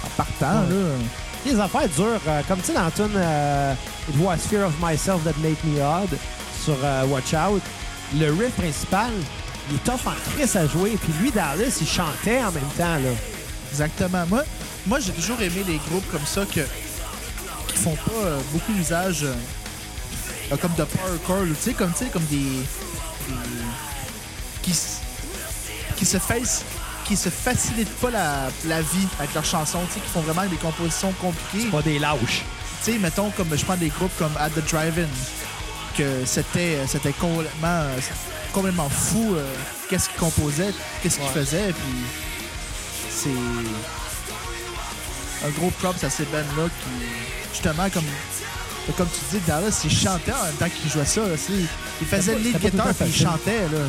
C: en partant,
A: Ouais.
C: là.
A: Les affaires dures, euh, comme tu sais dans la tune euh, It was fear of myself that made me odd sur euh, Watch Out, le riff principal, il est tough en Chris à jouer. Puis lui, Dallas, il chantait en même temps. Là.
C: Exactement. Moi, moi j'ai toujours aimé les groupes comme ça que, qui font pas euh, beaucoup d'usage euh, euh, comme de parkour, tu sais, comme, tu sais, comme des, des- qui, s- qui se face qui se facilitent pas la, la vie avec leurs chansons, tu sais, qui font vraiment des compositions compliquées.
A: Pas des lâches.
C: Tu sais, mettons, comme je prends des groupes comme At the Drive-In, que c'était c'était complètement, euh, complètement fou euh, qu'est-ce qu'ils composaient, qu'est-ce qu'ils faisaient, puis c'est un gros props à ces bandes-là qui, justement, comme comme tu dis, Dallas, il chantait en même temps qu'il jouait ça. là, tu sais. Il faisait le lead
A: c'était pas tout le
C: guitar
A: temps
C: puis il
A: facile.
C: chantait. là.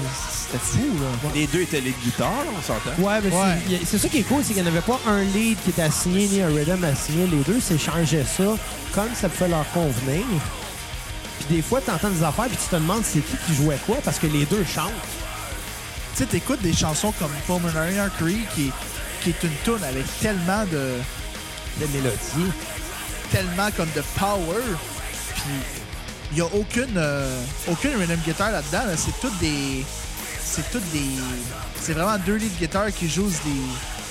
C: C'était fou. Là.
B: Les deux étaient les guitares, on s'entend.
A: Ouais, mais c'est-
C: Ouais.
A: y a- c'est ça qui est cool, c'est qu'il n'y avait pas un lead qui était assigné ni un rhythm assigné. Les deux s'échangeaient ça comme ça pouvait leur convenir. Puis des fois, tu entends des affaires puis tu te demandes c'est qui qui jouait quoi parce que les deux chantent.
C: tu sais, t'écoutes des chansons comme Pulmonary Artery qui, qui est une tune avec tellement de,
A: La mélodie.
C: tellement comme de power, puis il n'y a aucune, euh, aucune rhythm guitar là-dedans. là. C'est toutes des, c'est toutes des, c'est vraiment deux lead guitars qui jouent des,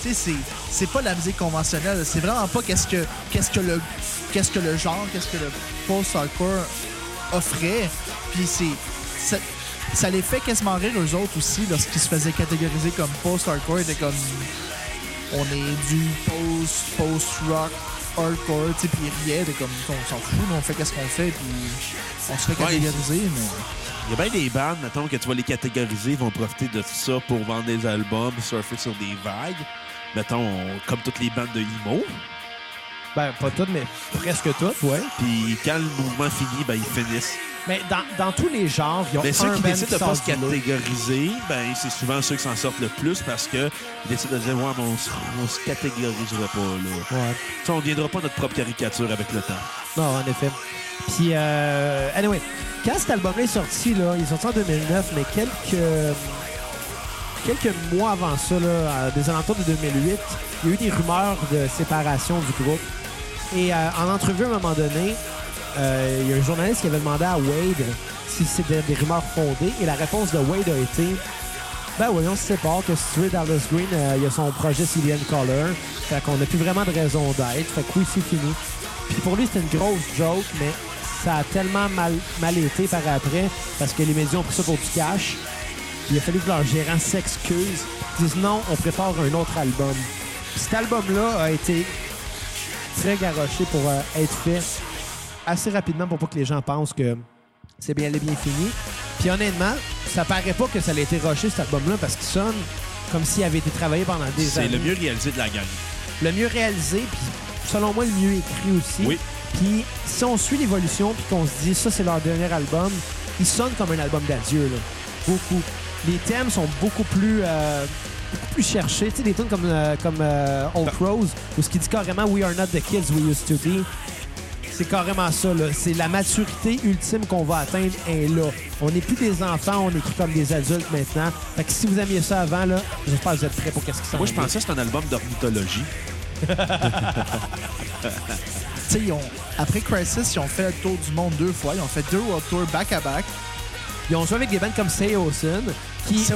C: tu sais, c'est, c'est pas de la musique conventionnelle. C'est vraiment pas qu'est-ce que, qu'est-ce que le, qu'est-ce que le genre, qu'est-ce que le post-hardcore offrait. Puis c'est, ça, ça les fait quasiment rire eux autres aussi lorsqu'ils se faisaient catégoriser comme post-hardcore. Ils étaient comme, on est du post, post-rock, hardcore, tu sais, puis ils riaient, de comme, on s'en fout, nous, on fait qu'est-ce qu'on fait, puis on se fait
B: Ouais,
C: catégoriser, mais...
B: Il y a bien des bandes, mettons, que tu vas les catégoriser, ils vont profiter de tout ça pour vendre des albums, surfer sur des vagues. Mettons, on- comme toutes les bandes de Imo.
A: Ben, pas toutes, mais presque toutes, ouais.
B: Puis quand le mouvement finit, ben, ils finissent.
A: Mais dans, dans tous les genres, il y a
B: Mais
A: un
B: ceux qui
A: band
B: décident de
A: sort
B: pas se
A: du lot.
B: catégoriser, ben, c'est souvent ceux qui s'en sortent le plus parce que ils décident de dire, ouais, mais on se, on se catégorisera pas, là.
A: Ouais.
B: Ça, on ne viendra pas notre propre caricature avec le temps.
A: Non, en effet. Puis, euh, anyway, quand cet album-là est sorti, là, il est sorti en 2009, mais quelques, euh, quelques mois avant ça, là, à des alentours de 2008, il y a eu des rumeurs de séparation du groupe. Et euh, en entrevue, à un moment donné, euh, il y a un journaliste qui avait demandé à Wade si c'était des rumeurs fondées. Et la réponse de Wade a été Ben oui, on se sépare que si tu veux, Dallas Green, euh, il y a son projet Cillian Color. Fait qu'on n'a plus vraiment de raison d'être. Fait que oui, c'est fini. Puis pour lui, c'était une grosse joke, mais ça a tellement mal, mal été par après parce que les médias ont pris ça pour du cash. Il a fallu que leur gérant s'excuse, dise non, on prépare un autre album. Puis cet album-là a été très garoché pour euh, être fait assez rapidement pour pas que les gens pensent que c'est bien, elle est bien fini. Puis honnêtement, ça paraît pas que ça a été rushé cet album-là parce qu'il sonne comme s'il avait été travaillé pendant des
B: C'est
A: années.
B: le mieux réalisé de la gang.
A: Le mieux réalisé, puis selon moi, le mieux écrit aussi.
B: Oui.
A: Puis si on suit l'évolution puis qu'on se dit ça c'est leur dernier album, ils sonnent comme un album d'adieu là. Beaucoup. Les thèmes sont beaucoup plus euh, beaucoup plus cherchés, tu sais des tunes comme euh, comme euh, Old
B: Ben.
A: Rose où ce qui dit carrément we are not the kids we used to be. C'est carrément ça là, c'est la maturité ultime qu'on va atteindre est là. On n'est plus des enfants, on écrit comme des adultes maintenant. Fait que si vous aimiez ça avant là, j'espère que vous êtes prêts pour qu'est-ce qui s'en
B: Moi, je
A: vient.
B: pensais que c'était un album d'ornithologie.
C: Tu sais, ils ont- après Crisis, ils ont fait le tour du monde deux fois. Ils ont fait deux World Tours back-à-back.
A: Ils ont joué avec des bands comme Say Olsen qui
C: C'est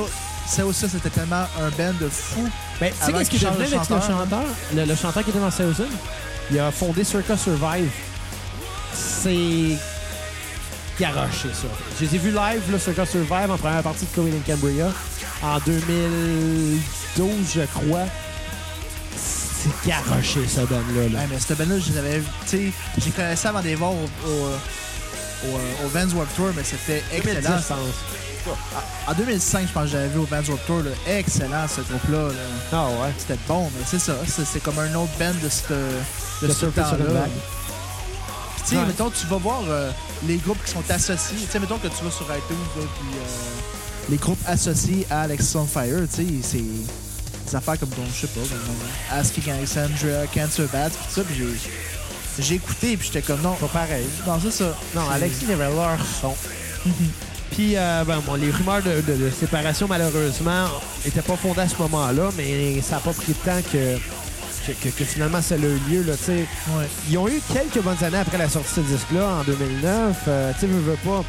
C: c'est aussi, c'était tellement un band de fou.
A: Ben, tu sais
C: Avant
A: qu'est-ce qui
C: qu'il
A: est
C: change
A: devenu
C: de
A: avec le
C: chanteur, hein?
A: chanteur? Le, le chanteur qui était dans Sailson, il a fondé Circa Survive. C'est garoché, ça. Je les ai vus live, là, Circa Survive, en première partie de Covid in Cambria, en 2012, je crois. C'est garoché, ce band-là. là.
C: Ouais, mais cette band-là, je les avais- tu sais, j'ai connu ça avant des voir au, au, au- au Vans Warped Tour, mais c'était excellent.
A: 2010, je pense.
C: En 2005, je pense que j'avais vu au Vans Warped Tour. là. Excellent, ce groupe-là. là.
A: Ah ouais.
C: C'était bon, mais c'est ça. C'est c'est comme un autre band de ce de
A: Le
C: ce
A: Circa
C: temps-là.
A: Survive.
C: Puis, tu sais,
A: Ouais.
C: mettons, tu vas voir euh, les groupes qui sont associés. Tu sais, mettons que tu vas sur iTunes, là, puis euh, les groupes associés à Alexis on Fire, tu sais, c'est des affaires comme, donc, je sais pas, comme, euh, Asking Alexandria, Cancer Bats, puis tout ça, puis j'ai... J'ai écouté, puis j'étais comme, non,
A: Pas pareil.
C: non, c'est ça.
A: Non,
C: C'est-
A: Alexis, il avait leur son. Puis, euh, ben, bon, les rumeurs de, de- de séparation, malheureusement, n'étaient pas fondées à ce moment-là, mais ça n'a pas pris de temps que, que, que- que finalement ça a eu lieu. Là, tu sais.
C: Ouais.
A: ils ont eu quelques bonnes années après la sortie de ce disque-là, en 2009. Euh, tu sais, veux, veux pas.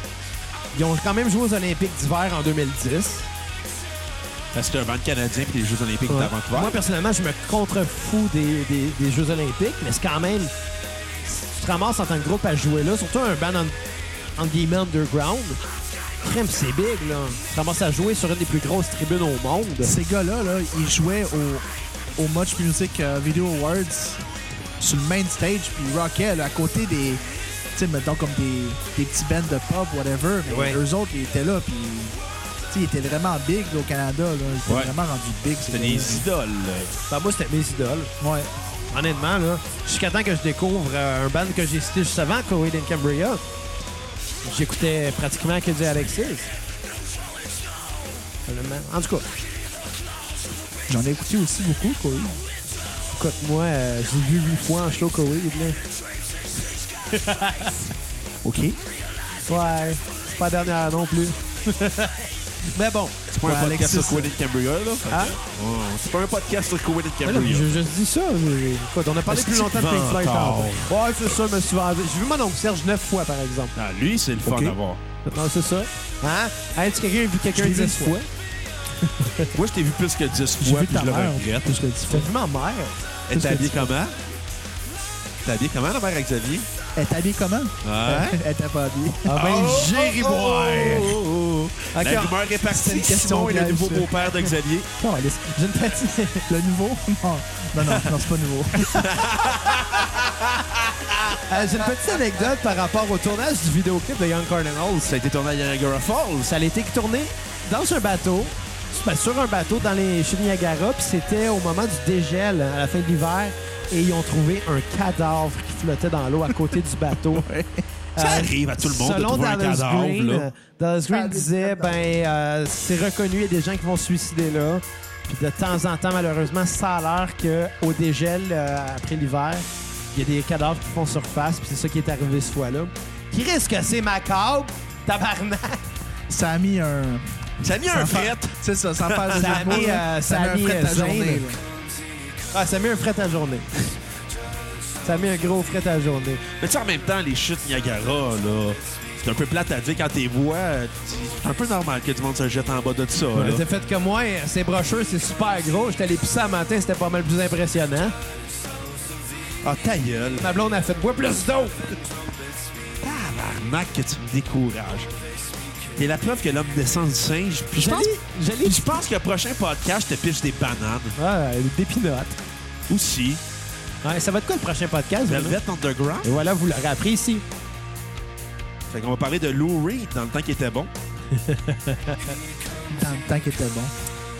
A: Ils ont quand même joué aux Olympiques d'hiver en 2010.
B: Parce que c'était un band canadien puis les Jeux olympiques
A: Ouais.
B: d'avant-toi.
A: Moi, personnellement, je me contrefous des, des, des Jeux Olympiques, mais c'est quand même. si Tu te ramasses en tant que groupe à jouer là, surtout un band en- entre guillemets, underground, crème, c'est big, là. Tu commences à jouer sur une des plus grosses tribunes au monde.
C: Ces gars-là, là, ils jouaient au, au Much Music euh, Video Awards sur le main stage, puis ils rockaient là, à côté des. Tu sais, mettons comme des, des petits bands de pop, whatever. Mais
A: Ouais.
C: eux autres, ils étaient là, puis. Tu sais, ils étaient vraiment big là, au Canada. Là. Ils étaient
B: Ouais.
C: vraiment rendus big. ces
B: C'était
C: gars-là.
B: des idoles. là.
A: Ben, moi, c'était mes idoles.
C: Ouais.
A: Honnêtement, là, jusqu'à temps que je découvre euh, un band que j'ai cité juste avant, Coheed and Cambria, j'écoutais pratiquement que du Alexis. Honnêtement. En tout cas,
C: J'en ai écouté aussi beaucoup, quoi.
A: écoute-moi, euh, j'ai vu huit fois en show Coheed, là.
C: OK.
A: Ouais, c'est pas la dernière non plus. Mais bon,
B: C'est pas
C: Ouais,
B: un podcast
C: Alexis,
B: sur Quentin Cambria, là. fait que-
A: Hein?
B: Oh, C'est pas un podcast sur Quentin
A: Ah mais là,
B: Cambria.
A: je, je dis ça. mais- écoute, on a parlé
B: hein. Est-ce
A: plus
B: que tu
A: longtemps de
B: te
A: Pink
B: vends
A: Floyd.
B: encore?
A: tantôt. Ouais, c'est ça, je me suis vendu. J'ai vu mon oncle Serge neuf fois, par exemple.
B: Ah, lui, c'est le fun
A: Ok.
B: à voir.
A: Non, c'est ça. Hein? Est-ce que quelqu'un a vu quelqu'un
C: Je l'ai vu
A: 10
C: une
A: fois?
B: Moi, je t'ai vu plus que 10
C: J'ai
B: fois,
C: vu
B: puis
C: ta
B: je le
C: mère.
B: regrette.
C: puis Je l'ai dit.
A: J'ai vu ma mère.
B: Elle t'a habillé comment? T'as habillé comment, la mère à Xavier?
C: Elle était habillée comment?
B: Ouais.
C: Elle était pas habillée.
A: Ah ben,
B: Oh,
A: Jerry
B: oh,
A: Boy!
B: oh, oh, oh.
A: Ok.
B: La rumeur est partie.
C: C'est une question
B: Simon est
C: grave,
B: le nouveau
C: ça.
B: beau-père de Xavier.
C: Non, elle est...
A: J'ai une petite...
C: Le nouveau? Non, non, non, non, c'est pas nouveau.
A: Euh, j'ai une petite anecdote par rapport au tournage du vidéoclip de Young Cardinals.
B: Ça a été tourné à Niagara Falls.
A: Ça a été tourné dans un bateau, ben, sur un bateau dans les chutes Niagara, puis c'était au moment du dégel, à la fin de l'hiver, et ils ont trouvé un cadavre qui flottait dans l'eau à côté du bateau.
B: Ça
A: Euh,
B: arrive à tout le monde de
A: Selon
B: trouver un
A: Dallas
B: cadavre,
A: Green,
B: là.
A: euh, Dallas
C: Ah,
A: Green
C: des
A: disait, ben, euh, c'est reconnu, il y a des gens qui vont se suicider là. Puis de temps en temps, malheureusement, ça a l'air qu'au dégel, euh, après l'hiver, il y a des cadavres qui font surface, puis c'est ça qui est arrivé cette fois-là. Qui risque que c'est macabre, tabarnak?
C: Ça a mis un...
B: Ça a mis
C: Ça
B: un
C: a fait-
B: fret.
C: C'est ça, sans faire de
A: Ça
C: jeu
A: a
C: de mots,
A: mis,
C: là.
A: euh, ça a
C: un
A: mis,
C: fret à
A: euh,
C: journée.
A: Zane. Ah, ça met un fret à journée. ça met un gros fret à journée.
B: Mais tu sais, en même temps, les chutes Niagara, là, c'est un peu plate à dire quand t'es vois. euh, tu- C'est un peu normal que du monde se jette en bas de ça, là.
A: Le Euh, fait que moi, c'est brocheux, c'est super gros. J'étais allé pisser à matin, c'était pas mal plus impressionnant.
B: Ah, ta gueule.
A: Ma blonde a fait bois plus d'eau.
B: Tabarnak que tu me décourages. T'es la preuve que l'homme descend du singe. Puis je pense,
A: J'allais
B: je pense que le prochain podcast, je te piche des bananes.
A: Ah, des pinottes.
B: Aussi.
A: Ouais, ça va être quoi le prochain podcast? Bruno?
B: Velvet Underground.
A: Et voilà, vous l'aurez appris ici.
B: Fait qu'on va parler de Lou Reed dans le temps qui était bon.
C: Dans le temps qu'il était bon.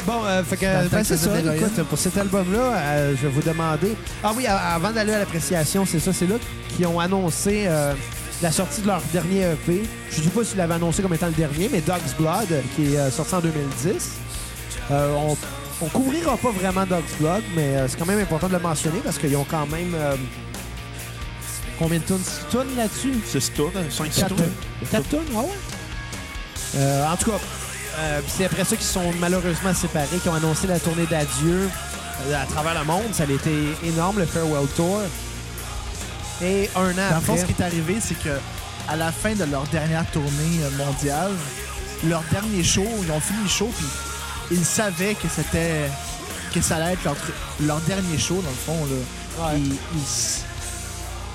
A: Bon, euh, fait que,
C: Dans le temps
A: ben,
C: que
A: c'est
C: ça
A: ça.
C: faisait
A: Écoute, pour cet album-là, euh, je vais vous demander. Ah oui, a- avant d'aller à l'appréciation, c'est ça, c'est là qu'ils ont annoncé euh, la sortie de leur dernier EP. Je ne sais pas s'ils l'avaient annoncé comme étant le dernier, mais Dog's Blood, euh, qui est euh, sorti en 2010. Euh, on, on couvrira pas vraiment Dog's Blood, mais euh, c'est quand même important de le mentionner parce qu'ils ont quand même. euh, combien de tunes? Six tunes là-dessus?
B: C'est euh, ce tour, 5
A: Quatre tonnes. Quatre tonnes, ouais, ouais. Euh, en tout cas, euh, puis c'est après ça qu'ils sont malheureusement séparés, qu'ils ont annoncé la tournée d'adieu euh, à travers le monde. Ça a été énorme, le Farewell Tour. Et un an
C: Dans le fond,
A: après...
C: ce qui est arrivé, c'est que à la fin de leur dernière tournée euh, mondiale, leur dernier show, ils ont fini le show, puis ils savaient que c'était que ça allait être leur, tr- leur dernier show, dans le fond. Là.
A: Ouais.
C: Ils, ils s-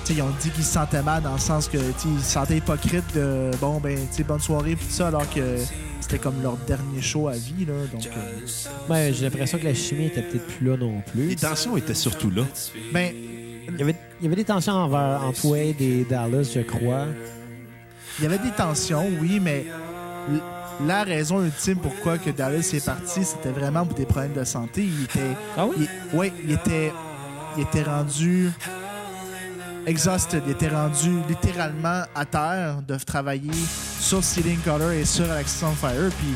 C: tu sais, ils ont dit qu'ils se sentaient mal dans le sens que tu sais, ils se sentaient hypocrites de bon ben tu sais, bonne soirée puis tout ça alors que c'était comme leur dernier show à vie là donc euh,
A: Ben, j'ai l'impression que la chimie était peut-être plus là non plus.
B: Les tensions étaient surtout là.
C: ben
A: Il y avait, il y avait des tensions envers, entre Wade et Dallas, je crois.
C: Il y avait des tensions, oui, mais l- la raison ultime pourquoi que Dallas est parti, c'était vraiment pour des problèmes de santé. Il était,
A: Ah
C: il- ouais, il était, il était rendu exhausted. Il était rendu littéralement à terre de travailler sur Ceiling Color et sur Alexis on Fire. Puis,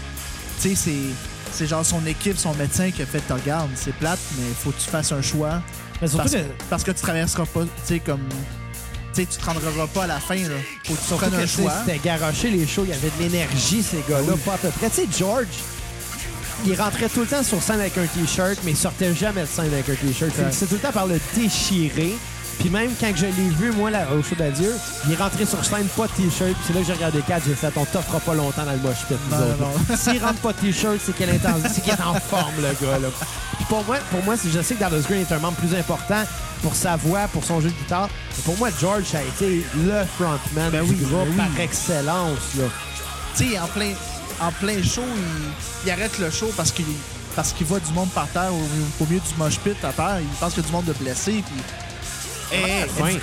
C: tu sais, c'est, c'est genre son équipe, son médecin qui a fait regarde, c'est plate, mais faut que tu fasses un choix
A: Mais surtout
C: parce,
A: que...
C: parce que tu traverseras pas, tu sais, comme. Tu sais, tu te rendras pas à la fin, là. Faut que tu
A: surtout
C: prennes
A: que,
C: un
A: tu sais,
C: choix.
A: C'était garoché les shows, il y avait de l'énergie ces gars-là, pas à peu près. Tu sais, George, il rentrait tout le temps sur scène avec un t-shirt, mais il sortait jamais de scène avec un t-shirt. Il
C: Correct.
A: finissait tout le temps par le déchirer. Puis même quand je l'ai vu, moi, là, au show d'adieu, il est rentré sur scène pas de T-shirt. Puis c'est là que j'ai regardé Kat, j'ai fait, on t'offre pas longtemps dans le mosh pit, nous
C: Non,
A: autres.
C: non, non.
A: S'il rentre pas de T-shirt, c'est qu'il est, en- c'est qu'il est en forme, le gars, là. Puis pour moi, pour moi, c'est- je sais que Dallas Green est un membre plus important pour sa voix, pour son jeu de guitare. Mais pour moi, George a été le frontman
B: Ah
C: Ben
A: du
C: oui,
A: groupe
C: ben oui.
A: par excellence, là.
C: Tu sais, en plein, en plein show, il, il arrête le show parce qu'il parce qu'il voit du monde par terre au, au milieu du mosh pit à terre. Il pense qu'il y a du monde de blessé. Puis. Hey, hey,
A: Eh, Fin.
C: êtes-vous-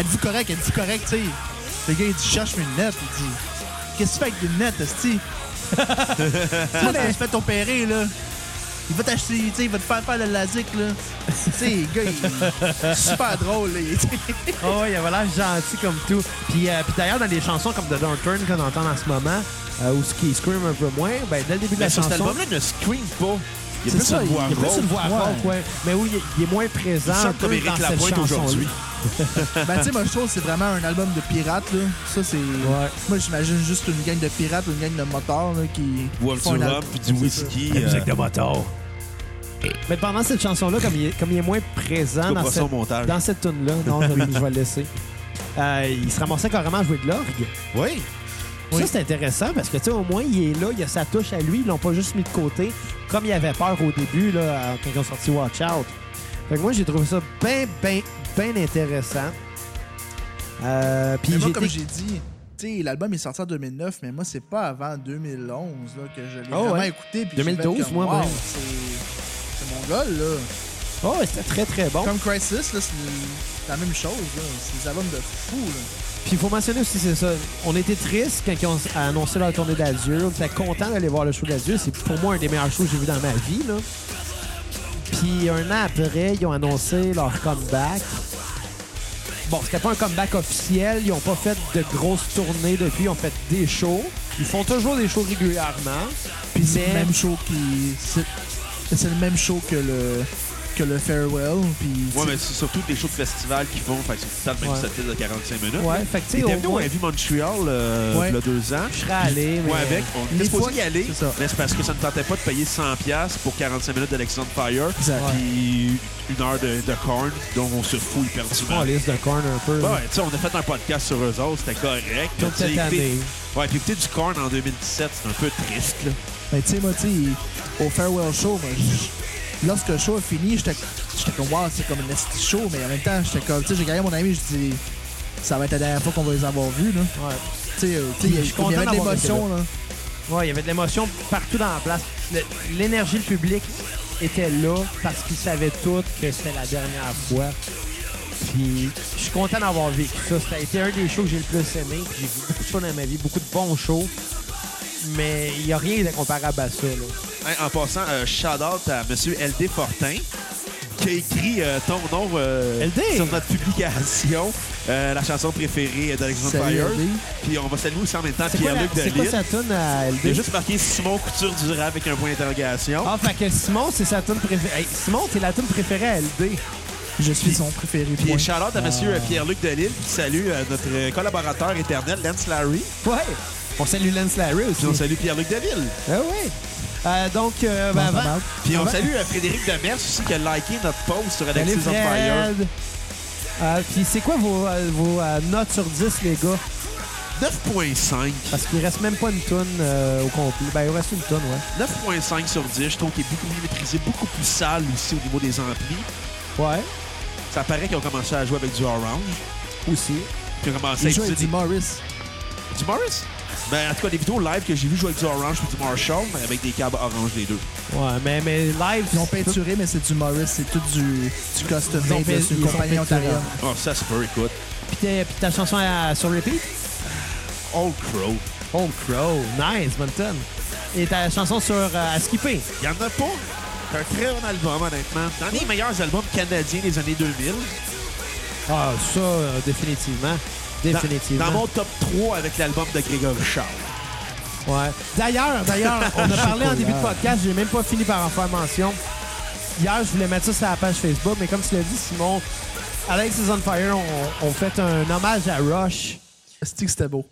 C: êtes-vous correct? Êtes-vous correct? Tu sais, le gars, il dit Cherche mes lunettes. Il dit Qu'est-ce que tu fais avec des lunettes, Esti? tu sais, tu fais opérer, là. Il va t'acheter, tu sais, il va te faire faire le LASIK, là. tu sais, le gars, il est super drôle, là. tu sais.
A: Oh, il avait l'air gentil comme tout. Puis, euh, puis d'ailleurs, dans des chansons comme The Don't Turn qu'on entend en ce moment, euh, ou ce qui scream un peu moins, ben, dès le début de la
B: Mais sur
A: chanson.
B: cet album-là, il ne scream pas. Il y
A: c'est
B: a plus
A: ça,
B: une voix
A: il y a plus
B: rauque.
A: une voix
C: Ouais.
A: rauque, ouais. Mais oui, il, il est moins présent.
B: Il
A: un
B: chante
A: peu
B: comme Éric
A: dans
B: Lapointe
A: cette
B: aujourd'hui.
C: Ben, tu sais, moi, je trouve que c'est vraiment un album de pirates, là. Ça, c'est.
A: Ouais.
C: Moi, j'imagine juste une gang de pirates, une gang de motards, là, qui.
B: Boivent
C: font
B: du
C: un
B: rhum,
C: album.
B: puis du whisky.
A: La
B: euh,
A: musique de moto. Mais pendant cette chanson-là, comme il est, comme il est moins présent
B: pas
A: dans
B: ça au
A: cette,
B: montage.
A: dans cette tune là non, je, vais- je vais le laisser. Euh, il se ramassait carrément à jouer de l'orgue.
B: Oui.
A: Ça, c'est intéressant parce que, tu sais, au moins, il est là, il a sa touche à lui, ils l'ont pas juste mis de côté, comme il avait peur au début, là, à- quand ils ont sorti Watch Out. Fait que moi, j'ai trouvé ça bien, bien, bien intéressant. Euh, puis
C: Mais moi,
A: j'ai
C: comme
A: été-
C: j'ai dit, tu sais, l'album est sorti en 2009, mais moi, c'est pas avant 2011, là, que je l'ai
A: Ah
C: vraiment
A: ouais.
C: écouté. Puis
A: 2012,
C: j'ai fait comme,
A: moi,
C: wow,
A: même.
C: c'est. C'est mon gars, là.
A: Oh, c'était très, très bon.
C: Comme Crisis, là, c'est la même chose, là. C'est des albums de fou, là.
A: Puis il faut mentionner aussi, c'est ça. On était tristes quand ils ont annoncé leur tournée d'adieu. On était contents d'aller voir le show d'adieu. C'est pour moi un des meilleurs shows que j'ai vu dans ma vie. Là. Puis un an après, ils ont annoncé leur comeback. Bon, c'était pas un comeback officiel. Ils ont pas fait de grosses tournées depuis. Ils ont fait des shows. Ils font toujours des shows régulièrement.
C: Puis c'est le
A: Mais-
C: même show qui. C'est c'est le même show que le. Que le Farewell, puis. tu
B: Ouais,
C: sais,
B: mais c'est surtout des shows de festival qu'ils font. Fait que c'est tout le temps le
A: Ouais.
B: même set list de 45 minutes.
A: Ouais, fait que tu
B: Il
A: sais,
B: était
A: au
B: venu
A: moins,
B: à Vu Montreal euh,
C: Ouais.
B: il y a deux ans.
A: je serais allé. mais-
B: Moi avec, on
C: Les
B: était
C: fois-
B: supposé y aller,
C: c'est ça.
B: mais c'est parce que ça ne tentait pas de payer 100$ pour 45 minutes d'Alexandre Fire,
C: Exact.
B: puis une heure de, de corn, donc on se fout
A: On
B: hyperdument.
A: liste de corn un peu.
B: Ouais,
A: là.
B: ouais, tu sais, on a fait un podcast sur eux autres, c'était correct.
A: Toute
B: Tu sais,
A: cette
B: écouter-
A: année.
B: Ouais, puis écouter du corn en 2017, c'est un peu triste, là.
C: Ben, tu sais, moi, tu sais, au Farewell Show, moi, je- lorsque le show a fini, j'étais j'étais comme, wow, c'est comme un esti show, mais en même temps, j'étais comme, tu sais, j'ai regardé mon ami, je dis, ça va être la dernière fois qu'on va les avoir vus, là.
A: Ouais.
C: Tu sais, euh, tu sais, il y a-
A: Je suis
C: il y avait
A: content
C: de
A: d'avoir été
C: l'émotion, là.
A: Ouais, il y avait de l'émotion partout dans la place. Le- L'énergie du public était là parce qu'ils savaient tous que c'était la dernière fois. Puis je suis content d'avoir vécu ça. Ça a été un des shows que j'ai le plus aimé. Puis J'ai vu beaucoup de shows dans ma vie, beaucoup de bons shows. Mais il n'y a rien de comparable à ça. là.
B: Hey, en passant, euh, shout-out à M. L.D. Fortin, qui a écrit euh, ton nom euh,
A: LD.
B: sur notre publication, euh, la chanson préférée d'Alexandre
C: Salut,
B: Fire.
C: LD.
B: Puis on va saluer aussi en même temps
A: C'est quoi, la-
B: Pierre-Luc
A: c'est quoi
B: Delisle.
A: sa tune à
B: Il a
A: LD?
B: juste marqué Simon Couture du rap avec un point d'interrogation.
A: Ah, fait que Simon, c'est sa tune préférée. Hey, Simon, c'est la tune préférée à LD.
C: Je suis son préféré,
B: Puis
C: point.
B: shout-out à M.
A: Ah.
B: Pierre-Luc Delisle qui salue euh, notre euh, collaborateur éternel, Lance Larry.
A: Ouais. On salue Lance Larry aussi.
B: Puis on salue Pierre-Luc Delisle.
A: Ah ouais. Euh, donc, euh, ben,
C: Bon,
A: avant-
C: ça marche.
B: Puis on
A: avant-
B: salue euh, Frédéric Demers aussi qui a liké notre post sur
A: Salut,
B: Alexis on Fire.
A: Fred. Euh, Puis c'est quoi vos, euh, vos, euh, notes sur 10, les gars?
B: 9.5.
A: Parce qu'il reste même pas une tonne au complet. Ben, il reste une tonne, ouais.
B: 9.5 sur 10. Je trouve qu'il est beaucoup mieux maîtrisé, beaucoup plus sale aussi au niveau des amplis.
A: Ouais,
B: Ça paraît qu'ils ont commencé à jouer avec du orange.
A: aussi.
B: Puis ils ont commencé à
C: Il joue
B: utiliser
C: avec
B: des-
C: du Morris.
B: du Morris. Ben, en tout cas, des vidéos live que j'ai vu jouer avec du orange puis du Marshall, mais avec des câbles orange les deux.
A: Ouais, mais, mais live,
C: Ils ont peinturé, mais c'est du Morris. C'est tout du, du custom
A: Ils ont
C: made, là,
A: peint-
C: c'est une
A: ils ont
C: compagnie
A: peinturé.
C: ontarienne.
B: Oh, ça se peut, écoute.
A: Puis t'es- puis ta chanson à, sur repeat?
B: Old Crow.
A: Oh, Crow. Nice, bonne tonne. Et ta chanson sur euh, à skipper?
B: Il y en a pas. C'est un très bon album, honnêtement. Dans les meilleurs albums canadiens des années 2000.
A: Ah, ça, euh, définitivement.
B: Dans,
A: Définitivement.
B: dans mon top 3 avec l'album de Grégory Charles.
A: Ouais. D'ailleurs, d'ailleurs, on a parlé en début de podcast, j'ai même pas fini par en faire mention. Hier, je voulais mettre ça sur la page Facebook, mais comme tu l'as dit, Simon, Alex is on Fire ont, ont fait un hommage à Rush.
C: Esti que c'était beau.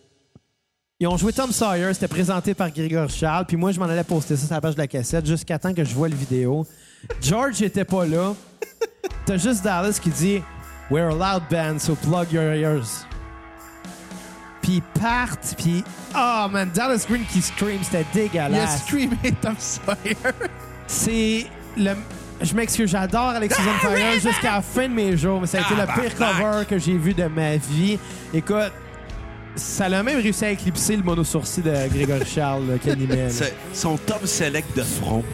A: Ils ont joué Tom Sawyer, c'était présenté par Grégoire Charles, puis moi, je m'en allais poster ça sur la page de la cassette jusqu'à temps que je vois le vidéo. George était pas là. T'as juste Dallas qui dit We're a loud band, so plug your ears. Puis ils partent, puis. Oh man, Dallas Green qui scream, c'était
C: Il a
A: dégueulasse.
C: streamé Tom Sawyer.
A: C'est le. Je m'excuse, j'adore Alex Susan
C: Ah,
A: Fire jusqu'à la fin de mes jours, mais ça a été le pire cover que j'ai vu de ma vie. Écoute, ça l'a même réussi à éclipser le mono-sourcil de Grégory Charles là, qui animait. là.
B: C'est son top select de front.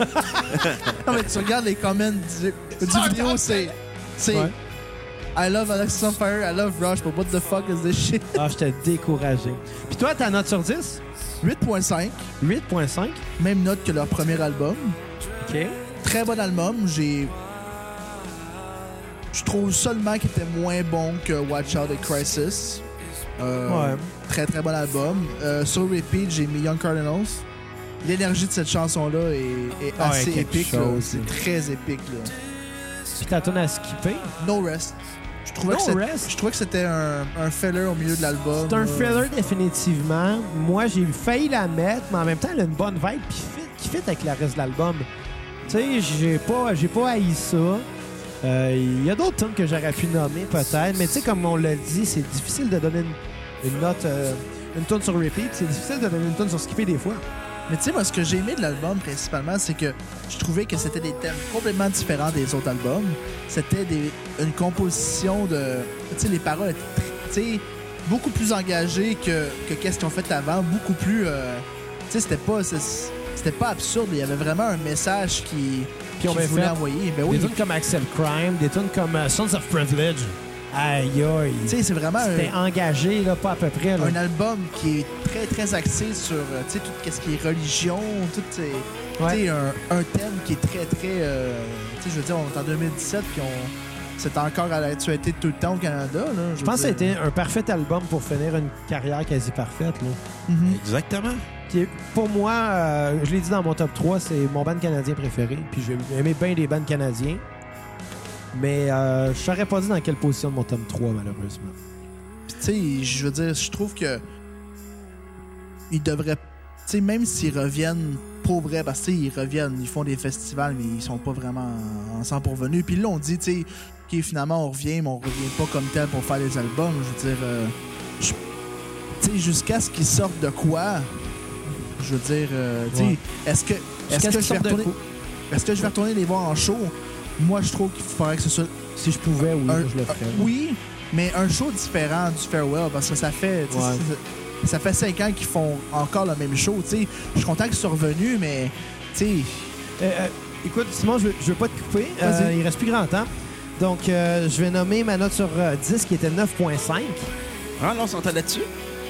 C: Non, mais tu regardes les comments du, du vidéo, c'est. C'est.
A: Ouais.
C: I love Alex on Fire, I love Rush, but what the fuck is this shit?
A: Ah, j'étais découragé. Puis toi, ta note sur 10
C: 8.5,
A: 8.5.
C: même note que leur premier album. Euh.
A: OK.
C: Très bon album, j'ai. Je trouve seulement qu'il était moins bon que Watch Out et Crisis. Euh,
A: Ouais.
C: Très très bon album. Euh, sur Repeat, j'ai mis Young Cardinals. L'énergie de cette chanson-là est, est
A: Ah,
C: assez
A: quelque
C: épique. là.
A: chose.
C: C'est très épique. Là.
A: Puis ta tourne à skipper.
C: No Rest. Je trouvais,
A: No
C: que c'est-
A: Rest?
C: je trouvais que c'était un, un filler au milieu de l'album.
A: C'est un
C: là.
A: thriller définitivement. Moi, j'ai failli la mettre, mais en même temps, elle a une bonne vibe qui fit, qui fit avec le reste de l'album. Tu sais, j'ai pas, j'ai pas haï ça. Euh, Il y a d'autres tunes que j'aurais pu nommer peut-être, mais tu sais, comme on l'a dit, c'est difficile de donner une, une note, euh, une tune sur repeat. C'est difficile de donner une tune sur skipper des fois.
C: Mais tu sais, moi, ce que j'ai aimé de l'album principalement, c'est que je trouvais que c'était des thèmes complètement différents des autres albums. C'était des- une composition de. Tu sais, les paroles étaient tr- tu sais, beaucoup plus engagées que que qu'est-ce qu'ils ont fait avant, beaucoup plus. euh, tu sais, c'était pas. c'est- C'était pas absurde, il y avait vraiment un message qui.
A: Puis on
C: qu'ils
A: avait
C: voulaient
A: fait
C: envoyer. Ben oui,
A: Des tunes comme Accept Crime, des tunes comme euh, Sons of Privilege. Aïe aïe.
C: tu sais, c'est vraiment un-
A: C'était engagé, là, pas à peu près. là.
C: un, album qui est très, très axé sur, euh, tu sais, tout qu'est-ce qui est religion, tout. ces-
A: Ouais.
C: Tu sais, un, un thème qui est très, très. euh, tu sais, je veux dire, on est en 2017, puis on. C'est encore à l'actualité de tout le temps au Canada. Là,
A: Je pense que ça a été un parfait album pour finir une carrière quasi parfaite. Là.
C: Mm-hmm.
B: Exactement.
A: Qui est- pour moi, euh, je l'ai dit dans mon top 3, c'est mon band canadien préféré. Puis j'ai aimé bien des bands canadiens. Mais euh, je saurais pas dit dans quelle position de mon top 3, malheureusement.
C: Puis, tu sais, je veux dire, je trouve que. Ils devraient. Tu sais, même s'ils reviennent pour vrai, parce que, tu sais, ils reviennent, ils font des festivals, mais ils sont pas vraiment ensemble pour venir. Puis là, on dit, tu sais, OK, finalement, on revient, mais on revient pas comme tel pour faire des albums. Je veux dire. euh, je- tu sais, jusqu'à ce qu'ils sortent de quoi. Je veux dire, euh, tu sais,
A: Ouais.
C: est-ce que. Est-ce
A: Jusqu'à ce
C: que, je vais
A: qu'ils sortent de
C: retourner... est-ce que je vais retourner les voir en show? Moi, je trouve qu'il faudrait que ce soit
A: Si je pouvais, oui,
C: un-
A: je le ferais.
C: un- oui, mais un show différent du Farewell parce que ça fait tu sais,
A: Ouais.
C: ça- ça fait cinq ans qu'ils font encore le même show. tu sais. Je suis content qu'ils soient revenus, mais tu sais,
A: Euh, euh, écoute, Simon, je, veux- je veux pas te couper.
C: Vas-y.
A: Euh, il reste plus grand temps. Donc, euh, je vais nommer ma note sur euh, 10 qui était 9.5.
B: Ah, là, on s'entend là-dessus?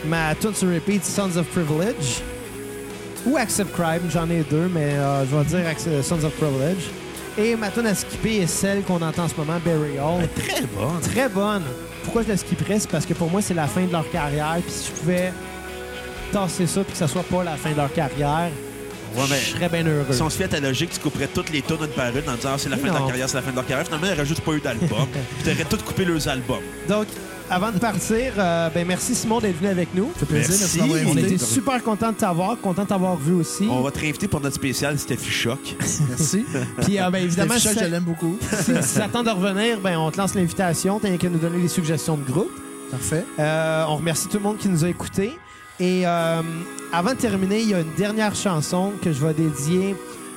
A: Ma tune sur repeat, Sons of Privilege. Ou Accept Crime, j'en ai deux, mais euh, je vais dire Acce- Sons of Privilege. Et ma tune à skipper est celle qu'on entend en ce moment, Burial.
B: Très bon.
A: Très bonne. Pourquoi je la skipperais? C'est parce que pour moi, c'est la fin de leur carrière. Puis si je pouvais tasser ça puis que ça soit pas la fin de leur carrière,
B: Ouais, mais-
A: je serais bien heureux.
B: Si on se fait à ta logique, tu couperais toutes les tours d'une par une en disant Ah, c'est la fin de
A: Non.
B: leur carrière, c'est la fin de leur carrière. Finalement, il n'y aurait juste pas eu d'album. Puis t'aurais toutes coupé leurs albums.
A: Donc, avant de partir, euh, ben merci Simon d'être venu avec nous.
C: fait plaisir, merci d'avoir
A: On
C: invité.
A: était super content de t'avoir, content de t'avoir vu aussi.
B: On va te réinviter pour notre spécial, c'était Fichoc.
C: merci.
A: Puis euh, ben, évidemment,
C: Évidemment,
A: si ça-
C: je l'aime beaucoup.
A: si, si ça tente de revenir, ben, on te lance l'invitation. T'as rien qu'à nous donner des suggestions de groupe.
C: Parfait.
A: Euh, on remercie tout le monde qui nous a écoutés. Et euh, avant de terminer, il y a une dernière chanson que je vais dédier,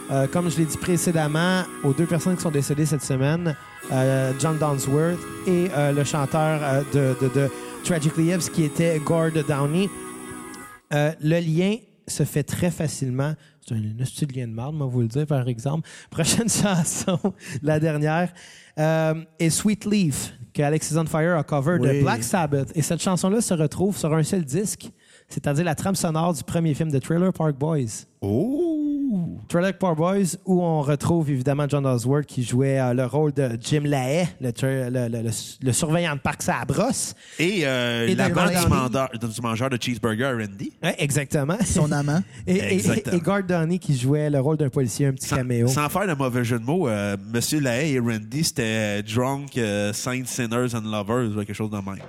A: euh, comme je l'ai dit précédemment, aux deux personnes qui sont décédées cette semaine, euh, John Donsworth et euh, le chanteur euh, de, de- de Tragically Hip, qui était Gord Downey. Euh, le lien se fait très facilement. C'est un petit lien de marde, moi vous le dire par exemple. Prochaine chanson, la dernière, euh, est Sweet Leaf, que Alexis on Fire a cover de
C: Oui.
A: Black Sabbath. Et cette chanson-là se retrouve sur un seul disque, c'est-à-dire la trame sonore du premier film de Trailer Park Boys.
B: Oh!
A: Trailer Park Boys, où on retrouve évidemment John Oswald qui jouait euh, le rôle de Jim LaHaye, le, tra- le- le- le- le surveillant de parc Sabros.
B: Et, euh,
A: Et
B: la
A: de
B: bande
A: Randy.
B: du mandeur- du mangeur de cheeseburger, Randy.
A: Ouais, exactement.
C: Son amant.
A: Et, et, et,
B: Exactement.
A: et Gord Downey qui jouait le rôle d'un policier, un petit
B: Sans,
A: caméo.
B: sans faire de mauvais jeu de mots, euh, Monsieur Lahaye et Randy, c'était euh, Drunk, euh, Saints, Sinners and Lovers, ou quelque chose de même.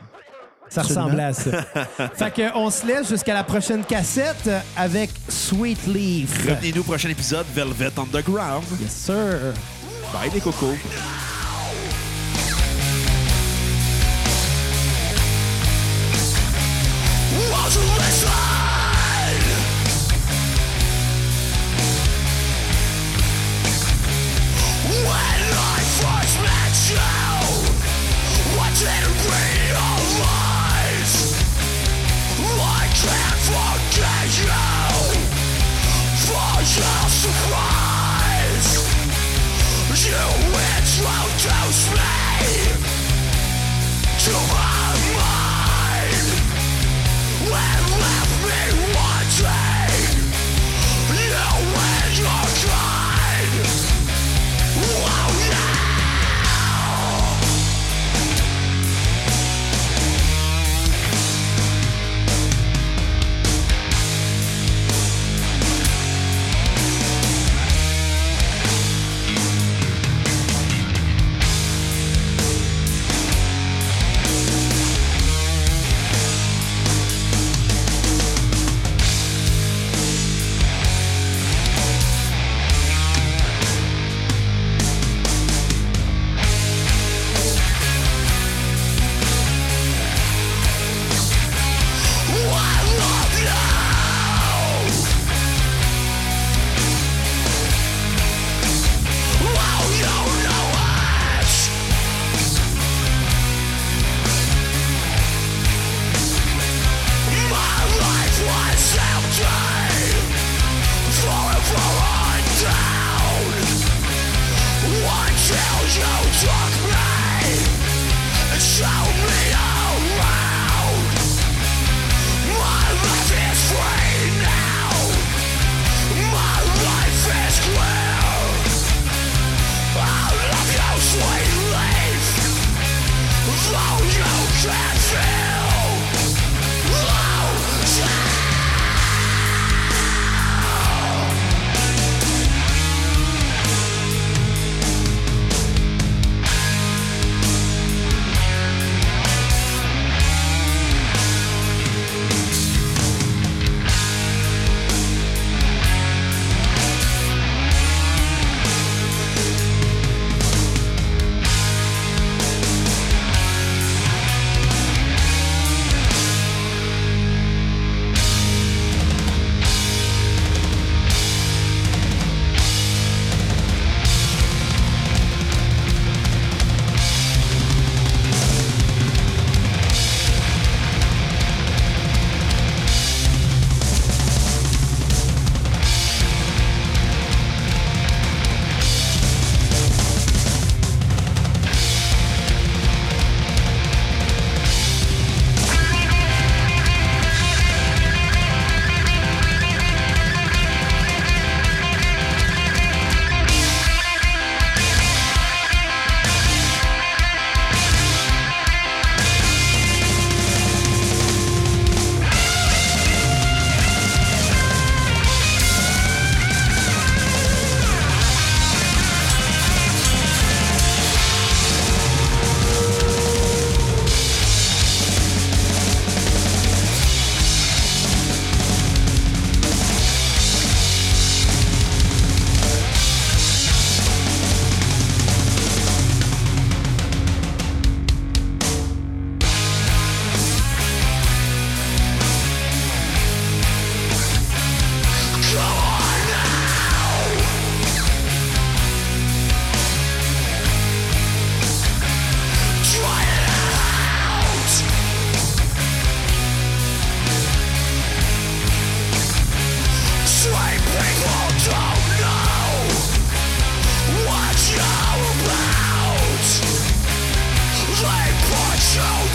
A: Ça
C: Absolument.
A: ressemblait à ça. fait que, on se laisse jusqu'à la prochaine cassette euh, avec Sweet Leaf.
B: Revenez-nous au prochain épisode, Velvet Underground.
A: Yes, sir.
B: Bye les cocos!
E: Thank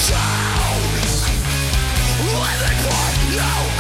E: Down. When they put you